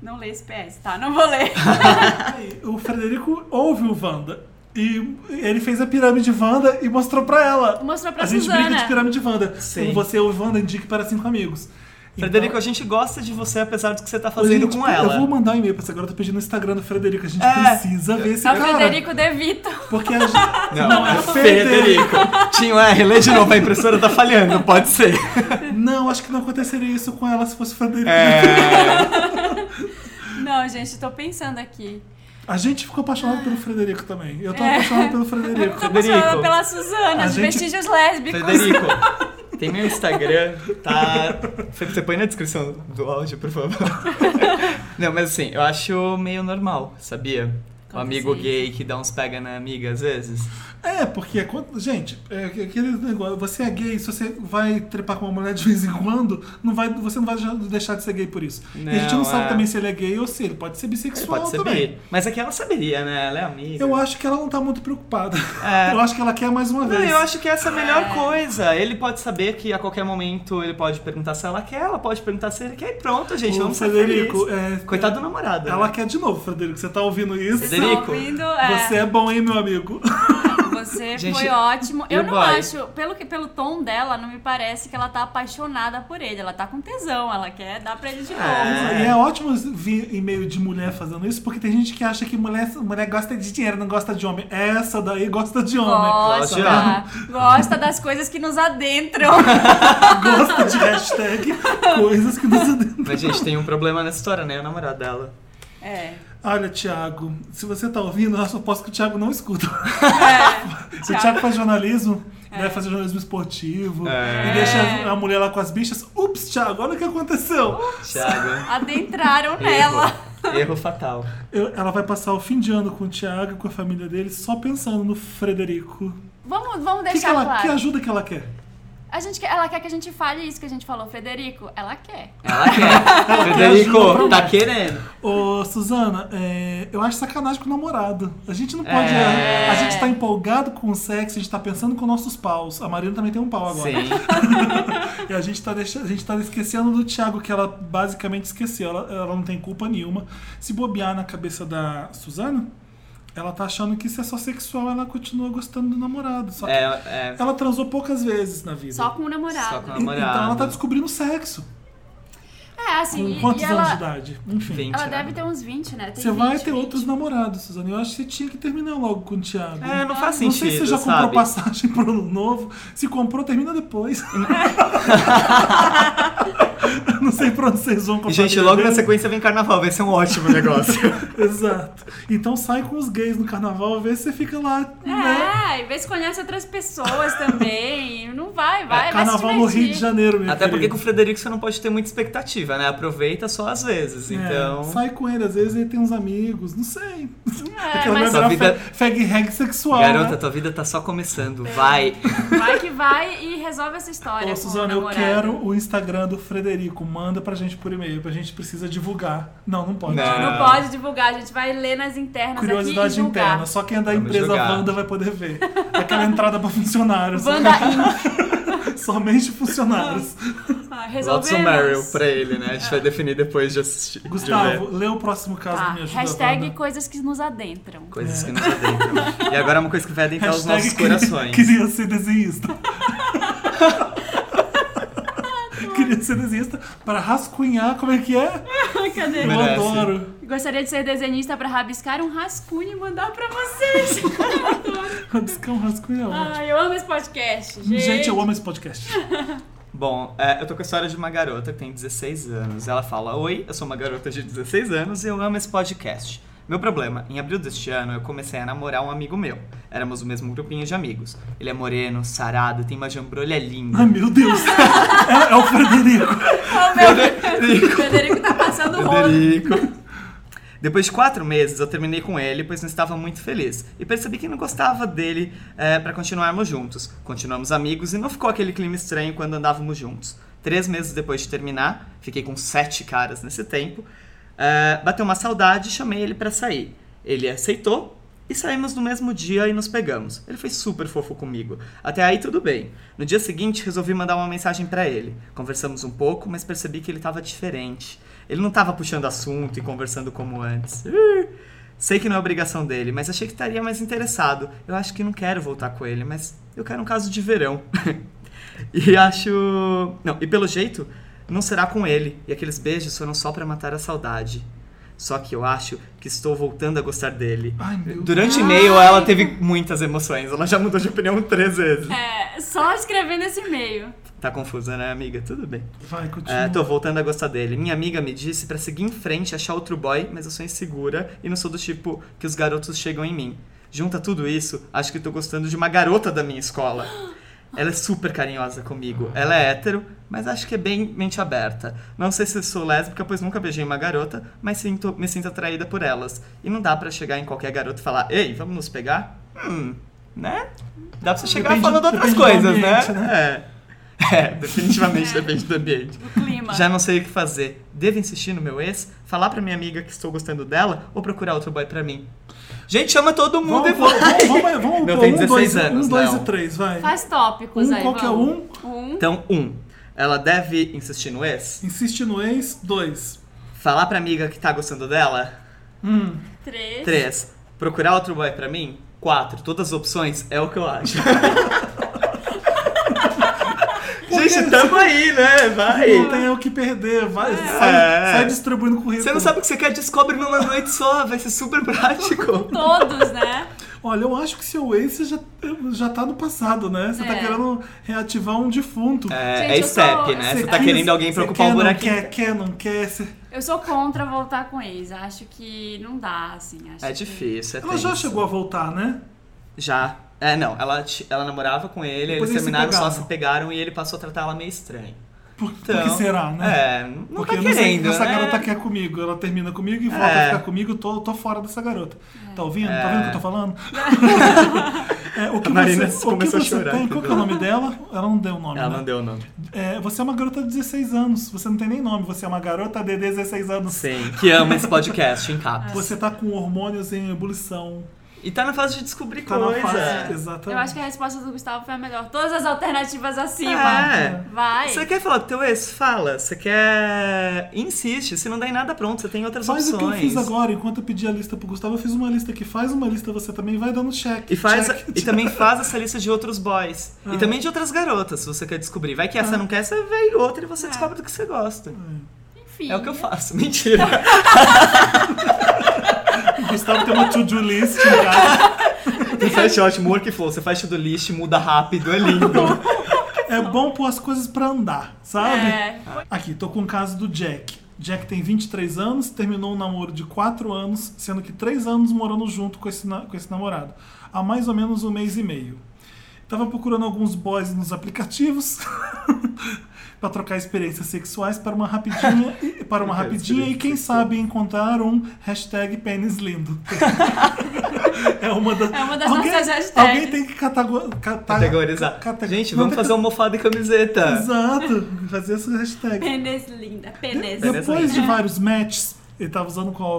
Speaker 3: Não lê esse PS, tá? Não vou ler.
Speaker 1: O Frederico ouve o Wanda. E ele fez a pirâmide Wanda e mostrou pra ela.
Speaker 3: Mostrou pra
Speaker 1: A gente
Speaker 3: Suzana.
Speaker 1: brinca de pirâmide Wanda.
Speaker 2: Sim.
Speaker 1: Sim. Você ouve Wanda, indique para cinco amigos.
Speaker 2: Frederico, a gente gosta de você apesar do que você tá
Speaker 1: Então,
Speaker 2: fazendo
Speaker 1: gente,
Speaker 2: com ela.
Speaker 1: Eu vou mandar um e-mail pra essa garota pedindo o Instagram do Frederico. A gente
Speaker 2: É.
Speaker 1: precisa ver esse
Speaker 3: É o
Speaker 1: cara.
Speaker 3: Frederico De Vito.
Speaker 1: Porque a gente...
Speaker 2: Não, é Frederico. Tinha um R, lê de novo, a impressora tá falhando, pode ser.
Speaker 1: Não, acho que não aconteceria isso com ela se fosse o Frederico.
Speaker 2: É.
Speaker 3: Não, gente, tô pensando aqui.
Speaker 1: A gente ficou apaixonado pelo Frederico também. Eu tô
Speaker 3: É.
Speaker 1: apaixonado pelo Frederico.
Speaker 3: Tô
Speaker 2: Frederico.
Speaker 3: apaixonada pela Suzana,
Speaker 1: A
Speaker 3: de
Speaker 1: gente-
Speaker 3: vestígios lésbicos.
Speaker 2: Frederico, tem meu Instagram, tá? Você, você põe na descrição do áudio, por favor. Não, mas assim, eu acho meio normal, sabia? O amigo
Speaker 3: Acontecer
Speaker 2: gay que dá uns pega na amiga às vezes.
Speaker 1: É, porque, quando- gente, é aquele negócio, você é gay, se você vai trepar com uma mulher de vez em quando, não vai, você não vai já deixar de ser gay por isso. e a gente não
Speaker 2: Não,
Speaker 1: sabe
Speaker 2: é.
Speaker 1: também se ele é gay ou se ele pode ser bissexual
Speaker 2: Pode ser
Speaker 1: também.
Speaker 2: bi. Mas aqui ela saberia, né? Ela é amiga.
Speaker 1: Eu acho que ela não tá muito preocupada.
Speaker 2: É.
Speaker 1: Eu acho que ela quer mais uma
Speaker 2: Não,
Speaker 1: vez.
Speaker 2: eu acho que essa é a melhor coisa. Ele pode saber que a qualquer momento ele pode perguntar se ela quer, ela pode perguntar se ele quer e pronto, gente.
Speaker 1: Ô,
Speaker 2: vamos ser
Speaker 1: Frederico,
Speaker 2: felizes.
Speaker 1: é-
Speaker 2: Coitado do namorado.
Speaker 1: Ela
Speaker 2: né?
Speaker 1: quer de novo, Frederico. Você tá ouvindo isso?
Speaker 3: Vocês estão
Speaker 2: Frederico,
Speaker 3: ouvindo?
Speaker 1: Você
Speaker 3: É,
Speaker 1: é bom, hein, meu amigo?
Speaker 3: você... você,
Speaker 2: Gente,
Speaker 3: foi ótimo.
Speaker 2: e
Speaker 3: Eu
Speaker 2: o
Speaker 3: não
Speaker 2: boy?
Speaker 3: acho, pelo, que, pelo tom dela, não me parece que ela tá apaixonada por ele. Ela tá com tesão, ela quer dar pra ele de novo.
Speaker 1: E é ótimo vir e-mail de mulher fazendo isso, porque tem gente que acha que mulher, mulher gosta de dinheiro, não gosta de homem. Essa daí gosta de homem.
Speaker 3: Gosta,
Speaker 2: Gosta.
Speaker 3: gosta das coisas que nos adentram.
Speaker 1: Gosta de hashtag coisas que nos adentram.
Speaker 2: Mas, gente, tem um problema nessa história, né? O namorado dela.
Speaker 3: É.
Speaker 1: Olha, Thiago, se você tá ouvindo, eu só posso que o Thiago não escuta.
Speaker 3: é.
Speaker 1: Se o Thiago faz jornalismo, deve fazer jornalismo esportivo
Speaker 2: É.
Speaker 1: e deixa a mulher lá com as bichas. Ups, Thiago, olha o que aconteceu.
Speaker 2: Thiago.
Speaker 3: Adentraram
Speaker 1: É
Speaker 3: nela.
Speaker 2: Erro, erro fatal.
Speaker 1: Eu- ela vai passar o fim de ano com o Thiago e com a família dele só pensando no Frederico.
Speaker 3: Vamos, vamos
Speaker 1: Que, que,
Speaker 3: deixar
Speaker 1: ela,
Speaker 3: claro.
Speaker 1: que ajuda que ela quer?
Speaker 3: A gente quer- ela quer que a gente fale isso que a gente falou, Frederico. Ela quer.
Speaker 2: Ela quer. Frederico, tá querendo.
Speaker 1: Ô, Suzana, é, eu acho sacanagem com o namorado. A gente não pode.
Speaker 2: É.
Speaker 1: A gente tá empolgado com o sexo, a gente tá pensando com nossos paus. A Marina também tem um pau agora.
Speaker 2: Sim.
Speaker 1: E a gente, tá deixa- a gente tá esquecendo do Thiago, que ela basicamente esqueceu. Ela, ela não tem culpa nenhuma. Se bobear na cabeça da Suzana, ela tá achando que isso é só sexual, ela continua gostando do namorado. Só que
Speaker 2: É, é.
Speaker 1: ela transou poucas vezes na vida.
Speaker 3: Só com o namorado.
Speaker 2: Só com o
Speaker 1: E- Então ela tá
Speaker 2: namorado.
Speaker 1: descobrindo sexo.
Speaker 3: É, assim,
Speaker 1: Com
Speaker 3: e-
Speaker 1: quantos
Speaker 3: e
Speaker 1: anos de
Speaker 3: ela,
Speaker 1: idade? Enfim.
Speaker 2: Vinte,
Speaker 3: ela
Speaker 2: né?
Speaker 3: deve ter uns 20, né? Tem
Speaker 1: Você vai
Speaker 3: 20,
Speaker 1: ter
Speaker 3: 20.
Speaker 1: outros namorados, Suzana. Eu acho que você tinha que terminar logo com o Thiago.
Speaker 2: É, não faz
Speaker 1: não
Speaker 2: sentido,
Speaker 1: sei se você já comprou
Speaker 2: sabe?
Speaker 1: passagem pro ano novo. Se comprou, termina depois. não sei pra onde vocês vão comprar.
Speaker 2: E, gente, logo na
Speaker 1: DVD.
Speaker 2: sequência vem carnaval, vai ser um ótimo negócio.
Speaker 1: Exato. Então sai com os gays no carnaval, vê se você fica lá, né?
Speaker 3: É, e vê se conhece outras pessoas também. Não vai, vai, vai
Speaker 1: É carnaval
Speaker 3: se
Speaker 1: no Rio
Speaker 3: divertir.
Speaker 1: de Janeiro, meu
Speaker 2: Até porque
Speaker 1: querido.
Speaker 2: com o Frederico você não pode ter muita expectativa, né? Aproveita só às vezes. Então.
Speaker 1: É, sai com ele, às vezes ele tem uns amigos, não sei.
Speaker 3: É,
Speaker 1: Aquela
Speaker 3: mas
Speaker 2: Sua
Speaker 1: vai virar
Speaker 2: vida-
Speaker 1: fe- fag hag sexual.
Speaker 2: Garota,
Speaker 1: né?
Speaker 2: tua vida tá só começando. Vai.
Speaker 3: vai que vai e resolve essa história.
Speaker 1: Ô,
Speaker 3: com o
Speaker 1: Suzana, eu
Speaker 3: namorado.
Speaker 1: quero o Instagram do Frederico. Manda pra gente por e-mail, pra gente precisa divulgar. Não, não pode.
Speaker 2: Não.
Speaker 3: Não pode divulgar, a gente vai ler nas internas aqui e
Speaker 1: Curiosidade
Speaker 3: julgar.
Speaker 1: interna, só quem é da
Speaker 2: Vamos
Speaker 1: empresa
Speaker 2: julgar.
Speaker 1: Wanda vai poder ver. É Aquela entrada pra funcionários.
Speaker 3: Wanda Inc.
Speaker 1: Somente funcionários.
Speaker 3: Ah,
Speaker 2: Lots of
Speaker 3: Resolvemos.
Speaker 2: Meryl pra ele, né? A gente vai definir depois de assistir. de ver.
Speaker 1: Gustavo, lê o próximo caso
Speaker 3: Tá,
Speaker 1: que me ajuda.
Speaker 3: hashtag
Speaker 1: Wanda.
Speaker 3: coisas que nos adentram.
Speaker 2: Coisas que não adentram. E agora é uma coisa que vai adentrar os nossos
Speaker 1: queria-
Speaker 2: corações.
Speaker 1: Queria ser desenhista. queria ser desenhista para rascunhar, como é que é?
Speaker 3: Cadê?
Speaker 1: Eu
Speaker 2: Merece.
Speaker 1: adoro.
Speaker 3: Gostaria de ser desenhista pra rabiscar um rascunho e mandar pra vocês.
Speaker 1: Rabiscar um rascunho é ótimo.
Speaker 3: Ai, eu amo esse podcast, gente.
Speaker 1: Gente, eu amo esse podcast.
Speaker 2: Bom, é, eu tô com a história de uma garota que tem 16 anos. Ela fala: Oi, eu sou uma garota de 16 anos e eu amo esse podcast. Meu problema, em abril deste ano eu comecei a namorar um amigo meu. Éramos o mesmo grupinho de amigos. Ele é moreno, sarado, tem uma jambrolha linda.
Speaker 1: Ai, meu Deus. É, é o Frederico.
Speaker 3: Oh, meu Deus. O Frederico tá passando rolo.
Speaker 2: Frederico. Depois de quatro meses, eu terminei com ele, pois não estava muito feliz. E percebi que não gostava dele é, para continuarmos juntos. Continuamos amigos e não ficou aquele clima estranho quando andávamos juntos. Três meses depois de terminar, fiquei com sete caras nesse tempo, é, bateu uma saudade e chamei ele para sair. Ele aceitou e saímos no mesmo dia e nos pegamos. Ele foi super fofo comigo. Até aí tudo bem. No dia seguinte resolvi mandar uma mensagem pra ele. Conversamos um pouco, mas percebi que ele tava diferente. Ele não tava puxando assunto e conversando como antes. Ih, Sei que não é obrigação dele, mas achei que estaria mais interessado. Eu acho que não quero voltar com ele, mas eu quero um caso de verão. e acho. Não, e pelo jeito, não será com ele. E aqueles beijos foram só pra matar a saudade. Só que eu acho que estou voltando a gostar dele.
Speaker 1: Ai, meu
Speaker 2: Durante o e-mail, ela teve muitas emoções. Ela já mudou de opinião três vezes.
Speaker 3: É, só escrevendo esse e-mail.
Speaker 2: Tá confusa, né, amiga? Tudo bem.
Speaker 1: Vai, continua.
Speaker 2: É, tô voltando a gostar dele. Minha amiga me disse pra seguir em frente e achar outro boy, mas eu sou insegura e não sou do tipo que os garotos chegam em mim. Junta tudo isso, acho que tô gostando de uma garota da minha escola. Ela é super carinhosa comigo. Ela é hétero, mas acho que é bem mente aberta. Não sei se sou lésbica, pois nunca beijei uma garota, mas sinto, me sinto atraída por elas. E não dá pra chegar em qualquer garota e falar, ei, vamos nos pegar? Hum, né? Dá pra você chegar
Speaker 1: Depende-
Speaker 2: falando outras
Speaker 1: depende do
Speaker 2: coisas,
Speaker 1: ambiente,
Speaker 2: né? É. É, definitivamente depende do ambiente.
Speaker 3: O clima.
Speaker 2: Já não sei o que fazer. Devo insistir no meu ex? Falar pra minha amiga que estou gostando dela? Ou procurar outro boy pra mim? Gente, chama todo mundo
Speaker 1: Vamos,
Speaker 2: e
Speaker 1: vamos,
Speaker 2: vai!
Speaker 1: vamos, vamos, vamos
Speaker 2: Não,
Speaker 1: pôr
Speaker 2: tem
Speaker 1: um,
Speaker 2: 16
Speaker 1: dois,
Speaker 2: anos,
Speaker 1: um, dois
Speaker 2: não.
Speaker 1: e três, vai.
Speaker 3: Faz tópicos
Speaker 1: Um,
Speaker 3: aí,
Speaker 2: é
Speaker 1: qualquer
Speaker 3: vamos. um. Um.
Speaker 2: Então, um. Ela deve insistir no ex?
Speaker 1: Insiste no ex, dois.
Speaker 2: Falar pra amiga que tá gostando dela?
Speaker 1: Hum,
Speaker 3: Três.
Speaker 2: Três. Procurar outro boy pra mim? quatro, todas as opções, é o que eu acho. Gente, tamo aí, né?
Speaker 1: Não
Speaker 2: Vai.
Speaker 1: tem o que perder, vai, sai, sai distribuindo currículo.
Speaker 2: É. Você não sabe o que você quer, descobre numa noite só, vai ser super prático.
Speaker 3: Todos, né?
Speaker 1: Olha, eu acho que seu Ace já, já tá no passado, né? Você tá
Speaker 3: É.
Speaker 1: querendo reativar um defunto.
Speaker 2: É,
Speaker 3: Gente,
Speaker 2: é
Speaker 3: eu
Speaker 2: step,
Speaker 3: tô-
Speaker 2: né?
Speaker 1: Cê
Speaker 2: Você tá
Speaker 1: quis-
Speaker 2: querendo alguém pra
Speaker 1: cê
Speaker 2: ocupar
Speaker 1: quer,
Speaker 2: o buraquinho.
Speaker 1: Não quer, quer, não quer. cê-
Speaker 3: Eu sou contra voltar com ex. Acho que não dá, assim. Acho
Speaker 2: É
Speaker 3: que-
Speaker 2: difícil, é
Speaker 1: Ela já
Speaker 2: tenso.
Speaker 1: chegou a voltar, né?
Speaker 2: Já. É, não. Ela, t- ela namorava com ele, eles
Speaker 1: Depois eles se
Speaker 2: terminaram, só
Speaker 1: pegaram.
Speaker 2: se pegaram e ele passou a tratar ela meio estranho.
Speaker 1: Por, por
Speaker 2: Então,
Speaker 1: que será, né?
Speaker 2: É, não
Speaker 1: Porque
Speaker 2: tá
Speaker 1: eu não sei o
Speaker 2: querendo,
Speaker 1: que essa
Speaker 2: né?
Speaker 1: garota quer comigo. Ela termina comigo e volta
Speaker 2: É.
Speaker 1: a ficar comigo. Tô, tô fora dessa garota. Tá ouvindo? Tá
Speaker 2: É.
Speaker 1: vendo o que eu tô falando? É, o que
Speaker 2: A Marina
Speaker 1: você, o que
Speaker 2: começou a
Speaker 1: você
Speaker 2: chorar,
Speaker 1: tem? Qual que é o nome dela? Ela não deu o nome,
Speaker 2: Ela
Speaker 1: né?
Speaker 2: não deu o nome.
Speaker 1: É, você é uma garota de 16 anos. Você não tem nem nome. Você é uma garota de 16 anos.
Speaker 2: Sim, que ama esse podcast em capos.
Speaker 1: Você tá com hormônios em ebulição.
Speaker 2: E tá na fase de descobrir
Speaker 1: Tá
Speaker 2: coisa.
Speaker 1: na fase. Exatamente.
Speaker 3: Eu acho que a resposta do Gustavo foi a melhor. Todas as alternativas acima.
Speaker 2: É.
Speaker 3: Vai.
Speaker 2: Você quer falar do teu ex? Fala. Você quer. Insiste. Se não dá em nada, pronto. Você tem outras
Speaker 1: Faz o
Speaker 2: opções.
Speaker 1: que eu fiz agora, enquanto eu pedi a lista pro Gustavo, eu fiz uma lista aqui. Faz uma lista você também, vai dando check.
Speaker 2: E, faz,
Speaker 1: check,
Speaker 2: e também faz essa lista de outros boys. E também de outras garotas, se você quer descobrir. Vai que essa não quer, você vê outra e você descobre do que você gosta.
Speaker 3: Enfim.
Speaker 2: É o que eu faço. Mentira.
Speaker 1: O Gustavo tem uma to-do list em casa.
Speaker 2: Você faz ótimo workflow. Você faz tudo list, muda rápido, é lindo.
Speaker 1: É bom pôr as coisas pra andar, sabe?
Speaker 2: né?
Speaker 3: É.
Speaker 1: Aqui, tô com o caso do Jack. Jack tem 23 anos, terminou um namoro de 4 anos, sendo que 3 anos morando junto com esse, na- com esse namorado. Há mais ou menos um mês e meio. Tava procurando alguns boys nos aplicativos pra trocar experiências sexuais para uma rapidinha, e- para uma rapidinha e quem sabe encontrar um hashtag pênis lindo. é uma, da-
Speaker 3: É uma das
Speaker 1: alguém,
Speaker 3: nossas hashtags.
Speaker 1: Alguém tem que catago- cata-
Speaker 2: Categorizar.
Speaker 1: cate-
Speaker 2: Gente,
Speaker 1: não,
Speaker 2: vamos fazer uma almofada e camiseta.
Speaker 1: tá. Exato, fazer essa hashtag.
Speaker 3: Pênis linda.
Speaker 2: Pênis.
Speaker 3: Pênis.
Speaker 1: Depois de vários matches, ele tava usando qual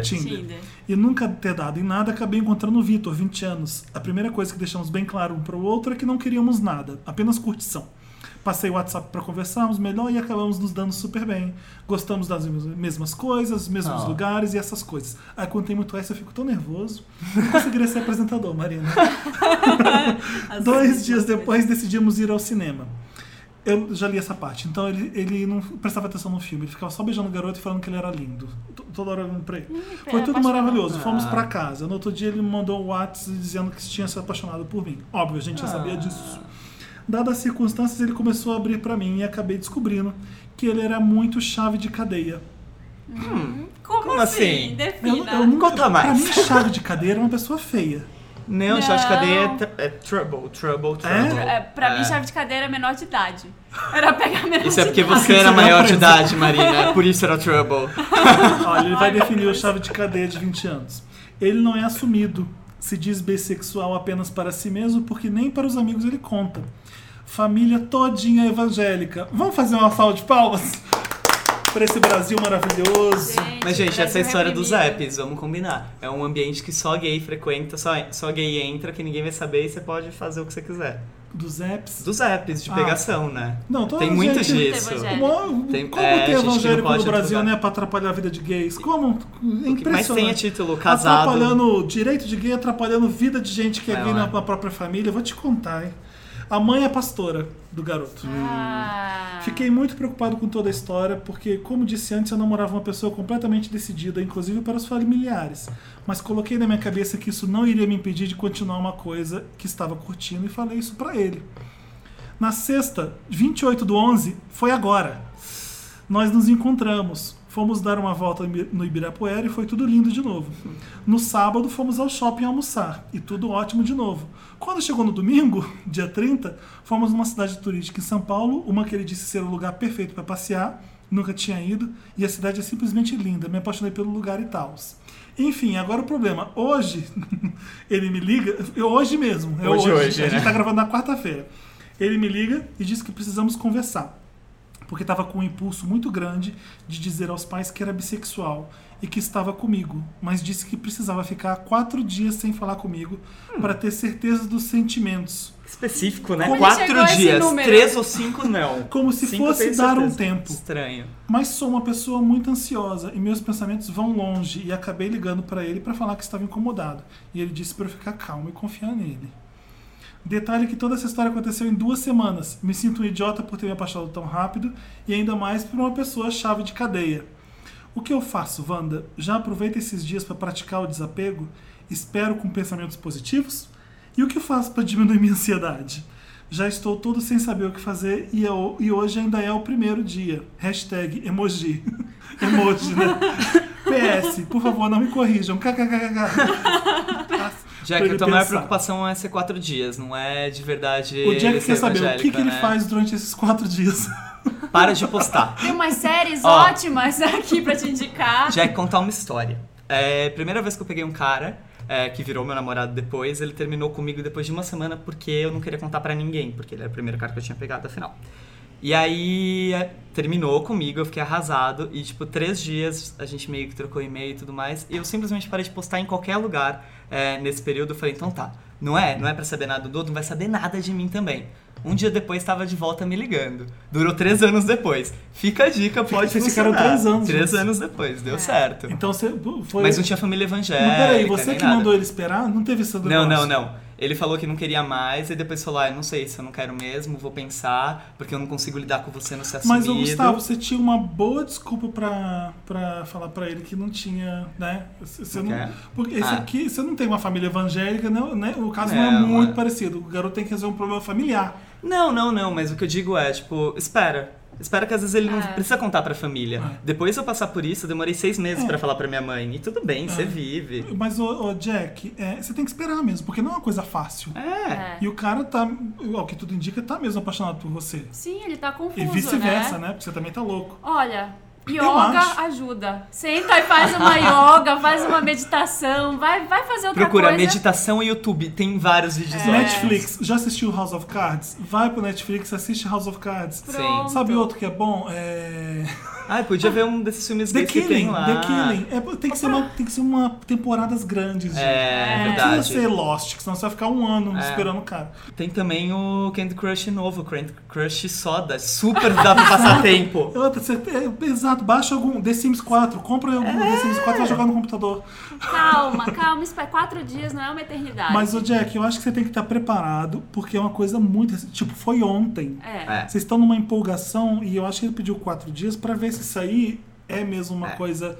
Speaker 2: Tinder.
Speaker 1: Tinder.
Speaker 3: Tinder.
Speaker 1: E nunca ter dado em nada, acabei encontrando o Vitor, 20 anos. A primeira coisa que deixamos bem claro um pro outro é que não queríamos nada, apenas curtição. Passei o WhatsApp pra conversarmos melhor e acabamos nos dando super bem. Gostamos das mes- mesmas coisas, mesmos
Speaker 2: Ah.
Speaker 1: lugares e essas coisas. Aí quando tem muito S eu fico tão nervoso. Não conseguiria ser apresentador, Marina.
Speaker 3: As
Speaker 1: Dois
Speaker 3: mesmas
Speaker 1: dias
Speaker 3: coisas.
Speaker 1: depois decidimos ir ao cinema. Eu já li essa parte, então ele, ele não prestava atenção no filme, ele ficava só beijando o garoto e falando que ele era lindo. T- Toda hora olhando pra ele. Foi tudo
Speaker 3: apaixonado.
Speaker 1: maravilhoso, fomos
Speaker 2: Ah.
Speaker 1: pra casa. No outro dia ele me mandou um WhatsApp dizendo que tinha se apaixonado por mim. Óbvio, a gente já sabia disso. Dadas as circunstâncias, ele começou a abrir pra mim e acabei descobrindo que ele era muito chave de cadeia.
Speaker 3: Como,
Speaker 2: Como
Speaker 3: assim?
Speaker 2: assim?
Speaker 3: Defina.
Speaker 1: nunca-
Speaker 2: Conta
Speaker 1: Pra
Speaker 2: mais.
Speaker 1: mim, chave de cadeia era uma pessoa feia.
Speaker 2: Não, chave de
Speaker 3: Não.
Speaker 2: cadeia é, tr- é trouble, trouble, trouble.
Speaker 3: É, pra mim, chave de cadeira é menor de idade. Era pegar menor
Speaker 2: Isso é
Speaker 3: de
Speaker 2: porque
Speaker 3: idade.
Speaker 2: você era maior de idade, Marina. É Por isso era trouble.
Speaker 1: Olha, ele vai definir o chave de cadeia de 20 anos. Ele não é assumido, se diz bissexual apenas para si mesmo, porque nem para os amigos ele conta. Família todinha evangélica. Vamos fazer uma salva de palmas para esse Brasil maravilhoso.
Speaker 2: Mas, gente, essa
Speaker 3: Brasil
Speaker 2: é a história dos
Speaker 3: reprimido.
Speaker 2: apps, vamos combinar. É um ambiente que só gay frequenta, só, só gay entra, que ninguém vai saber e você pode fazer o que você quiser.
Speaker 1: Dos apps.
Speaker 2: Dos apps de
Speaker 1: Ah.
Speaker 2: pegação, né?
Speaker 1: Não, tô
Speaker 2: Tem muito
Speaker 1: gente- um
Speaker 2: disso.
Speaker 3: Tem
Speaker 1: Como,
Speaker 2: Tem-
Speaker 1: como
Speaker 2: é,
Speaker 1: ter
Speaker 2: gente que não
Speaker 1: evangélico
Speaker 2: pode
Speaker 1: no Brasil,
Speaker 2: ajudar.
Speaker 1: né? Pra atrapalhar a vida de gays. Como? É
Speaker 2: Mas tem a
Speaker 1: Impressionante. Tá
Speaker 2: título casado.
Speaker 1: Atrapalhando o direito de gay, atrapalhando vida de gente que é
Speaker 2: Não,
Speaker 1: gay
Speaker 2: é.
Speaker 1: na na própria família. Eu Vou te contar, hein? A mãe é pastora do garoto.
Speaker 3: Ah.
Speaker 1: Fiquei muito preocupado com toda a história, porque, como disse antes, eu namorava uma pessoa completamente decidida, inclusive para os familiares. Mas coloquei na minha cabeça que isso não iria me impedir de continuar uma coisa que estava curtindo e falei isso pra ele. Na sexta, 28 do 11, foi agora. Nós nos encontramos. Fomos dar uma volta no Ibirapuera e foi tudo lindo de novo. No sábado, fomos ao shopping almoçar e tudo ótimo de novo. Quando chegou no domingo, dia 30, fomos numa cidade turística em São Paulo, uma que ele disse ser o lugar perfeito para passear, nunca tinha ido, e a cidade é simplesmente linda, me apaixonei pelo lugar e tal. Enfim, agora o problema. Hoje, ele me liga, eu- hoje mesmo. é
Speaker 2: Hoje, hoje,
Speaker 1: a gente
Speaker 2: né?
Speaker 1: tá gravando na quarta-feira. Ele me liga e diz que precisamos conversar porque estava com um impulso muito grande de dizer aos pais que era bissexual e que estava comigo, mas disse que precisava ficar quatro dias sem falar comigo para ter certeza dos sentimentos,
Speaker 2: Específico, né?
Speaker 3: Como chegou
Speaker 2: Quatro
Speaker 3: esse
Speaker 2: dias.
Speaker 3: número?
Speaker 2: Três ou cinco, não.
Speaker 1: Como se
Speaker 2: Cinco,
Speaker 1: fosse
Speaker 2: tenho
Speaker 1: dar um
Speaker 2: certeza.
Speaker 1: tempo.
Speaker 2: Estranho.
Speaker 1: Mas sou uma pessoa muito ansiosa e meus pensamentos vão longe e acabei ligando pra ele pra falar que estava incomodado. E ele disse pra eu ficar calmo e confiar nele. Detalhe que toda essa história aconteceu em duas semanas. Me sinto um idiota por ter me apaixonado tão rápido e ainda mais por uma pessoa chave de cadeia. O que eu faço, Wanda? Já aproveito esses dias pra praticar o desapego? Espero com pensamentos positivos? E o que eu faço pra diminuir minha ansiedade? Já estou todo sem saber o que fazer e, eu- e hoje ainda é o primeiro dia. Hashtag emoji. Emoji, né? PS, por favor, não me corrijam. KKKK.
Speaker 2: Já
Speaker 1: Pra
Speaker 2: que
Speaker 1: ele
Speaker 2: a tua maior
Speaker 1: pensar.
Speaker 2: preocupação é ser quatro dias, não é de verdade.
Speaker 1: O Jack
Speaker 2: ser
Speaker 1: quer saber o que,
Speaker 2: é evangélico,
Speaker 1: que ele
Speaker 2: né?
Speaker 1: faz durante esses quatro dias.
Speaker 2: Para de postar.
Speaker 3: Tem umas séries
Speaker 2: Ó.
Speaker 3: ótimas aqui pra te indicar.
Speaker 2: Já é contar uma história. É, primeira vez que eu peguei um cara é, que virou meu namorado depois, ele terminou comigo depois de uma semana porque eu não queria contar pra ninguém, porque ele era o primeiro cara que eu tinha pegado, afinal. E aí é, terminou comigo, eu fiquei arrasado e tipo três dias a gente meio que trocou e-mail e tudo mais. E eu simplesmente parei de postar em qualquer lugar é, nesse período. Eu falei, então tá, não é, não é pra saber nada do outro, não vai saber nada de mim também. Um dia depois estava de volta me ligando. Durou três anos depois. Fica a dica, pode
Speaker 1: Vocês
Speaker 2: funcionar.
Speaker 1: ficaram é três anos
Speaker 2: Três
Speaker 1: juntos.
Speaker 2: anos depois, deu certo.
Speaker 1: Então você foi.
Speaker 2: Mas não tinha família evangélica.
Speaker 1: Mas peraí, você
Speaker 2: nem
Speaker 1: que
Speaker 2: nada.
Speaker 1: mandou ele esperar? Não teve essa
Speaker 2: Não, não, não. Ele falou que não queria mais e depois falou: ah, não sei se eu não quero mesmo, vou pensar, porque eu não consigo lidar com você não se assumido.
Speaker 1: Mas, ô, Gustavo, você tinha uma boa desculpa pra, pra falar pra ele que não tinha, né? Você você
Speaker 2: Não
Speaker 1: não,
Speaker 2: quer?
Speaker 1: porque esse
Speaker 2: Ah.
Speaker 1: aqui, você não tem uma família evangélica, né? né? O caso não, é
Speaker 2: Não, não
Speaker 1: muito
Speaker 2: é.
Speaker 1: parecido. O garoto tem que resolver um problema familiar.
Speaker 2: Não, não, não, mas o que eu digo é, tipo, espera. Espera que às vezes ele não
Speaker 3: É.
Speaker 2: precisa contar pra família.
Speaker 1: É.
Speaker 2: Depois eu passar por isso, eu demorei seis meses pra falar pra minha mãe. E tudo bem,
Speaker 1: É.
Speaker 2: você vive.
Speaker 1: Mas, ô, ô, Jack, é, você tem que esperar mesmo, porque não é uma coisa fácil.
Speaker 2: É.
Speaker 3: É.
Speaker 1: E o cara tá, ao que tudo indica, tá mesmo apaixonado por você.
Speaker 3: Sim, ele tá confuso,
Speaker 1: E vice-versa, né?
Speaker 3: né?
Speaker 1: Porque você também tá louco.
Speaker 3: Olha,
Speaker 1: Eu acho.
Speaker 3: yoga ajuda. Senta e faz uma yoga, faz uma meditação, vai, vai fazer outra
Speaker 2: Procura
Speaker 3: coisa.
Speaker 2: meditação e YouTube, tem vários vídeos
Speaker 3: É.
Speaker 2: lá.
Speaker 1: É. Netflix, já assistiu House of Cards? Vai pro Netflix, assiste House of Cards.
Speaker 3: Pronto.
Speaker 1: Sabe outro que é bom? É...
Speaker 2: Ai, podia ver um desses filmes
Speaker 1: The
Speaker 2: gays que tem
Speaker 1: Killing,
Speaker 2: lá.
Speaker 1: The Killing. É, tem, que ser uma, tem que ser uma temporadas grandes, gente.
Speaker 2: É,
Speaker 1: Não
Speaker 2: verdade. É.
Speaker 1: precisa ser Lost, que senão você vai ficar um ano esperando o cara.
Speaker 2: Tem também o Candy Crush novo, Candy Crush Soda. Super dá pra passar tempo.
Speaker 1: Eu, você- é, exato, baixa algum The Sims 4, compra algum
Speaker 2: É.
Speaker 1: The Sims 4 e vai jogar no computador.
Speaker 3: Calma, calma, isso é quatro dias, não é uma eternidade.
Speaker 1: Mas, ô Jack, eu acho que você tem que estar preparado, porque é uma coisa muito. Tipo, foi ontem.
Speaker 3: É.
Speaker 2: É.
Speaker 1: Vocês estão numa empolgação e eu acho que ele pediu quatro dias pra ver se isso aí é mesmo uma coisa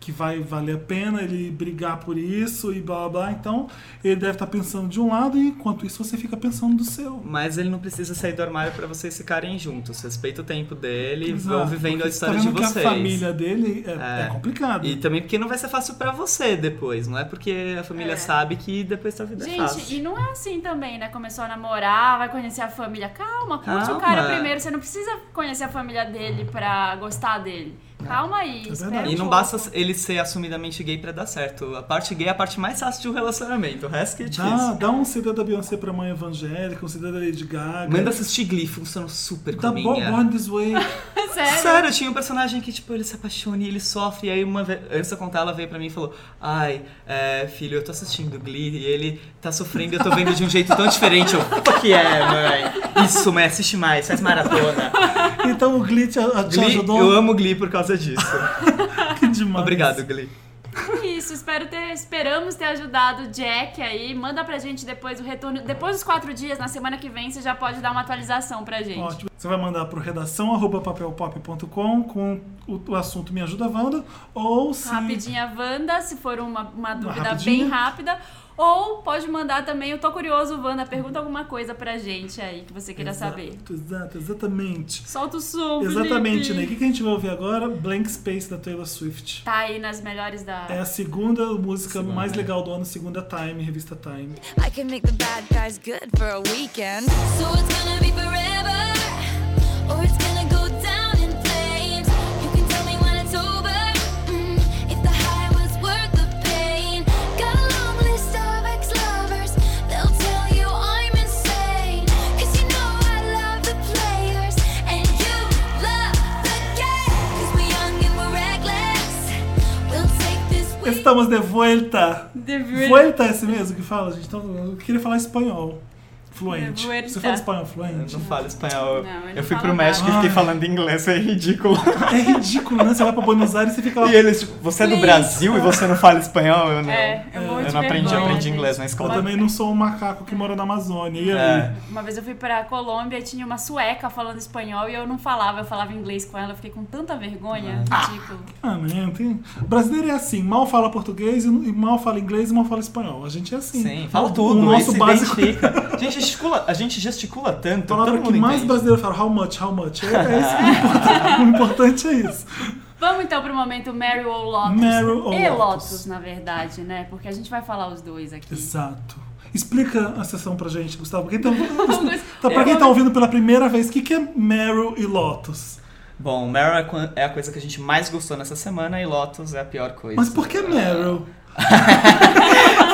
Speaker 1: que vai valer a pena ele brigar por isso e blá blá blá. Então ele deve estar pensando de um lado e enquanto isso você fica pensando do seu.
Speaker 2: Mas ele não precisa sair do armário pra vocês ficarem juntos. Respeita o tempo dele e vão
Speaker 1: Exato,
Speaker 2: vivendo a
Speaker 1: porque
Speaker 2: história
Speaker 1: tá
Speaker 2: de
Speaker 1: vendo
Speaker 2: vocês.
Speaker 1: Que a família dele é, é. complicado.
Speaker 2: E também porque não vai ser fácil pra você depois, não é porque a família
Speaker 3: É.
Speaker 2: sabe que depois sua vida é
Speaker 3: Gente,
Speaker 2: fácil.
Speaker 3: e não é assim também, né? Começou a namorar, vai conhecer a família. Calma, curte o
Speaker 2: Calma.
Speaker 3: cara primeiro. Você não precisa conhecer a família dele pra gostar dele. Calma aí,
Speaker 1: É
Speaker 3: espera
Speaker 1: verdade.
Speaker 2: E
Speaker 3: um
Speaker 2: não
Speaker 3: pouco.
Speaker 2: basta ele ser assumidamente gay pra dar certo. A parte gay é a parte mais fácil de um relacionamento. O resto que é difícil.
Speaker 1: Dá, dá um CD da Beyoncé pra mãe evangélica, um CD da Lady Gaga.
Speaker 2: Manda assistir Glee, funcionou super
Speaker 1: da
Speaker 2: com
Speaker 1: Bo- Born This Way.
Speaker 3: Sério?
Speaker 2: Sério, tinha um personagem que, tipo, ele se apaixona e ele sofre. E aí, uma vez, antes de eu contar, ela veio pra mim e falou: Ai, é, filho, eu tô assistindo Glee e ele tá sofrendo e eu tô vendo de um jeito tão diferente. Eu, o que é, mãe? Isso, mãe, assiste mais, faz maratona.
Speaker 1: então o Glee te, a- te
Speaker 2: Glee,
Speaker 1: ajudou.
Speaker 2: eu amo Glee por causa disso.
Speaker 1: que demais.
Speaker 2: Obrigado, Glee.
Speaker 3: É Isso, espero ter, esperamos ter ajudado o Jack aí. Manda pra gente depois o retorno. Depois dos quatro dias, na semana que vem, você já pode dar uma atualização pra gente.
Speaker 1: Ótimo. Você vai mandar para redação arroba papelpop.com com o, o assunto Me Ajuda Wanda ou se
Speaker 3: Rapidinha Wanda, se for uma, uma dúvida
Speaker 1: rapidinha.
Speaker 3: bem rápida. Ou pode mandar também, eu tô curioso, Wanda, pergunta alguma coisa pra gente aí que você queira saber.
Speaker 1: Exato, exato, exatamente.
Speaker 3: Solta o som,
Speaker 1: Exatamente, né? Ney.
Speaker 3: Felipe.
Speaker 1: O que que a gente vai ouvir agora? Blank Space da Taylor Swift.
Speaker 3: Tá aí nas melhores da...
Speaker 1: É a segunda música mais
Speaker 2: né?
Speaker 1: legal do ano, segunda Time, revista Time.
Speaker 6: I can make the bad guys good for a weekend.
Speaker 5: So it's gonna be forever, or it's gonna go down in flames. You can tell me when it's over, mm, if the high was worth the pain. Got a long list of ex-lovers, they'll tell you I'm insane. 'Cause you know I love the players, and you,
Speaker 1: Estamos de vuelta.
Speaker 3: De vuelta.
Speaker 1: Vuelta é esse mesmo que fala, gente. Então, eu queria falar espanhol fluente.
Speaker 3: De vuelta.
Speaker 1: Você fala espanhol
Speaker 2: Eu
Speaker 1: fluente?
Speaker 2: É, não falo espanhol.
Speaker 3: Não, ele
Speaker 2: eu fui
Speaker 3: fala Ah.
Speaker 2: pro México e
Speaker 1: nada.
Speaker 2: fiquei falando inglês, é ridículo.
Speaker 1: É ridículo, né? Você vai pra Buenos Aires e você fica lá.
Speaker 2: E eles, tipo, você é do
Speaker 3: Please.
Speaker 2: Brasil e você não fala espanhol? Eu não.
Speaker 3: É, eu morro de
Speaker 2: não aprendi, eu
Speaker 3: vergonha,
Speaker 2: aprendi
Speaker 3: gente.
Speaker 2: inglês né? na escola.
Speaker 1: Eu também não sou um macaco que mora na Amazônia. E aí?
Speaker 2: É.
Speaker 3: Uma vez eu fui pra Colômbia e tinha uma sueca falando espanhol e eu não falava, eu falava inglês com ela, eu fiquei com tanta vergonha, tipo, ridículo.
Speaker 1: Ah, né? Tem... Brasileiro é assim, mal fala português, e e mal fala inglês e mal fala espanhol. A gente é assim.
Speaker 2: Sim, fala
Speaker 1: O-
Speaker 2: tudo,
Speaker 1: O nosso
Speaker 2: se
Speaker 1: básico.
Speaker 2: identifica. A gente gesticula, a gente gesticula tanto,
Speaker 1: A palavra
Speaker 2: todo mundo
Speaker 1: que mais
Speaker 2: entende.
Speaker 1: brasileiro fala, how much, how much. É, é isso que importa. o importante é isso.
Speaker 3: Vamos então pro momento Meryl ou Lotus.
Speaker 1: Meryl ou
Speaker 3: e
Speaker 1: Lotus.
Speaker 3: Lotus. na verdade, né? Porque a gente vai falar os dois aqui.
Speaker 1: Exato. Explica a sessão pra gente, Gustavo. Quem tá, tá- pra
Speaker 3: Eu
Speaker 1: quem tá
Speaker 3: vou-
Speaker 1: ouvindo pela primeira vez, o que, que é Meryl e Lotus?
Speaker 2: Bom, Meryl é quan- é a coisa que a gente mais gostou nessa semana e Lotus é a pior coisa.
Speaker 1: Mas por que Meryl?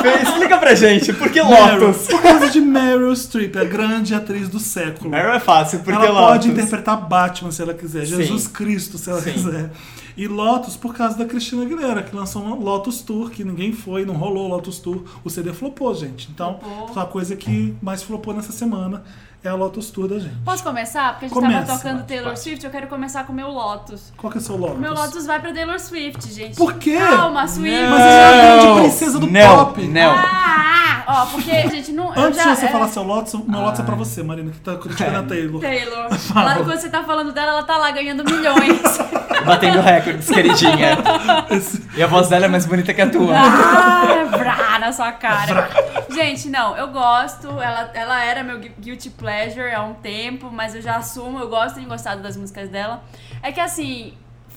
Speaker 2: Fê, Explica pra gente, por que
Speaker 1: Meryl,
Speaker 2: Lotus?
Speaker 1: Por causa de Meryl Streep, a grande atriz do século.
Speaker 2: Meryl é fácil, por que
Speaker 1: ela
Speaker 2: Lotus?
Speaker 1: pode interpretar Batman se ela quiser,
Speaker 2: Sim.
Speaker 1: Jesus Cristo se ela
Speaker 2: Sim.
Speaker 1: quiser. E Lotus por causa da Cristina Aguilera, que lançou uma Lotus Tour, que ninguém foi, não rolou Lotus Tour. O CD flopou, gente. Então,
Speaker 3: Flopou.
Speaker 1: foi a coisa que mais flopou nessa semana é a Lotus Tour da gente.
Speaker 3: Posso começar? Porque a gente
Speaker 1: Começa,
Speaker 3: tava tocando
Speaker 2: pode,
Speaker 3: Taylor
Speaker 2: pode.
Speaker 3: Swift, eu quero começar com o meu Lotus.
Speaker 1: Qual que é o seu Lotus?
Speaker 3: O meu Lotus vai pra Taylor Swift, gente.
Speaker 1: Por quê?
Speaker 3: Calma, Swift.
Speaker 1: Mas você é a grande
Speaker 2: Não,
Speaker 1: princesa do
Speaker 2: não,
Speaker 1: pop.
Speaker 2: não.
Speaker 3: Ah, ó, porque, gente, não. eu
Speaker 1: Antes
Speaker 3: já-
Speaker 1: de você
Speaker 3: é,
Speaker 1: falar seu Lotus, meu Lotus
Speaker 2: Ah.
Speaker 1: é pra você, Marina, que tá criticando a Taylor.
Speaker 3: Taylor. Lá, quando você tá falando dela, ela tá lá ganhando milhões.
Speaker 2: Batendo recordes, queridinha. E a voz dela é mais bonita que a tua.
Speaker 3: Ah, vrá, na sua cara. Gente, não, eu gosto. Ela, ela era meu gui- guilty pleasure há um tempo, mas eu já assumo, eu gosto de gostado das músicas dela. É que assim,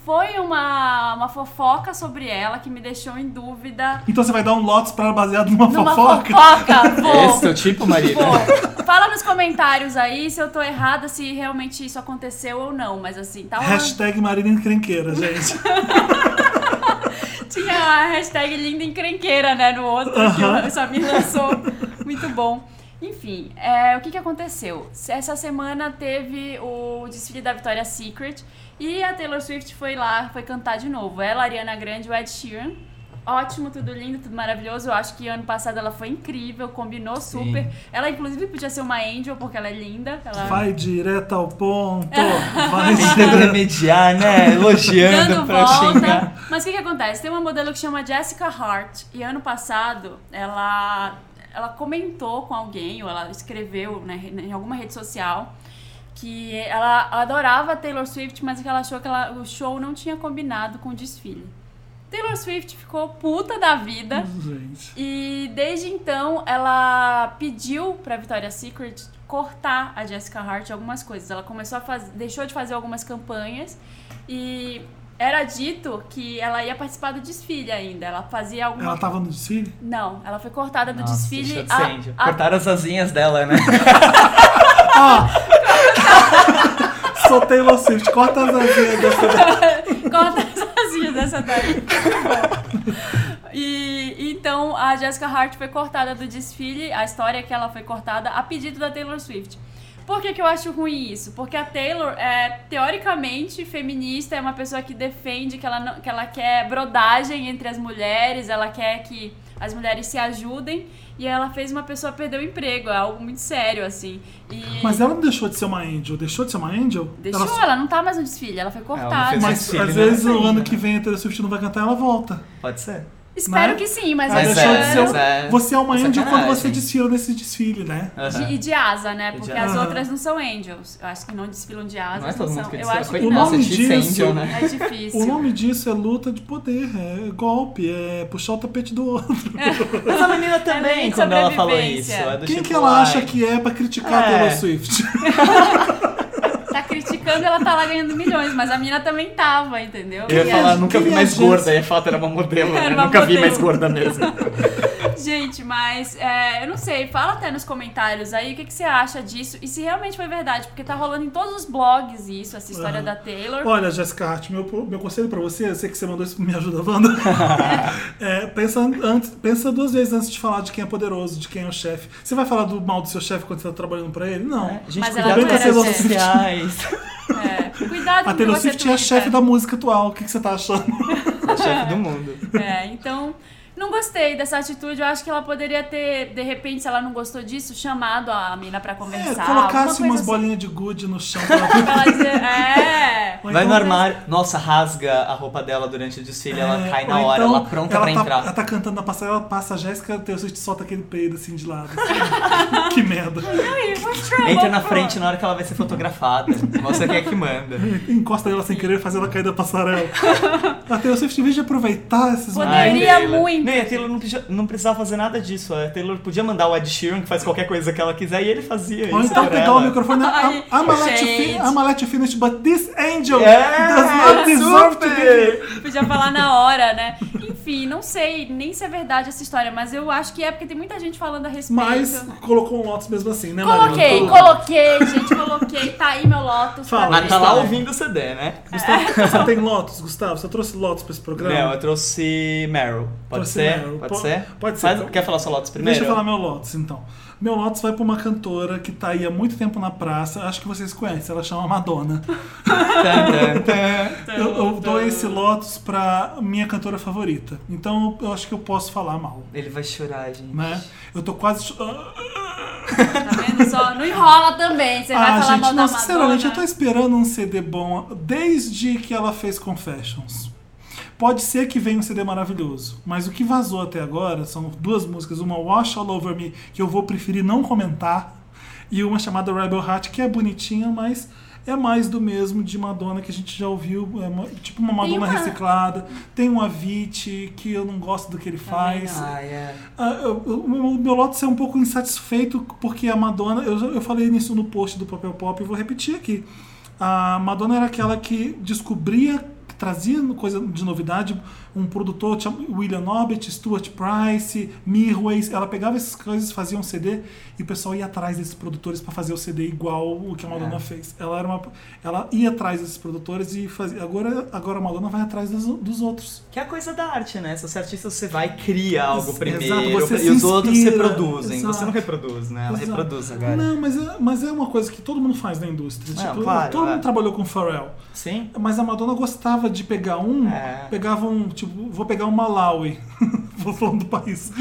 Speaker 3: foi uma, uma fofoca sobre ela que me deixou em dúvida.
Speaker 1: Então você vai dar um Lotus pra ela baseado numa,
Speaker 3: Numa
Speaker 1: fofoca?
Speaker 3: fofoca, vou.
Speaker 2: Esse teu tipo, Marina?
Speaker 3: Pô, fala nos comentários aí se eu tô errada, se realmente isso aconteceu ou não. Mas assim, tá rolando.
Speaker 1: Hashtag Marina Encrenqueira, gente.
Speaker 3: Tinha a hashtag linda encrenqueira, né? No outro, que o Samir lançou. Muito bom. Enfim, é, o que, que aconteceu? Essa semana teve o desfile da Victoria's Secret e a Taylor Swift foi lá, foi cantar de novo. Ela, a Ariana Grande e o Ed Sheeran. Ótimo, tudo lindo, tudo maravilhoso. Eu acho que ano passado ela foi incrível, combinou super. Ela, inclusive, podia ser uma angel porque ela é linda. Ela...
Speaker 1: Vai direto ao ponto. Vai
Speaker 2: Tentando
Speaker 1: direto.
Speaker 2: remediar, né? Elogiando
Speaker 3: dando
Speaker 2: pra
Speaker 3: volta.
Speaker 2: xingar.
Speaker 3: Mas o que, que acontece? Tem uma modelo que chama Jessica Hart. E ano passado, ela, ela comentou com alguém, ou ela escreveu né, em alguma rede social, que ela adorava Taylor Swift, mas que ela achou que ela- o show não tinha combinado com o desfile. Taylor Swift ficou puta da vida.
Speaker 1: Gente.
Speaker 3: E desde então ela pediu pra Victoria's Secret cortar a Jessica Hart algumas coisas. Ela começou a fazer, deixou de fazer algumas campanhas e era dito que ela ia participar do desfile ainda. Ela fazia alguma
Speaker 1: Ela tava no desfile?
Speaker 3: Não, ela foi cortada do
Speaker 2: Nossa,
Speaker 3: desfile.
Speaker 2: deixou de ser
Speaker 3: a-
Speaker 2: angel.
Speaker 3: a-
Speaker 2: Cortaram as asinhas dela, né?
Speaker 1: Sou Taylor Swift, corta as asinhas dessa
Speaker 3: Corta as asinhas dessa daí. Muito bom. E então a Jessica Hart foi cortada do desfile. A história é que ela foi cortada a pedido da Taylor Swift. Por que, que eu acho ruim isso? Porque a Taylor é teoricamente feminista, é uma pessoa que defende que ela, não- que ela quer brodagem entre as mulheres, ela quer que as mulheres se ajudem. E ela fez uma pessoa perder o emprego, é algo muito sério, assim. E
Speaker 1: Mas ela não deixou de ser uma angel. Deixou de ser uma angel?
Speaker 3: deixou, ela... não tá mais no desfile, ela foi
Speaker 2: não
Speaker 3: cortada.
Speaker 2: fez
Speaker 1: Mas
Speaker 2: Sim,
Speaker 1: às
Speaker 2: ele não
Speaker 1: vezes
Speaker 2: vai
Speaker 1: o
Speaker 2: sair,
Speaker 1: ano
Speaker 2: né?
Speaker 1: que vem a Taylor Swift não vai cantar, ela volta.
Speaker 2: Pode ser.
Speaker 3: Espero
Speaker 1: né?
Speaker 3: que sim, mas
Speaker 1: Ela
Speaker 2: Mas
Speaker 3: esse
Speaker 1: deixou de
Speaker 2: é,
Speaker 1: ser.
Speaker 3: ano-
Speaker 2: mas é-
Speaker 1: Você é uma
Speaker 2: é
Speaker 1: angel quando
Speaker 2: sacanagem. É.
Speaker 1: você desfila nesse desfile, né?
Speaker 2: Aham.
Speaker 3: De, e de asa, né? Porque
Speaker 2: asa.
Speaker 3: as
Speaker 1: Aham.
Speaker 3: outras não são angels. Eu acho que não desfilam de asa.
Speaker 2: Não é todo mundo
Speaker 3: são.
Speaker 2: que
Speaker 3: Eu
Speaker 2: desfila.
Speaker 3: acho que
Speaker 2: Coitado,
Speaker 1: O
Speaker 3: não.
Speaker 1: nome
Speaker 2: você te
Speaker 1: disso-
Speaker 2: sente, né?
Speaker 3: É difícil.
Speaker 1: O nome disso é luta de poder, é golpe, é puxar o tapete do outro.
Speaker 2: Mas a menina
Speaker 3: É
Speaker 2: também,
Speaker 3: bem
Speaker 2: quando ela falou isso.
Speaker 3: sobrevivência.
Speaker 2: É do
Speaker 1: Quem
Speaker 2: tipo,
Speaker 1: que ela
Speaker 2: ai,
Speaker 1: acha que é pra criticar a
Speaker 2: É.
Speaker 1: Taylor Swift?
Speaker 3: Tá criticando, ela tá lá ganhando milhões, mas a mina também tava, entendeu?
Speaker 2: Eu
Speaker 3: E
Speaker 2: ia
Speaker 3: a-
Speaker 2: falar, nunca
Speaker 1: quem
Speaker 2: vi
Speaker 1: é
Speaker 2: mais
Speaker 1: Jesus?
Speaker 2: gorda. Aí a foto era uma modelo, né?
Speaker 3: Era uma
Speaker 2: Nunca vi
Speaker 3: modelo.
Speaker 2: mais gorda mesmo.
Speaker 3: Gente, mas é, eu não sei, fala até nos comentários aí o que, que você acha disso e se realmente foi verdade, porque tá rolando em todos os blogs isso, essa história
Speaker 1: Aham.
Speaker 3: da Taylor.
Speaker 1: Olha, Jessica Hart, meu, meu conselho pra você, eu sei que você mandou isso pro Me Ajuda Wanda. é, pensa, antes, pensa duas vezes antes de falar de quem é poderoso, de quem é o chefe. Você vai falar do mal do seu chefe quando você tá trabalhando pra ele? Não.
Speaker 2: Gente,
Speaker 3: Mas ela
Speaker 2: cuidado
Speaker 1: não
Speaker 2: com as
Speaker 1: era
Speaker 2: redes
Speaker 1: chefe.
Speaker 2: sociais.
Speaker 3: É, cuidado
Speaker 1: A
Speaker 3: com o que
Speaker 1: Taylor
Speaker 3: você
Speaker 1: Swift é a
Speaker 3: twitta.
Speaker 1: chefe da música atual. O que, que você tá achando?
Speaker 2: A chefe do mundo.
Speaker 3: É, então não gostei dessa atitude. Eu acho que ela poderia ter, de repente, se ela não gostou disso, chamado a mina pra
Speaker 1: É,
Speaker 3: conversar.
Speaker 1: colocasse
Speaker 3: alguma
Speaker 1: umas
Speaker 3: coisa
Speaker 1: bolinhas de gude no chão. Pra...
Speaker 3: assim, pra ela dizer- é.
Speaker 1: Ou
Speaker 2: Vai no
Speaker 1: então-
Speaker 2: armário, nossa, rasga a roupa dela durante o desfile, ela
Speaker 1: É,
Speaker 2: cai
Speaker 1: ou
Speaker 2: na hora,
Speaker 1: então
Speaker 2: ela pronta
Speaker 1: ela
Speaker 2: pra
Speaker 1: tá,
Speaker 2: entrar.
Speaker 1: Ela tá cantando na passarela, passa a Jéssica, teu susto solta aquele peido assim de lado. que merda.
Speaker 3: Aí, what's wrong?
Speaker 2: Entra na frente na hora que ela vai ser fotografada. Mostra quem é que manda.
Speaker 1: Encosta nela sem querer, faz ela cair da passarela. a Taylor Swift, em vez de aproveitar esses
Speaker 3: Poderia
Speaker 1: momentos-
Speaker 2: Taylor.
Speaker 3: muito.
Speaker 2: Não, e a Taylor não, podia- não precisava fazer nada disso. A Taylor podia mandar o Ed Sheeran, que faz qualquer coisa que ela quiser, e ele fazia
Speaker 1: Ou
Speaker 2: isso.
Speaker 1: então
Speaker 2: por
Speaker 1: pegar
Speaker 2: ela.
Speaker 1: o microfone
Speaker 3: Ai,
Speaker 1: I'm a let you
Speaker 3: gente.
Speaker 1: fin- I'm a let you finish, but this angel
Speaker 2: É,
Speaker 1: does not deserve to be here.
Speaker 2: super!
Speaker 3: Podia falar na hora, né? Enfim, não sei nem se é verdade essa história, mas eu acho que é porque tem muita gente falando a respeito.
Speaker 1: Mas colocou um Lotus mesmo assim, né, Marina?
Speaker 3: Coloquei,
Speaker 1: Colocou.
Speaker 3: coloquei, gente, coloquei. Tá aí meu Lotus.
Speaker 1: Fala,
Speaker 3: pra
Speaker 2: Mas tá
Speaker 3: mim.
Speaker 2: lá ouvindo o CD, né?
Speaker 1: Gustavo, você tem Lotus, Gustavo? Você trouxe Lotus pra esse programa?
Speaker 2: Não, eu trouxe Meryl. Pode
Speaker 1: Trouxe
Speaker 2: ser?
Speaker 1: Meryl.
Speaker 2: Pode
Speaker 1: Po-
Speaker 2: ser?
Speaker 1: pode ser. então.
Speaker 2: Faz- quer falar sua Lotus primeiro?
Speaker 1: Deixa eu falar meu Lotus, então. Meu Lotus vai pra uma cantora que tá aí há muito tempo na praça, acho que vocês conhecem, ela chama Madonna.
Speaker 2: Tan, tan, tan.
Speaker 1: Eu, eu dou esse Lotus pra minha cantora favorita. Então eu acho que eu posso falar mal,
Speaker 2: Ele vai chorar, gente.
Speaker 1: né? Eu tô quase. cho-
Speaker 3: Tá vendo só? Não enrola também. Você vai
Speaker 1: ah,
Speaker 3: falar
Speaker 1: gente,
Speaker 3: mal
Speaker 1: não,
Speaker 3: da
Speaker 1: sinceramente, eu tô
Speaker 3: Madonna.
Speaker 1: esperando um CD bom desde que ela fez Confessions. Pode ser que venha um CD maravilhoso, mas o que vazou até agora são duas músicas, uma Wash All Over Me, que eu vou preferir não comentar, e uma chamada Rebel Heart, que é bonitinha, mas é mais do mesmo de Madonna que a gente já ouviu, é uma- tipo uma Madonna
Speaker 3: uma-
Speaker 1: reciclada. Tem um Avicii, que eu não gosto do que ele faz.
Speaker 2: Ah, é.
Speaker 1: Ah, eu- eu- O meu- meu Lotus é um pouco insatisfeito porque a Madonna, eu, já- eu falei nisso no post do Papel Pop e vou repetir aqui. A Madonna era aquela que descobria, que trazia coisa de novidade, um produtor, tinha William Norbert, Stuart Price, Mirways, ela pegava essas coisas, fazia um CD e o pessoal ia atrás desses produtores para fazer o CD igual o que a Madonna fez. Ela, era uma, ela ia atrás desses produtores e fazia. Agora, agora a Madonna vai atrás dos, dos outros.
Speaker 2: Que é a coisa da arte, né? Se você é artista, você vai e cria algo
Speaker 1: Exato,
Speaker 2: primeiro.
Speaker 1: você
Speaker 2: e
Speaker 1: se
Speaker 2: os outros
Speaker 1: inspira,
Speaker 2: reproduzem.
Speaker 1: exato.
Speaker 2: Você não reproduz, né? Ela
Speaker 1: Exato.
Speaker 2: reproduz agora.
Speaker 1: Não, mas é, mas é uma coisa que todo mundo faz na indústria.
Speaker 2: Não,
Speaker 1: tipo,
Speaker 2: claro,
Speaker 1: todo
Speaker 2: é.
Speaker 1: mundo trabalhou com Pharrell.
Speaker 2: Sim?
Speaker 1: Mas a Madonna gostava de pegar um,
Speaker 2: É.
Speaker 1: pegava um, tipo, vou pegar um Malawi. vou falando do país.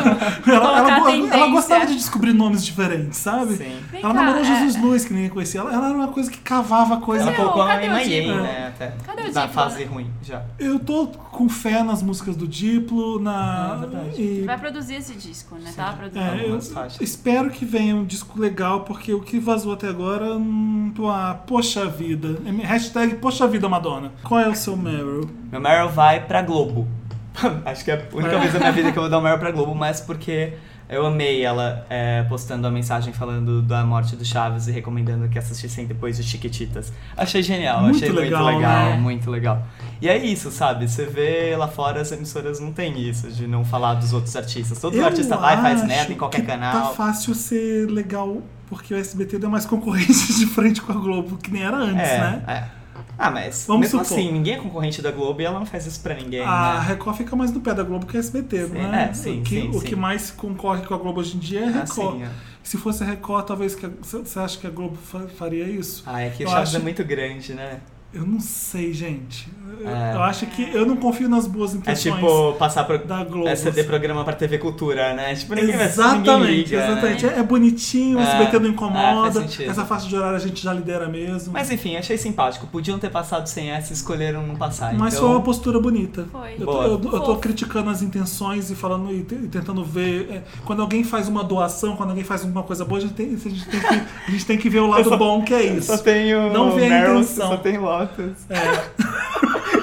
Speaker 1: ela,
Speaker 3: Colocar
Speaker 1: ela, go-
Speaker 3: tendência.
Speaker 1: ela gostava de descobrir nomes diferentes, sabe?
Speaker 2: Sim.
Speaker 3: Vem
Speaker 1: Ela
Speaker 3: cá,
Speaker 1: namorou Jesus
Speaker 3: é.
Speaker 1: Luiz, que ninguém conhecia. Ela, ela era uma coisa que cavava coisa.
Speaker 2: Ela colocou a
Speaker 3: cadê o
Speaker 2: Emma
Speaker 3: Diplo?
Speaker 2: né? Até.
Speaker 3: Cadê o
Speaker 2: da
Speaker 3: Diplo?
Speaker 2: fase ruim, já.
Speaker 1: Eu tô com fé nas músicas do Diplo, na.
Speaker 2: É verdade.
Speaker 1: e-
Speaker 3: Vai produzir esse disco, né? Tava produzindo.
Speaker 1: É, eu
Speaker 2: Algumas faixas.
Speaker 1: espero que venha um disco legal, porque o que vazou até agora, hum, tô, ah, poxa vida. É Hashtag poxa vida Madonna. Qual é o seu Meryl?
Speaker 2: Meu Meryl vai pra Globo. Acho que é a única
Speaker 1: É.
Speaker 2: vez da minha vida que eu vou dar o Meryl pra Globo, mas porque eu amei ela é, postando a mensagem falando da morte do Chaves e recomendando que assistissem depois de Chiquititas. Achei genial,
Speaker 1: Muito
Speaker 2: achei
Speaker 1: legal,
Speaker 2: muito legal,
Speaker 1: né?
Speaker 2: muito legal. E é isso, sabe? Você vê lá fora as emissoras não tem isso, de não falar dos outros artistas. Todo
Speaker 1: Eu
Speaker 2: artista vai, faz
Speaker 1: acho
Speaker 2: merda em qualquer
Speaker 1: que Tá
Speaker 2: canal.
Speaker 1: fácil ser legal, porque o SBT deu mais concorrentes de frente com a Globo, que nem era antes,
Speaker 2: é,
Speaker 1: né?
Speaker 2: é. Ah, mas
Speaker 1: Vamos
Speaker 2: mesmo
Speaker 1: supor. Ah,
Speaker 2: assim, ninguém é concorrente da Globo e ela não faz isso pra ninguém,
Speaker 1: A
Speaker 2: né?
Speaker 1: Record fica mais no pé da Globo que a SBT,
Speaker 2: Sim,
Speaker 1: né?
Speaker 2: é, sim,
Speaker 1: o que,
Speaker 2: sim,
Speaker 1: o
Speaker 2: sim.
Speaker 1: que mais concorre com a Globo hoje em dia é a Record.
Speaker 2: Assim, é.
Speaker 1: Se fosse a Record, talvez que a- você acha que a Globo fa- faria isso?
Speaker 2: Ah, é que o
Speaker 1: Eu
Speaker 2: Chaves
Speaker 1: acho-
Speaker 2: é muito grande, né?
Speaker 1: Eu não sei, gente. Eu-
Speaker 2: É.
Speaker 1: Eu acho que eu não confio nas boas
Speaker 2: É
Speaker 1: intenções.
Speaker 2: tipo passar pro
Speaker 1: da Globo. assim.
Speaker 2: é CD programa pra TV Cultura, né? Tipo, ninguém vai ninguém
Speaker 1: Exatamente,
Speaker 2: liga, né?
Speaker 1: exatamente. É bonitinho, o
Speaker 2: É,
Speaker 1: SBT não
Speaker 2: é,
Speaker 1: incomoda.
Speaker 2: faz sentido.
Speaker 1: Essa faixa de horário a gente já lidera mesmo.
Speaker 2: Mas enfim, achei simpático. Podiam ter passado sem essa e escolheram não passar.
Speaker 1: Mas
Speaker 2: então...
Speaker 1: foi uma postura bonita.
Speaker 3: Foi.
Speaker 1: Eu, tô,
Speaker 2: Boa.
Speaker 1: eu, eu tô
Speaker 3: Fofo.
Speaker 1: criticando as intenções e falando e, te- e tentando ver. é, quando alguém faz uma doação, quando alguém faz alguma coisa boa, a gente tem, a gente tem, que, a gente tem que ver o lado bom que é
Speaker 2: Eu
Speaker 1: isso. É,
Speaker 2: só tenho
Speaker 1: Não vi a
Speaker 2: Meryl,
Speaker 1: intenção.
Speaker 2: só tenho Lotus.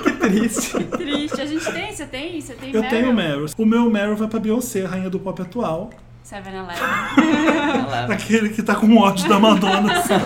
Speaker 2: que triste.
Speaker 3: Triste. A gente tem, você tem? Você tem
Speaker 1: Eu
Speaker 3: Meryl?
Speaker 1: tenho Meryl. O meu Meryl vai pra Beyoncé, rainha do pop atual.
Speaker 3: Seven Eleven.
Speaker 1: Aquele que tá com ódio da Madonna. sabe?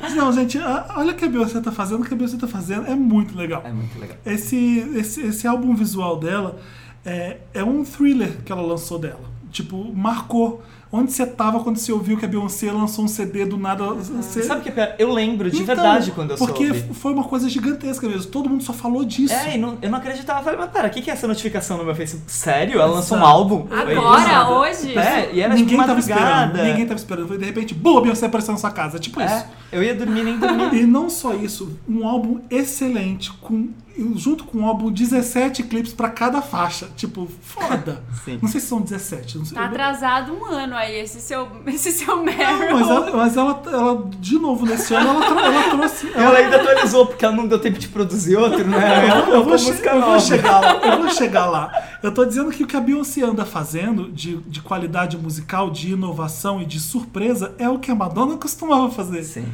Speaker 1: Mas não, gente, a- olha o que a Beyoncé tá fazendo, o que a Beyoncé tá fazendo é muito legal.
Speaker 2: É muito legal.
Speaker 1: Esse, esse, esse álbum visual dela é, é um thriller que ela lançou dela. Tipo, marcou. Onde você tava quando você ouviu que a Beyoncé lançou um CD do nada? Você-
Speaker 2: Sabe o que é pior? Eu lembro de
Speaker 1: Então,
Speaker 2: verdade quando eu
Speaker 1: Porque
Speaker 2: soube.
Speaker 1: foi uma coisa gigantesca mesmo. Todo mundo só falou disso.
Speaker 2: É, e não- eu não acreditava. Eu falei, mas pera, o que, que é essa notificação no meu Facebook? Sério? Ela lançou um
Speaker 1: Exato.
Speaker 2: álbum? Foi
Speaker 3: Agora,
Speaker 2: isso?
Speaker 3: hoje?
Speaker 2: É, e era
Speaker 1: ninguém
Speaker 2: tipo
Speaker 1: tava
Speaker 2: madrugada.
Speaker 1: esperando. Ninguém tava esperando. Foi de repente, boa, Beyoncé apareceu na sua casa. Tipo isso.
Speaker 2: É, eu ia dormir nem dormi.
Speaker 1: E não só isso, um álbum excelente, com junto com o álbum, 17 clipes pra cada faixa. Tipo, foda.
Speaker 2: Sim.
Speaker 1: Não sei se são 17. Não sei.
Speaker 3: Tá atrasado um ano aí, esse seu, esse seu Meryl.
Speaker 1: É, Mas, ela, mas ela, ela, de novo, nesse ano, ela, tro- ela trouxe.
Speaker 2: Ela ainda atualizou, porque ela não deu tempo de produzir outro, né? Ela
Speaker 1: eu
Speaker 2: colocou
Speaker 1: vou, che-
Speaker 2: música
Speaker 1: eu vou
Speaker 2: nova.
Speaker 1: chegar lá, eu vou chegar lá. Eu tô dizendo que o que a Beyoncé anda fazendo de, de qualidade musical, de inovação e de surpresa é o que a Madonna costumava fazer.
Speaker 2: Sim.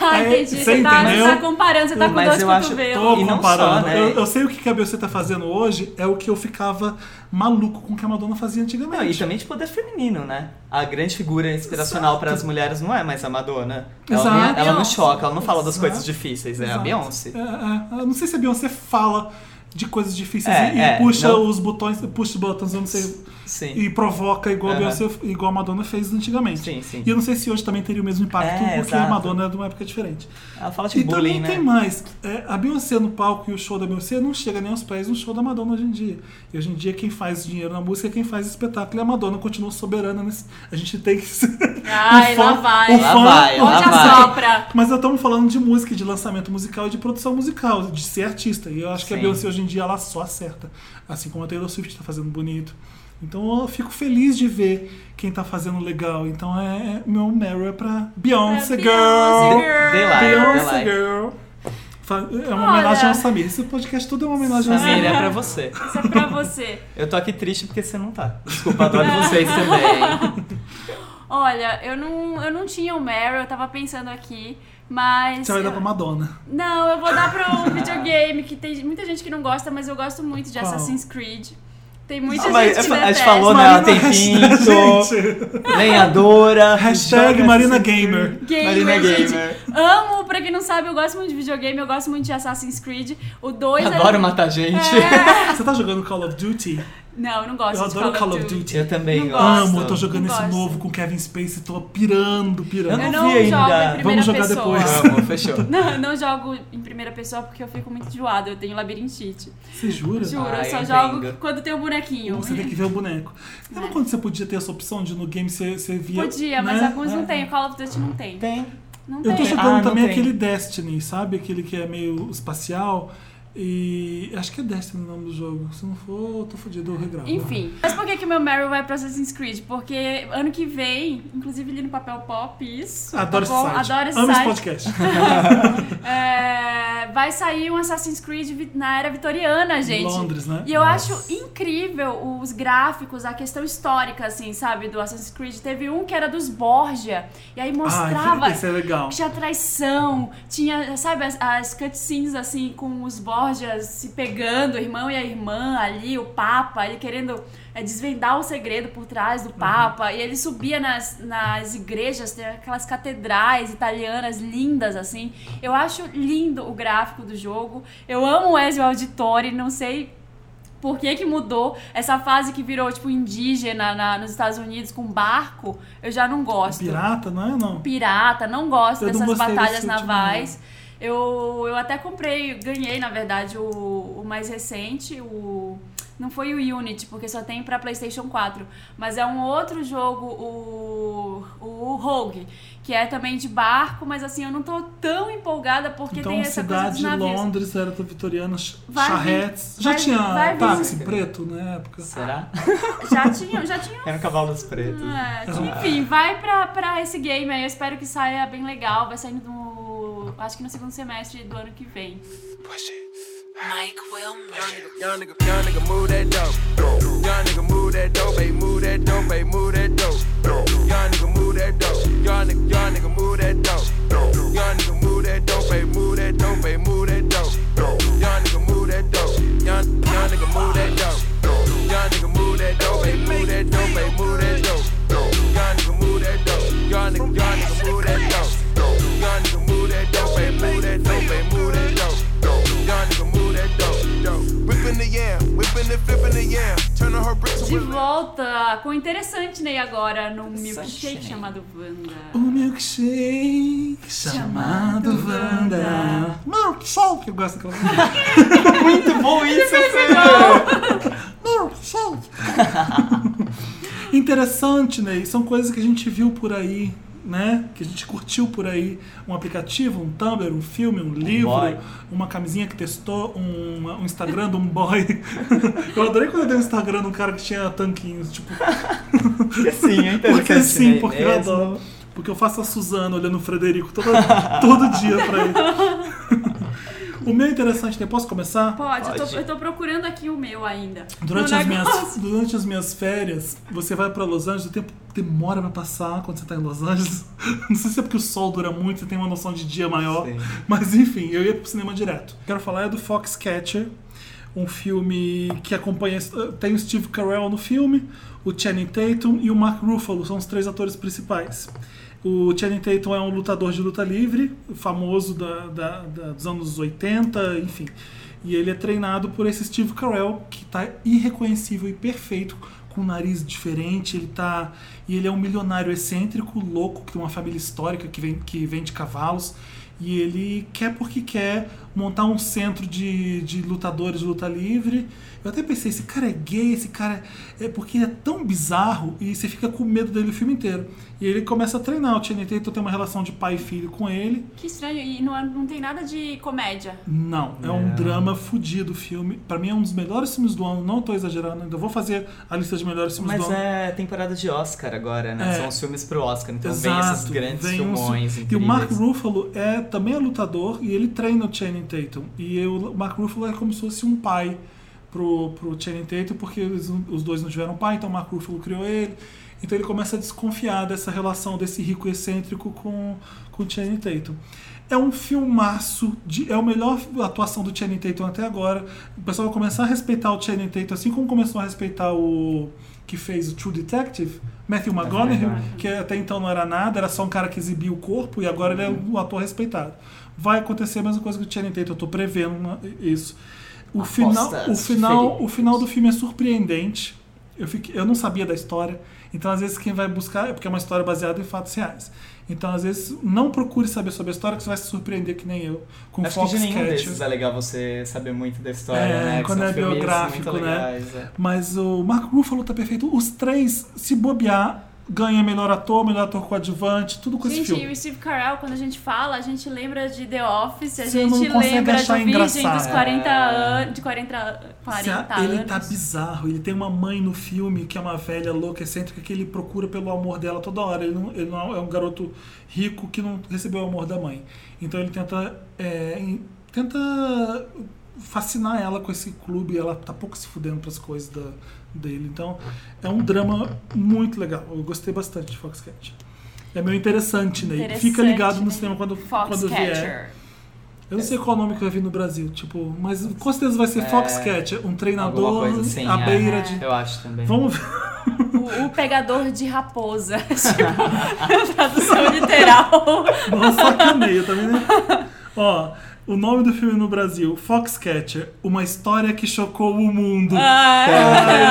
Speaker 3: Ah,
Speaker 1: É,
Speaker 3: entendi.
Speaker 1: você
Speaker 3: Você tá,
Speaker 1: entendeu?
Speaker 3: você tá comparando, você tá com
Speaker 2: Mas
Speaker 3: dois
Speaker 2: eu acho-
Speaker 1: Tô
Speaker 3: cotovelos.
Speaker 2: E não
Speaker 1: comparando.
Speaker 2: só, né?
Speaker 1: eu, eu sei o que que a Beyoncé tá fazendo hoje é o que eu ficava maluco com o que a Madonna fazia
Speaker 2: Não, e
Speaker 1: antigamente.
Speaker 2: também de poder feminino, né? A grande figura inspiracional para as mulheres não é mais a Madonna. Ela,
Speaker 1: Exato.
Speaker 2: não- é- ela não
Speaker 3: Beyoncé.
Speaker 2: choca, ela não fala das
Speaker 1: Exato.
Speaker 2: coisas difíceis, é a
Speaker 1: Exato.
Speaker 2: Beyoncé.
Speaker 1: É, é. Eu não sei se a Beyoncé fala de coisas difíceis
Speaker 2: É,
Speaker 1: e, e
Speaker 2: é,
Speaker 1: puxa
Speaker 2: não-
Speaker 1: os botões, puxa os botões, eu não sei,
Speaker 2: Sim.
Speaker 1: É. e provoca igual a
Speaker 2: Aham.
Speaker 1: Beyoncé, igual a Madonna fez antigamente.
Speaker 2: Sim, sim.
Speaker 1: E eu não sei se hoje também teria o mesmo impacto,
Speaker 2: É,
Speaker 1: porque a
Speaker 2: exato.
Speaker 1: Madonna é de uma época diferente.
Speaker 2: Ela fala de
Speaker 1: E
Speaker 2: bullying,
Speaker 1: também
Speaker 2: né?
Speaker 1: tem mais. É, a Beyoncé no palco e o show da Beyoncé não chega nem aos pés do show da Madonna hoje em dia. E hoje em dia quem faz dinheiro na música é quem faz espetáculo. E a Madonna continua soberana nesse. A gente tem que.
Speaker 3: Ai,
Speaker 1: o fã-
Speaker 3: lá vai.
Speaker 1: o
Speaker 2: Lá
Speaker 1: fã-
Speaker 2: vai, lá
Speaker 3: Onde
Speaker 2: vai.
Speaker 3: assopra?
Speaker 1: Mas nós estamos falando de música, de lançamento musical e de produção musical, de ser artista. E eu acho que a
Speaker 2: Sim.
Speaker 1: Beyoncé hoje em dia ela só acerta. Assim como a Taylor Swift está fazendo bonito. Então eu fico feliz de ver quem tá fazendo legal. Então é meu Meryl é pra Beyoncé
Speaker 3: Pra
Speaker 1: Girl.
Speaker 3: Beyoncé Girl.
Speaker 2: Dê like, dê
Speaker 1: Beyoncé
Speaker 2: like.
Speaker 1: Girl. Fa- É uma homenagem
Speaker 3: Olha.
Speaker 1: ao Samir. Esse podcast tudo é uma homenagem ao
Speaker 2: Samir,
Speaker 1: Samir.
Speaker 2: é pra você.
Speaker 3: Isso é pra você.
Speaker 2: Eu tô aqui triste porque você não tá. Desculpa, adoro
Speaker 1: É.
Speaker 2: vocês também.
Speaker 3: Olha, eu não, eu não tinha o Meryl, eu tava pensando aqui, mas...
Speaker 1: Você vai dar pra Madonna.
Speaker 3: Não, eu vou dar pra um videogame que tem muita gente que não gosta, mas eu gosto muito de
Speaker 1: Qual?
Speaker 3: Assassin's Creed. Tem muita
Speaker 2: Ah, mas
Speaker 3: gente que
Speaker 2: a- a gente
Speaker 3: detesta.
Speaker 2: falou, né? Ela tem
Speaker 1: Marina-
Speaker 2: pinto.
Speaker 1: Gente,
Speaker 2: Lenhadora.
Speaker 1: Hashtag
Speaker 2: joga
Speaker 1: Marina
Speaker 2: sempre.
Speaker 1: Gamer.
Speaker 3: Gamer,
Speaker 2: Marina é
Speaker 3: gente.
Speaker 2: Gamer.
Speaker 3: Amo, pra quem não sabe, eu gosto muito de videogame, eu gosto muito de Assassin's Creed. O é um- 2
Speaker 1: é-
Speaker 2: Adoro matar gente.
Speaker 1: Você tá jogando Call of Duty?
Speaker 3: Não, eu não gosto
Speaker 1: Eu
Speaker 3: de
Speaker 1: adoro Call of Duty.
Speaker 2: Eu também
Speaker 3: Não
Speaker 2: gosto.
Speaker 1: Amo, eu tô jogando esse
Speaker 3: Gosto.
Speaker 1: novo com Kevin Spacey, tô pirando, pirando.
Speaker 3: Eu
Speaker 2: Eu
Speaker 3: não
Speaker 2: não vi
Speaker 3: jogo
Speaker 2: ainda.
Speaker 3: em primeira
Speaker 1: Vamos jogar
Speaker 3: pessoa.
Speaker 1: depois.
Speaker 2: Amo, fechou.
Speaker 3: Não, eu não jogo em primeira pessoa porque eu fico muito enjoada, eu tenho labirintite.
Speaker 1: Você jura?
Speaker 3: Juro,
Speaker 2: Ah,
Speaker 3: eu só
Speaker 2: eu
Speaker 3: jogo
Speaker 2: entendo.
Speaker 3: quando tem um bonequinho.
Speaker 1: Você tem que ver o boneco. Lembra quando você podia ter essa opção de no game você, você via.
Speaker 3: Podia, mas
Speaker 1: né?
Speaker 3: alguns não tem, Call of Duty não tem.
Speaker 2: Tem.
Speaker 3: Não
Speaker 1: Eu
Speaker 3: tem.
Speaker 1: tô
Speaker 2: Ah,
Speaker 1: jogando
Speaker 2: não
Speaker 1: também
Speaker 2: tem.
Speaker 1: aquele Destiny, sabe? Aquele que é meio espacial. E. Acho que é Destiny o nome do jogo. Se não for, eu tô fudido, eu regravo.
Speaker 3: Enfim, mas por que que meu Meryl vai pra Assassin's Creed? Porque ano que vem, inclusive li no papel pop isso,
Speaker 1: Ah, Adoro
Speaker 3: tá
Speaker 1: esse
Speaker 3: bom?
Speaker 1: site.
Speaker 3: Adoro esse
Speaker 1: Amo esse
Speaker 3: site.
Speaker 1: podcast.
Speaker 3: É, vai sair um Assassin's Creed vi- na era vitoriana, gente.
Speaker 1: Londres, né?
Speaker 3: E eu acho incrível os gráficos, a questão histórica, assim, sabe, do Assassin's Creed. Teve um que era dos Borgia, e aí mostrava
Speaker 1: Ah, isso é legal.
Speaker 3: que tinha traição, tinha, sabe, as, as cutscenes, assim, com os Borgias se pegando, o irmão e a irmã ali, o Papa, ele querendo é, desvendar o segredo por trás do Papa, e ele subia nas, nas igrejas, tem aquelas catedrais italianas lindas, assim. Eu acho lindo o gráfico do jogo, eu amo o Ezio Auditore, não sei por que, que mudou essa fase que virou, tipo, indígena na- nos Estados Unidos com barco? Eu já não gosto
Speaker 1: Pirata, não é? Não.
Speaker 3: pirata, não gosto
Speaker 1: Eu não
Speaker 3: dessas
Speaker 1: gostei desse
Speaker 3: batalhas
Speaker 1: último,
Speaker 3: navais. Eu, eu até comprei, ganhei, na verdade, o, o mais recente, o. Não foi o Unity, porque só tem pra PlayStation 4. Mas é um outro jogo, o, o Rogue, que é também de barco, mas assim, eu não tô tão empolgada porque
Speaker 1: Então,
Speaker 3: tem essa coisa
Speaker 1: cidade
Speaker 3: dos
Speaker 1: de
Speaker 3: navios.
Speaker 1: Londres, era do Vitoriano, ch-
Speaker 3: Vai vir-
Speaker 1: charretes. Já
Speaker 3: vai-
Speaker 1: tinha
Speaker 3: vai vir-
Speaker 1: táxi preto na época?
Speaker 2: Será?
Speaker 3: Já tinha, já tinha
Speaker 2: Era um cavalo dos pretos.
Speaker 3: É, enfim, vai pra, pra esse game aí. Eu espero que saia bem legal. Vai saindo no. Acho que no segundo semestre do ano que vem.
Speaker 7: Mike Wilmer. Young nigga, young nigga, move that dope. Young nigga, move that dope, baby, move that dope, baby, move that dope. Young nigga, move that dope. Young nigga, young nigga, move that dope. Young nigga, move that dope, baby, move that dope, baby, move that dope. Young nigga, move that dope. Young, young nigga, move that dope. Young nigga, move that dope, baby, move that dope, baby, move that dope. Young nigga, move that dope. Young nigga, young nigga, move that dope. Young nigga, move that dope, baby, move that dope, baby, move that dope. Young nigga, move that dope, dope. Whipping the yam, whipping and flipping the yam. Turning her bricks
Speaker 3: De
Speaker 7: with
Speaker 3: volta com o interessante Ney agora no milkshake
Speaker 2: Interessante. né? Hum,
Speaker 3: chamado
Speaker 1: O
Speaker 3: Wanda.
Speaker 1: Um milkshake chamado Wanda. Milkshake, eu gosto daquela música.
Speaker 2: Muito bom isso,
Speaker 1: Milkshake. Interessante, Ney. São coisas que a gente viu por aí né? Que a gente curtiu por aí. Um aplicativo, um Tumblr, um filme, um livro,
Speaker 2: boy.
Speaker 1: uma camisinha que testou, um, um Instagram de um boy. Eu adorei quando eu dei um Instagram de um cara que tinha tanquinhos, tipo,
Speaker 2: Porque sim, é interessante.
Speaker 1: porque sim,
Speaker 2: né?
Speaker 1: porque
Speaker 2: Mesmo.
Speaker 1: eu adoro. Porque eu faço a Suzana olhando o Frederico todo, todo dia pra ele. o meu é interessante, né? Posso começar?
Speaker 3: Pode, Eu,
Speaker 2: Pode.
Speaker 3: tô, eu tô procurando aqui o meu ainda. é
Speaker 1: Durante
Speaker 3: No
Speaker 1: as, minhas,
Speaker 3: negócio.
Speaker 1: durante as minhas férias, você vai pra Los Angeles, o tempo demora pra passar quando você tá em Los Angeles. Não sei se é porque o sol dura muito, você tem uma noção de dia maior.
Speaker 2: Sim.
Speaker 1: Mas enfim, eu ia pro cinema direto. Quero falar é do Foxcatcher, um filme que acompanha. Tem o Steve Carell no filme, o Channing Tatum e o Mark Ruffalo, são os três atores principais. O Channing Tatum é um lutador de luta livre, famoso da- da- da- dos anos 80, enfim. E ele é treinado por esse Steve Carell, que tá irreconhecível e perfeito, com um nariz diferente, ele tá. E ele é um milionário excêntrico, louco, que tem uma família histórica que, vem, que vende cavalos. E ele quer porque quer montar um centro de, de lutadores de luta livre. Eu até pensei, esse cara é gay, esse cara é é porque é tão bizarro e você fica com medo dele o filme inteiro. E ele começa a treinar, o TNT então tem uma relação de pai e filho com ele.
Speaker 3: Que estranho, e não, é, não tem nada de comédia.
Speaker 1: Não, é um drama fudido o filme. Pra mim é um dos melhores filmes do ano, não tô exagerando, ainda vou fazer a lista de melhores filmes
Speaker 2: Mas
Speaker 1: do ano.
Speaker 2: é temporada de Oscar agora, né?
Speaker 1: É.
Speaker 2: São os filmes pro Oscar, então vem esses
Speaker 1: Exato,
Speaker 2: grandes
Speaker 1: vem um-
Speaker 2: filmões
Speaker 1: E o Mark
Speaker 2: incríveis.
Speaker 1: Ruffalo é, também é lutador e ele treina o Channing Tatum. E eu- o Mark Ruffalo é como se fosse um pai pro, pro Channing Tatum, porque eles não- os dois não tiveram pai, então o Mark Ruffalo criou ele. Então ele começa a desconfiar dessa relação desse rico excêntrico com, com o Channing Tatum. É um filmaço, de, é a melhor atuação do Channing Tatum até agora. O pessoal vai começar a respeitar o Channing Tatum, assim como começou a respeitar o que fez o True Detective, Matthew McConaughey, que até então não era nada, era só um cara que exibia o corpo e agora ele é um ator respeitado. Vai acontecer a mesma coisa que o Channing Tatum, eu tô prevendo uma- isso. O final, o
Speaker 2: Apostas
Speaker 1: final, o
Speaker 2: diferentes.
Speaker 1: final do filme é surpreendente. Eu, fiquei, eu não sabia da história. Então, às vezes, quem vai buscar é porque é uma história baseada em fatos reais. Então, às vezes, não procure saber sobre a história, que você vai se surpreender que nem eu. Com
Speaker 2: Acho que de nenhum
Speaker 1: Foxcatcher.
Speaker 2: desses é legal você saber muito da história,
Speaker 1: É,
Speaker 2: né? Que
Speaker 1: quando
Speaker 2: são
Speaker 1: é
Speaker 2: filmes muito
Speaker 1: biográfico, né?
Speaker 2: legais, é.
Speaker 1: Mas o Mark Ruffalo tá perfeito. Os três, se bobear, ganha melhor ator, melhor ator coadjuvante, tudo com esse
Speaker 3: Gente,
Speaker 1: filme.
Speaker 3: e o Steve Carell, quando a gente fala, a gente lembra de The Office, a
Speaker 1: Você não
Speaker 3: gente
Speaker 1: consegue
Speaker 3: lembra
Speaker 1: achar
Speaker 3: do Virgem
Speaker 1: engraçado.
Speaker 3: dos 40
Speaker 2: É.
Speaker 3: anos. De 40, 40
Speaker 1: Cê-
Speaker 3: anos.
Speaker 1: Ele tá bizarro. Ele tem uma mãe no filme que é uma velha louca, excêntrica, que ele procura pelo amor dela toda hora. Ele não, ele não é um garoto rico que não recebeu o amor da mãe. Então ele tenta. é, em- tenta fascinar ela com esse clube. Ela tá pouco se fudendo pras coisas da- dele. Então é um drama muito legal. Eu gostei bastante de Foxcatcher. É meio interessante, Ney. Fica
Speaker 3: Interessante,
Speaker 1: ligado no
Speaker 3: Ney.
Speaker 1: cinema quando, quando vier.
Speaker 3: Foxcatcher.
Speaker 1: Eu não sei qual nome que vai vir no Brasil, tipo, mas com certeza vai ser
Speaker 2: É,
Speaker 1: Foxcatcher, um
Speaker 2: Alguma
Speaker 1: treinador
Speaker 2: coisa assim.
Speaker 1: à
Speaker 2: é.
Speaker 1: beira de.
Speaker 2: Eu acho também.
Speaker 1: Vamos ver.
Speaker 3: O, o pegador de raposa. tipo, tradução literal.
Speaker 1: Nossa, sacaneio, tá vendo? Ó, o nome do filme no Brasil, Foxcatcher, uma história que chocou o mundo.
Speaker 3: Ah,
Speaker 2: É.
Speaker 3: é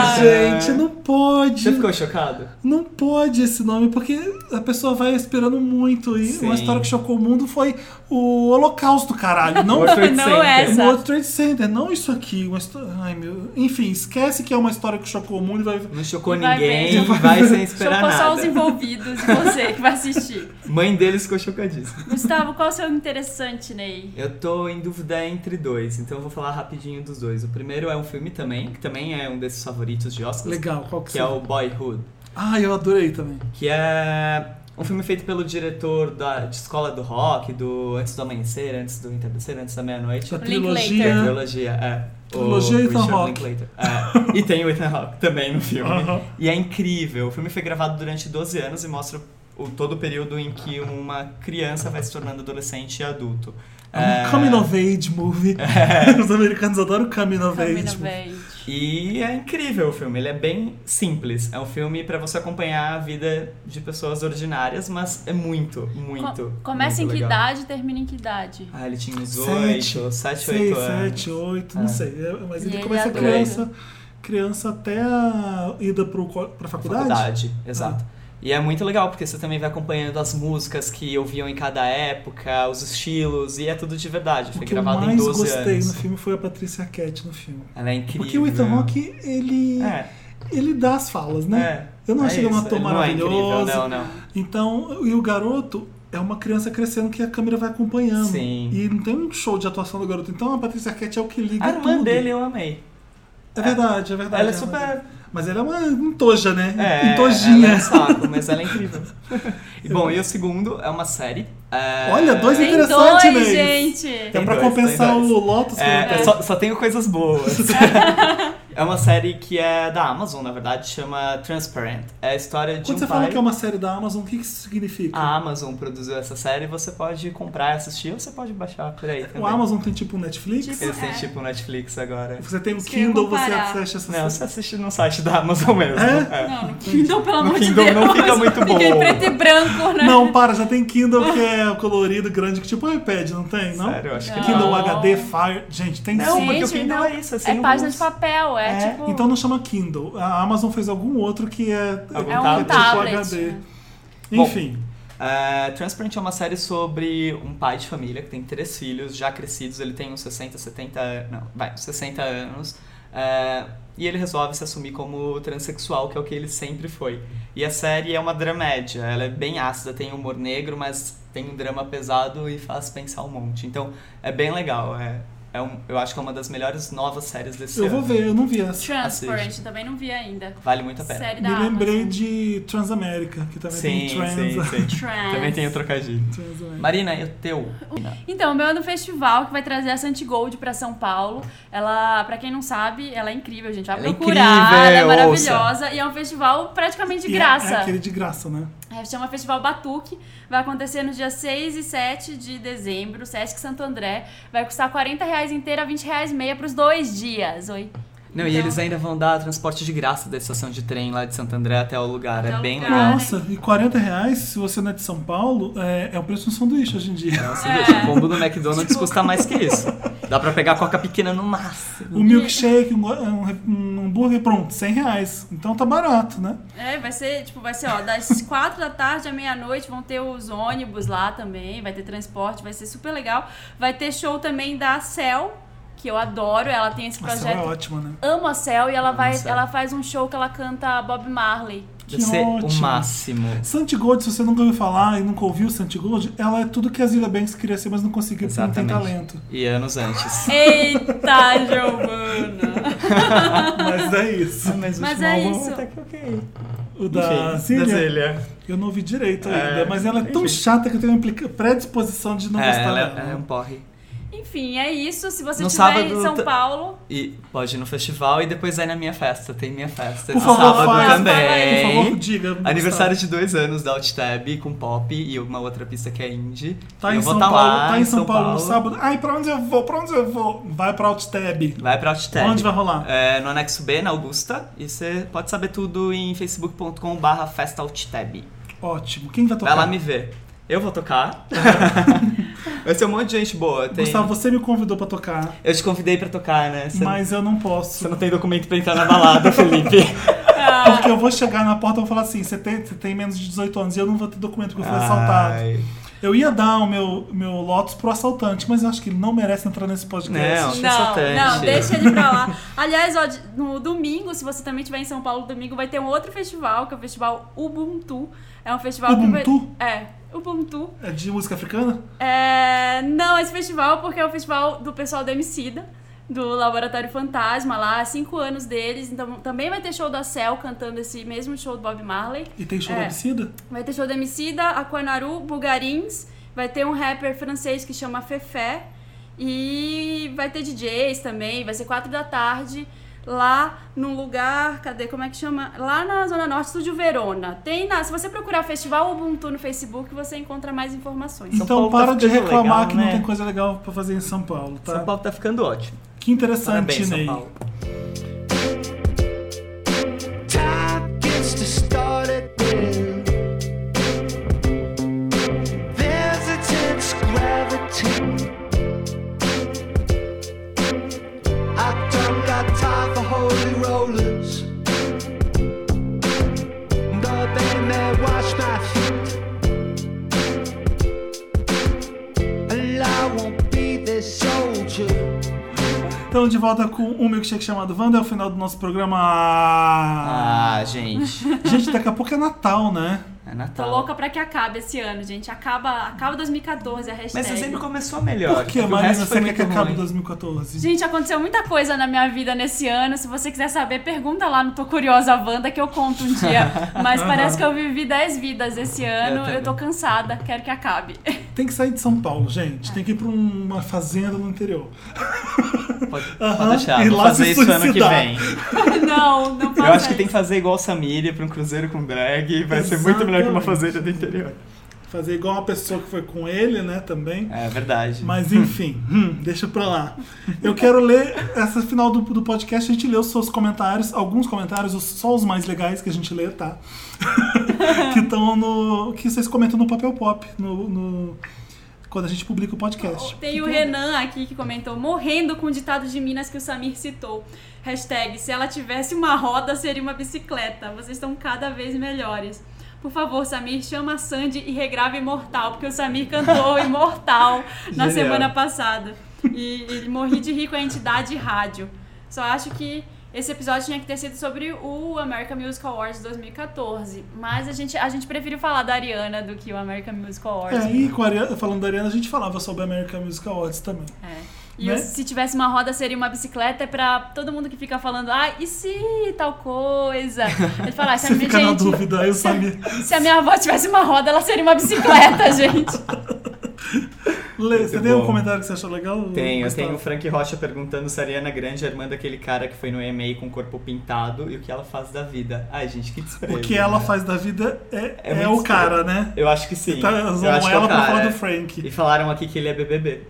Speaker 1: Ai, gente, não pode.
Speaker 2: Ah, Você ficou chocado?
Speaker 1: Não pode esse nome, porque a pessoa vai esperando muito. E
Speaker 2: Sim.
Speaker 1: uma história que chocou o mundo foi o Holocausto, caralho. Não
Speaker 2: World Trade
Speaker 3: Não é
Speaker 2: Center.
Speaker 1: O
Speaker 3: essa.
Speaker 1: World Trade Center, não isso aqui. Uma história... Ai, meu... Enfim, esquece que é uma história que chocou o mundo e vai.
Speaker 2: Não chocou
Speaker 3: Vai
Speaker 2: ninguém,
Speaker 3: ver.
Speaker 2: vai sem esperar
Speaker 3: Chocou só os
Speaker 2: nada.
Speaker 3: envolvidos e você que vai assistir.
Speaker 2: Mãe deles ficou chocadíssima.
Speaker 3: Gustavo, qual o seu interessante, Ney?
Speaker 2: Eu tô em dúvida entre dois, então eu vou falar rapidinho dos dois. O primeiro é um filme também, que também é um desses favoritos de Oscars,
Speaker 1: Legal, qual que,
Speaker 2: que é
Speaker 1: seria?
Speaker 2: o Boyhood.
Speaker 1: Ah, eu adorei também.
Speaker 2: que é um filme feito pelo diretor da, de Escola do Rock, do Antes do Amanhecer, Antes do Entardecer, Antes da Meia-Noite.
Speaker 1: Da
Speaker 3: Linklater.
Speaker 1: trilogia.
Speaker 2: É, trilogia, é. O
Speaker 1: Trilogia Ethan
Speaker 2: Richard
Speaker 1: Hawke.
Speaker 2: Linklater. É, e tem o Ethan Hawke também no filme.
Speaker 1: Aham.
Speaker 2: E é incrível. O filme foi gravado durante 12 anos e mostra o, todo o período em que uma criança vai se tornando adolescente e adulto.
Speaker 1: É um coming of age movie.
Speaker 2: É.
Speaker 1: Os americanos adoram coming of
Speaker 3: Camino
Speaker 1: age. movie.
Speaker 3: Verde.
Speaker 2: E é incrível o filme, ele é bem simples. É um filme pra você acompanhar a vida de pessoas ordinárias, mas é muito, muito.
Speaker 3: Co- começa em
Speaker 2: muito
Speaker 3: que
Speaker 2: legal.
Speaker 3: idade e termina em que idade?
Speaker 2: Ah, ele tinha uns
Speaker 1: Sete.
Speaker 2: 8, 7, 8
Speaker 1: Seis,
Speaker 2: anos.
Speaker 1: sete, oito, não
Speaker 2: É.
Speaker 1: sei. É, Mas
Speaker 3: E
Speaker 1: ele
Speaker 3: ele
Speaker 1: começa
Speaker 3: adora.
Speaker 1: criança, criança até a ida pro, co- pra faculdade. Ah.
Speaker 2: Faculdade, exato. E é muito legal, porque você também vai acompanhando as músicas que ouviam em cada época, os estilos, e é tudo de verdade.
Speaker 1: O
Speaker 2: Foi
Speaker 1: que eu
Speaker 2: gravado em
Speaker 1: mais
Speaker 2: 12
Speaker 1: gostei
Speaker 2: anos.
Speaker 1: no filme foi a Patrícia Arquette no filme.
Speaker 2: Ela é incrível.
Speaker 1: Porque o Ethan Rock, ele.
Speaker 2: É,
Speaker 1: Ele dá as falas, né? Eu não achei ele um
Speaker 2: isso.
Speaker 1: ator
Speaker 2: Ele não é incrível,
Speaker 1: maravilhoso.
Speaker 2: não, não.
Speaker 1: Então, e o garoto é uma criança crescendo que a câmera vai acompanhando.
Speaker 2: Sim.
Speaker 1: E não tem um show de atuação do garoto. Então a Patrícia Arquette é o que liga
Speaker 2: A irmã
Speaker 1: tudo.
Speaker 2: dele eu amei.
Speaker 1: É verdade, é verdade.
Speaker 2: Ela é
Speaker 1: uma-
Speaker 2: super-
Speaker 1: Mas ela é uma entoja, né?
Speaker 2: É,
Speaker 1: Entojinha.
Speaker 2: Ela é um saco, mas ela é incrível. E, Bom, e o segundo é uma série. é-
Speaker 1: Olha, dois
Speaker 3: Tem
Speaker 1: interessantes, Inês.
Speaker 3: dois, gente.
Speaker 1: É
Speaker 2: Tem
Speaker 1: pra
Speaker 2: dois,
Speaker 1: compensar
Speaker 2: tem dois.
Speaker 1: o Lotus. que
Speaker 2: É,
Speaker 1: eu não
Speaker 2: só, só tenho coisas boas. é uma série que é da Amazon, na verdade, chama Transparent. É a história de
Speaker 1: Quando
Speaker 2: um pai...
Speaker 1: você
Speaker 2: Ah,
Speaker 1: fala que é uma série da Amazon, o que que isso significa?
Speaker 2: A Amazon produziu essa série, você pode comprar, assistir, ou você pode baixar por aí também.
Speaker 1: o Amazon tem tipo um Netflix?
Speaker 2: Eles têm
Speaker 3: É.
Speaker 2: tipo Netflix agora.
Speaker 1: Você tem um
Speaker 3: que eu ia
Speaker 1: Kindle, você
Speaker 3: comparar.
Speaker 1: acessa essa
Speaker 2: Não,
Speaker 1: série.
Speaker 2: você assiste no site da Amazon mesmo.
Speaker 1: É?
Speaker 2: É.
Speaker 3: Não, no Kindle, pelo amor
Speaker 2: Kindle
Speaker 3: de
Speaker 2: não
Speaker 3: Deus.
Speaker 2: fica muito
Speaker 3: Fica em
Speaker 2: bom.
Speaker 3: preto e branco, né?
Speaker 1: Não, para, já tem Kindle que é colorido, grande, que tipo um iPad, não tem? Não?
Speaker 2: Sério, eu acho que
Speaker 3: Não.
Speaker 1: Kindle HD, Fire. Gente, tem
Speaker 2: Não,
Speaker 1: sim.
Speaker 2: porque o
Speaker 3: Gente,
Speaker 2: Kindle
Speaker 3: não.
Speaker 2: é isso, é
Speaker 3: É
Speaker 2: sem
Speaker 3: página
Speaker 2: luz.
Speaker 3: de papel, é,
Speaker 2: É,
Speaker 3: tipo...
Speaker 1: Então não chama Kindle. A Amazon fez algum outro que é,
Speaker 2: Algum
Speaker 1: é
Speaker 3: é um
Speaker 2: tablet.
Speaker 3: tablet.
Speaker 1: tipo HD.
Speaker 2: Bom,
Speaker 1: Enfim,
Speaker 2: É, Transparent é uma série sobre um pai de família que tem três filhos já crescidos, ele tem uns 60, 70 anos. Não, vai, uns 60 anos. é, e ele resolve se assumir como transexual, que é o que ele sempre foi. E a série é uma dramédia, ela é bem ácida, tem humor negro, mas tem um drama pesado e faz pensar um monte. Então é bem legal, é, é um- eu acho que é uma das melhores novas séries desse
Speaker 1: eu
Speaker 2: ano.
Speaker 1: vou ver, eu não vi essa.
Speaker 3: Transparent,
Speaker 2: Assiste. Tá
Speaker 3: também não vi ainda.
Speaker 2: Vale muito a pena.
Speaker 3: Série da
Speaker 1: Me lembrei
Speaker 3: Amazon.
Speaker 1: de Transamérica, que também
Speaker 2: Sim,
Speaker 1: tem trans.
Speaker 2: sim, sim.
Speaker 3: Trans.
Speaker 2: Também tem o trocadilho.
Speaker 1: Transamérica.
Speaker 2: Marina, e o teu? Marina?
Speaker 3: Então, o meu é no festival que vai trazer a Santi Gold pra São Paulo. Ela, pra quem não sabe, ela é incrível, gente. Vai
Speaker 2: Ela é
Speaker 3: procurar,
Speaker 2: incrível,
Speaker 3: ela é
Speaker 2: ouça.
Speaker 3: maravilhosa. E é um festival praticamente
Speaker 1: E
Speaker 3: de
Speaker 1: é-
Speaker 3: graça.
Speaker 1: É, aquele de graça, né?
Speaker 3: É, chama Festival Batuque, vai acontecer nos dias 6 e 7 de dezembro, Sesc Santo André. Vai custar 40 reais inteira, 20 reais meia pros dois dias. Oi.
Speaker 2: Não, e
Speaker 3: Então-
Speaker 2: eles ainda vão dar transporte de graça da estação de trem lá de Santo André até o lugar.
Speaker 3: Até
Speaker 2: é
Speaker 3: o
Speaker 2: bem
Speaker 3: lugar.
Speaker 2: legal.
Speaker 1: Nossa, e 40 reais, se você não é de São Paulo, é, é o preço de um sanduíche hoje em dia.
Speaker 2: Nossa, deixa, tipo, o combo do McDonald's custa mais que isso. Dá pra pegar coca pequena no máximo.
Speaker 1: O milkshake, um, um- um hambúrguer, pronto, 100 reais. Então tá barato, né?
Speaker 3: É, vai ser, tipo, vai ser, ó, das 4 da tarde à meia-noite vão ter os ônibus lá também, vai ter transporte, vai ser super legal. Vai ter show também da Cel, que eu adoro, ela tem esse
Speaker 1: A céu é
Speaker 3: projeto.
Speaker 1: ótima, né?
Speaker 3: Amo a Cel e ela vai,
Speaker 2: Cel.
Speaker 3: ela faz um show que ela canta Bob Marley.
Speaker 2: Deve ser
Speaker 1: ótimo.
Speaker 2: o máximo.
Speaker 1: Santi Gold, se você nunca ouviu falar e nunca ouviu Santi Gold, ela é tudo que a Zila Banks queria ser, mas não conseguiu porque não tem
Speaker 2: Exatamente.
Speaker 1: talento.
Speaker 2: E anos antes.
Speaker 3: Eita, Giovana!
Speaker 1: Mas é isso.
Speaker 2: Mas,
Speaker 3: o Mas é último álbum isso. até
Speaker 2: que ok.
Speaker 1: O da Zilha, eu não ouvi direito ainda, mas ela é tão chata que eu tenho uma implica- predisposição de não
Speaker 2: É,
Speaker 1: gostar
Speaker 2: ela
Speaker 1: dela.
Speaker 2: é um porre.
Speaker 3: Enfim, é isso. Se você
Speaker 2: No
Speaker 3: estiver
Speaker 2: sábado,
Speaker 3: em São
Speaker 2: t-
Speaker 3: Paulo,
Speaker 2: E pode ir no festival e depois vai na minha festa. Tem minha festa.
Speaker 1: Por
Speaker 2: esse
Speaker 1: favor,
Speaker 2: sábado
Speaker 1: faz.
Speaker 2: também.
Speaker 1: Por favor, diga, Gustavo.
Speaker 2: Aniversário de dois anos da OutTab com pop e uma outra pista que é indie.
Speaker 1: Tá
Speaker 2: E
Speaker 1: em,
Speaker 2: eu vou
Speaker 1: São
Speaker 2: tá
Speaker 1: Paulo,
Speaker 2: lá,
Speaker 1: tá em São, Paulo, no
Speaker 2: Paulo.
Speaker 1: sábado. Ai, pra onde eu vou? Pra onde eu vou? Vai pra Outtab.
Speaker 2: Vai pra Outtab.
Speaker 1: Onde vai rolar?
Speaker 2: É, no anexo B, na Augusta. E você pode saber tudo em facebook.com.br festaouttab.
Speaker 1: Ótimo. Quem vai tocar?
Speaker 2: Vai lá me ver. Eu vou tocar. Vai ser um monte de gente boa. Tem...
Speaker 1: Gustavo, você me convidou pra tocar,
Speaker 2: Eu te convidei pra tocar, né? Você,
Speaker 1: mas eu não posso.
Speaker 2: você não tem documento pra entrar na balada, Felipe.
Speaker 1: Ah. Porque eu vou chegar na porta e vou falar assim: você tem, você tem menos de 18 anos e eu não vou ter documento porque eu fui assaltado.
Speaker 2: Ai.
Speaker 1: Eu ia dar o meu, meu Lotus pro assaltante, mas eu acho que ele não merece entrar nesse podcast.
Speaker 2: Não. Acho
Speaker 3: Não,
Speaker 2: insultante.
Speaker 3: não, deixa ele pra lá. Aliás, ó, de- no domingo, se você também estiver em São Paulo, domingo vai ter um outro festival, que é o Festival Ubuntu. É um festival
Speaker 1: Ubuntu?
Speaker 3: que vai... É, Ubuntu.
Speaker 1: É de música africana?
Speaker 3: É, não, esse festival porque é o festival do pessoal do Emicida, do Laboratório Fantasma lá, há cinco anos deles. Então também vai ter show da Cel cantando esse mesmo show do Bob Marley.
Speaker 1: E tem show
Speaker 3: É.
Speaker 1: da Emicida?
Speaker 3: Vai ter show da Emicida, Aquanaru, Bugarins, vai ter um rapper francês que chama Fefé e vai ter DJs também, vai ser quatro da tarde lá num lugar, cadê, como é que chama? Lá na Zona Norte, Estúdio Verona. Tem na, se você procurar Festival Ubuntu no Facebook, você encontra mais informações.
Speaker 1: Então
Speaker 2: Paulo tá
Speaker 1: para de
Speaker 2: ficando
Speaker 1: reclamar
Speaker 2: legal,
Speaker 1: que não
Speaker 2: né?
Speaker 1: tem coisa legal pra fazer em São Paulo, tá?
Speaker 2: São Paulo tá ficando ótimo.
Speaker 1: Que interessante,
Speaker 2: Parabéns, São
Speaker 1: Ney.
Speaker 2: Paulo.
Speaker 8: Time gets distorted. There's its its gravity. I don't got time for holy rollers. Though they may wash my feet, and I won't be their soldier.
Speaker 1: Tá Então, de volta com um milkshake chamado Wanda, é o final do nosso programa.
Speaker 2: Ah, gente.
Speaker 1: Gente, daqui a pouco é Natal, né?
Speaker 2: É
Speaker 3: Tô
Speaker 2: Natal.
Speaker 3: louca pra que acabe esse ano, gente. Acaba, acaba 2014 a hashtag.
Speaker 2: Mas você sempre começou melhor.
Speaker 1: Por que,
Speaker 2: porque o
Speaker 1: Marina,
Speaker 2: resto foi
Speaker 1: você quer que
Speaker 2: muito
Speaker 1: acabe
Speaker 2: ruim.
Speaker 1: 2014?
Speaker 3: Gente, aconteceu muita coisa na minha vida nesse ano. Se você quiser saber, pergunta lá no Tô Curiosa Wanda que eu conto um dia. Mas parece que eu vivi 10 vidas esse
Speaker 2: É, Eu
Speaker 3: ano. Eu,
Speaker 2: também.
Speaker 3: tô cansada, quero que acabe.
Speaker 1: Tem que sair de São Paulo, gente. Tem que ir pra um, uma fazenda no interior.
Speaker 2: Pode,
Speaker 1: Aham,
Speaker 2: pode deixar,
Speaker 1: e
Speaker 2: vou
Speaker 1: lá
Speaker 2: fazer
Speaker 1: se
Speaker 2: isso ano que
Speaker 1: suicidar.
Speaker 2: vem.
Speaker 3: não, não
Speaker 2: Eu
Speaker 3: faça
Speaker 2: acho que tem que
Speaker 3: isso.
Speaker 2: fazer igual a Samília pra um cruzeiro com drag. Vai ser muito melhor que uma fazenda do interior.
Speaker 1: Fazer igual uma pessoa que foi com ele, né, também.
Speaker 2: É verdade.
Speaker 1: Mas enfim, hum, deixa pra lá. Eu quero ler essa final do, do podcast. A gente lê os seus comentários, alguns comentários, os- só os mais legais que a gente lê, tá? que estão no. que vocês comentam no papel pop, no, no- quando a gente publica o podcast. É,
Speaker 3: Tem o Renan aqui que comentou, morrendo com o ditado de Minas que o Samir citou. Hashtag, se ela tivesse uma roda, seria uma bicicleta. Vocês estão cada vez melhores. Por favor, Samir, chama a Sandy e regrava Imortal, porque o Samir cantou Imortal na
Speaker 2: Genial.
Speaker 3: semana passada. E, e morri de rir com a entidade rádio. Só acho que esse episódio tinha que ter sido sobre o American Music Awards 2014. Mas a gente, a gente preferiu falar da Ariana do que o American Music Awards.
Speaker 1: É, e com a Ariana- falando da Ariana, a gente falava sobre a American Music Awards também.
Speaker 3: É. E
Speaker 1: Né?
Speaker 3: o- se tivesse uma roda, seria uma bicicleta é pra todo mundo que fica falando, ah, e se tal coisa? Ele fala, ah, se, a
Speaker 1: Você
Speaker 3: minha,
Speaker 1: fica na
Speaker 3: gente,
Speaker 1: dúvida, aí o Samir.
Speaker 3: se a minha avó tivesse uma roda, ela seria uma bicicleta, gente.
Speaker 1: Lê, você tem
Speaker 2: bom.
Speaker 1: um comentário que você achou legal?
Speaker 2: Tem, eu
Speaker 1: Gustavo?
Speaker 2: tenho o Frank Rocha perguntando se a Ariana Grande é irmã daquele cara que foi no EMA com o corpo pintado e o que ela faz da vida. Ai, gente, que desprezo.
Speaker 1: O que ela
Speaker 2: né?
Speaker 1: faz da vida é,
Speaker 2: É
Speaker 1: é,
Speaker 2: muito
Speaker 1: o
Speaker 2: estranho.
Speaker 1: cara, né?
Speaker 2: Eu acho que sim.
Speaker 1: Tá,
Speaker 2: eu acho
Speaker 1: zoam
Speaker 2: que é o
Speaker 1: ela pra
Speaker 2: cara.
Speaker 1: falar do Frank.
Speaker 2: E falaram aqui que ele é BBB.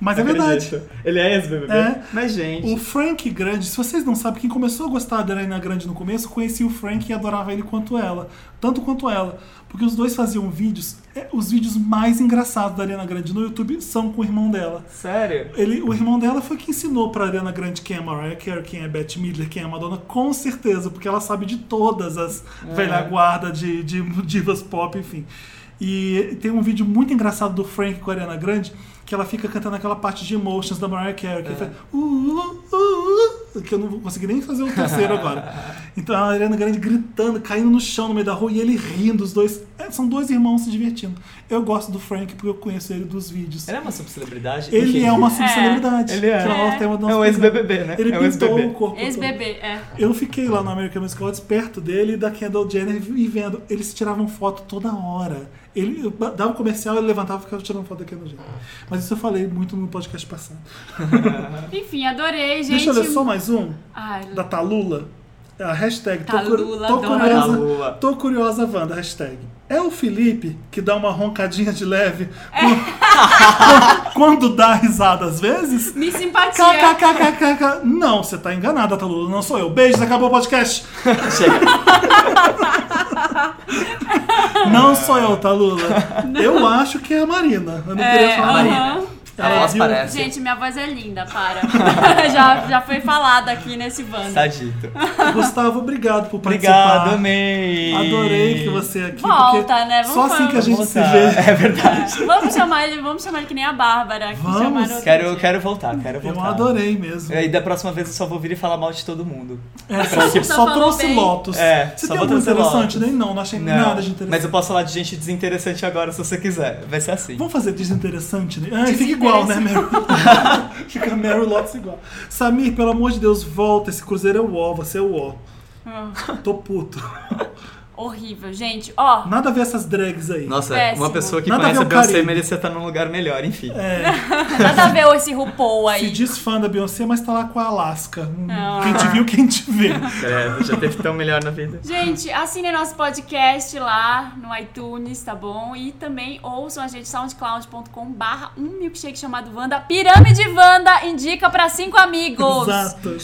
Speaker 1: Mas é
Speaker 2: Não
Speaker 1: verdade.
Speaker 2: acredito. Ele é ex-BBB?
Speaker 1: É.
Speaker 2: Mas, gente...
Speaker 1: O Frank Grande, se vocês não sabem, quem começou a gostar da Ariana Grande no começo, conhecia o Frank e adorava ele quanto ela. Tanto quanto ela. Porque os dois faziam vídeos, é, os vídeos mais engraçados da Ariana Grande no YouTube são com o irmão dela.
Speaker 2: Sério?
Speaker 1: Ele, o irmão dela foi que ensinou pra Ariana Grande quem é Mariah Carey, quem é Beth Midler, quem é Madonna, com certeza, porque ela sabe de todas as velha guarda de, de divas pop, enfim. E tem um vídeo muito engraçado do Frank com a Ariana Grande, que ela fica cantando aquela parte de emotions da Mariah Carey, que faz, "Uh, uh, uh, uh", que eu não vou conseguir nem fazer o terceiro agora. Então a Ariana Grande gritando, caindo no chão no meio da rua e ele rindo, os dois. é, são dois irmãos se divertindo. Eu gosto do Frank porque eu conheço ele dos vídeos.
Speaker 2: Ele é uma subcelebridade?
Speaker 1: Ele
Speaker 2: Enfim.
Speaker 1: é uma subcelebridade.
Speaker 2: Ele é.
Speaker 1: Que lá o tema do nosso
Speaker 2: É um
Speaker 1: programa.
Speaker 2: ex-BBB, né?
Speaker 1: Ele
Speaker 2: É um
Speaker 1: pintou
Speaker 2: ex-BBB.
Speaker 1: o corpo. todo.
Speaker 3: Ex-bebê, é.
Speaker 1: Eu fiquei lá no American Music Awards perto dele e da Kendall Jenner e vendo. Eles tiravam foto toda hora. Ele eu ba- dava o comercial, ele levantava e ficava tirando foto da Kendall Jenner. Mas isso eu falei muito no podcast passado.
Speaker 3: Enfim, adorei, gente.
Speaker 1: Deixa eu ler só mais um
Speaker 3: Ai,
Speaker 1: da Talula. É A hashtag tô, cu-
Speaker 3: Talula,
Speaker 1: tô
Speaker 3: adoro.
Speaker 1: curiosa,
Speaker 2: Talula.
Speaker 1: tô curiosa, Wanda. Hashtag. É o Felipe que dá uma roncadinha de leve
Speaker 3: É.
Speaker 1: quando, quando dá risada às vezes?
Speaker 3: me simpatia.
Speaker 1: KKKKKK. Não, você tá enganada, Talula. Não sou eu. Beijos, acabou o podcast.
Speaker 2: Chega.
Speaker 1: Não sou eu, Talula. Eu acho que é a Marina. Eu não queria falar.
Speaker 3: aham. É.
Speaker 2: Ela
Speaker 1: Ela
Speaker 2: Elas
Speaker 1: É, viu-
Speaker 2: parecem.
Speaker 3: Gente, minha voz é linda, para. já, já foi falado aqui nesse bando.
Speaker 2: Tá dito.
Speaker 1: Gustavo, obrigado por participar.
Speaker 2: Obrigado, amei.
Speaker 1: Adorei que você é aqui.
Speaker 3: Volta,
Speaker 1: porque
Speaker 3: né? Vamos
Speaker 1: só assim
Speaker 3: falar-
Speaker 1: que a gente se
Speaker 2: Voltar.
Speaker 1: vê.
Speaker 2: É verdade.
Speaker 3: Vamos chamar ele, vamos chamar ele que nem a Bárbara. Que
Speaker 1: Vamos.
Speaker 3: chamaram outro
Speaker 2: Quero,
Speaker 3: dia.
Speaker 2: quero voltar, quero voltar. É.
Speaker 1: Eu adorei mesmo.
Speaker 2: E aí, da próxima vez eu só vou vir e falar mal de todo mundo.
Speaker 1: É, só,
Speaker 3: Só
Speaker 1: só
Speaker 3: falou
Speaker 1: trouxe
Speaker 3: bem.
Speaker 1: Lotus.
Speaker 2: É,
Speaker 1: Você
Speaker 2: só
Speaker 1: tem
Speaker 2: vou
Speaker 1: algum
Speaker 2: trazer
Speaker 1: interessante?
Speaker 2: Lotus.
Speaker 1: Nem não, não achei nada de interessante.
Speaker 2: mas eu posso falar de gente desinteressante agora se você quiser. Vai ser assim.
Speaker 1: Vamos fazer desinteressante, né? Ah, fica igual, né, Meryl? fica Meryl Lotus igual. Samir, pelo amor de Deus, volta. Esse cruzeiro é o ó, você é o ó. Ah. Tô puto.
Speaker 3: Horrível, gente. Ó,
Speaker 1: Nada a ver essas drags aí.
Speaker 2: Nossa,
Speaker 3: Péssimo.
Speaker 2: uma pessoa que
Speaker 1: Nada a
Speaker 2: conhece a
Speaker 1: ver o
Speaker 2: Beyoncé
Speaker 1: carinho. É.
Speaker 2: merecia estar num lugar melhor, enfim.
Speaker 3: nada a ver esse RuPaul
Speaker 1: Se
Speaker 3: aí.
Speaker 1: diz fã da Beyoncé, mas tá lá com a Alaska. Hum,
Speaker 3: Ah.
Speaker 1: Quem te viu, quem te vê.
Speaker 2: Credo,
Speaker 9: É,
Speaker 2: já teve tão melhor na vida.
Speaker 3: Gente, assinem nosso podcast lá no iTunes, tá bom? E também ouçam a gente soundcloud.com barra um milkshake chamado Wanda. Pirâmide Wanda indica pra cinco amigos.
Speaker 1: Exato.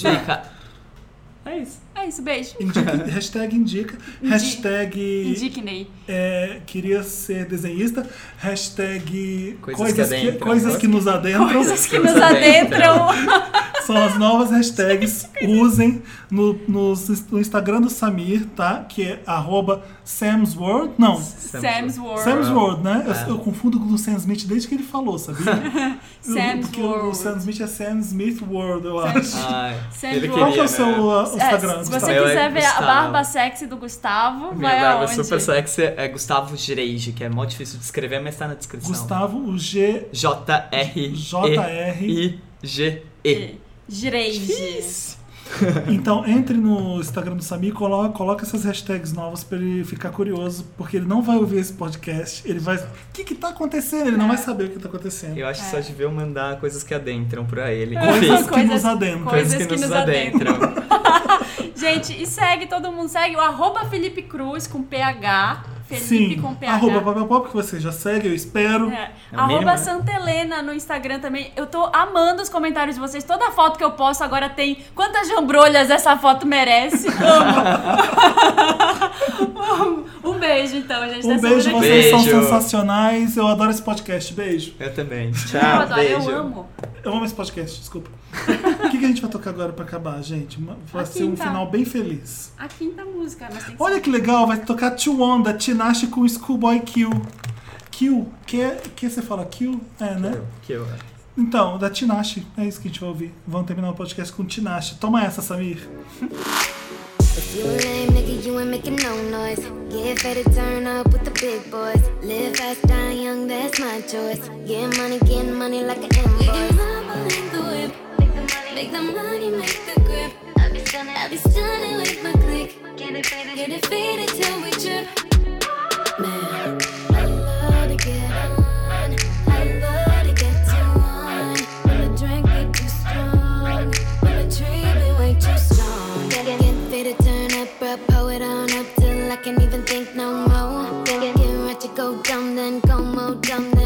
Speaker 2: É isso.
Speaker 3: É isso, beijo.
Speaker 1: Indica, hashtag indica. Hashtag
Speaker 3: Indignei.
Speaker 1: é, queria ser desenhista. Hashtag
Speaker 2: Coisas
Speaker 1: coisas,
Speaker 2: que
Speaker 1: que,
Speaker 2: adentram.
Speaker 1: coisas que nos adentram.
Speaker 3: Coisas que nos
Speaker 2: Coisas
Speaker 3: adentram.
Speaker 1: São as novas hashtags. Usem no, no, no Instagram do Samir, tá? Que é arroba Sam's World. Não,
Speaker 3: Sam's World. É,
Speaker 1: Sam's World, né? Eu-
Speaker 9: É.
Speaker 1: Eu, confundo com o Sam Smith desde que ele falou, sabia? Eu-
Speaker 3: Sam's
Speaker 1: porque o
Speaker 3: World.
Speaker 1: Sam Smith é Sam Smith World, eu acho.
Speaker 9: Ai,
Speaker 3: Sam's
Speaker 9: ele
Speaker 3: World.
Speaker 1: Qual que
Speaker 9: queria,
Speaker 1: é o seu
Speaker 9: né?
Speaker 1: uh, Instagram?
Speaker 3: É, se
Speaker 1: Gustavo?
Speaker 3: você
Speaker 9: Eu é
Speaker 3: quiser ver a
Speaker 9: Gustavo.
Speaker 3: barba sexy do Gustavo,
Speaker 9: Minha
Speaker 3: vai
Speaker 9: barba é
Speaker 3: aonde?
Speaker 9: super sexy é Gustavo Gereige, que é mó difícil de escrever, mas tá na descrição.
Speaker 1: Gustavo, o G.
Speaker 9: J-R-E-I-G-E.
Speaker 3: Gireige.
Speaker 1: Então, entre no Instagram do Samir e coloca, coloca essas hashtags novas pra ele ficar curioso, porque ele não vai ouvir esse podcast, ele vai. O que que tá acontecendo? Ele não
Speaker 3: É.
Speaker 1: vai saber o que tá acontecendo.
Speaker 9: Eu acho que só devia eu mandar coisas que adentram pra ele.
Speaker 3: É.
Speaker 1: Coisas
Speaker 9: Enfim,
Speaker 1: que nos adentram.
Speaker 3: Coisas que nos adentram.
Speaker 9: adentram.
Speaker 3: Gente, e segue, todo mundo segue o arroba Felipe Cruz com PH. Felipe
Speaker 1: Sim,
Speaker 3: com PH.
Speaker 1: arroba Papel Pop, que você já segue, eu espero.
Speaker 3: É.
Speaker 9: É o mínimo,
Speaker 3: Arroba
Speaker 9: né?
Speaker 3: Santa Helena no Instagram também. Eu tô amando os comentários de vocês. Toda foto que eu posto agora tem quantas jambrolhas essa foto merece. Amo. Amo. um beijo, então, gente.
Speaker 1: Um
Speaker 3: Até
Speaker 1: beijo,
Speaker 3: semana
Speaker 1: vocês
Speaker 3: que
Speaker 1: são
Speaker 9: Beijo.
Speaker 1: sensacionais. Eu adoro esse podcast. Beijo.
Speaker 9: Eu também.
Speaker 3: vem. Eu
Speaker 9: Tchau,
Speaker 3: adoro,
Speaker 9: beijo.
Speaker 3: eu amo.
Speaker 1: Eu amo esse podcast, desculpa. O que, que a gente vai tocar agora pra acabar, gente? Uma- Vai
Speaker 3: A
Speaker 1: ser um
Speaker 3: quinta.
Speaker 1: final bem feliz.
Speaker 3: A quinta música, mas tem que
Speaker 1: Olha que legal, vai tocar Chuon da Tinashe com Schoolboy Kill. Kill, que, é- que você fala Kill? É, né?
Speaker 9: Que eu-
Speaker 1: Então, da Tinashe. É isso que a gente vai ouvir. Vamos terminar o podcast com Tinashe. Toma essa, Samir.
Speaker 10: If you a lame nigga, you ain't making no noise. Get fed to turn up with the big boys. Live fast, die young, that's my choice. Get money, get money like an invoice. Make the money, make the grip. I'll be stunning, I'll be stunning with my click. Get it faded, get it faded till we trip. Man, I love to get on. I love to get to one. When the drink get too strong, when the tree be way too strong. Get, get, get fit to turn up, bro, pour it on up till I can't even think no more. Get, get, get right to go dumb, then go more dumb, then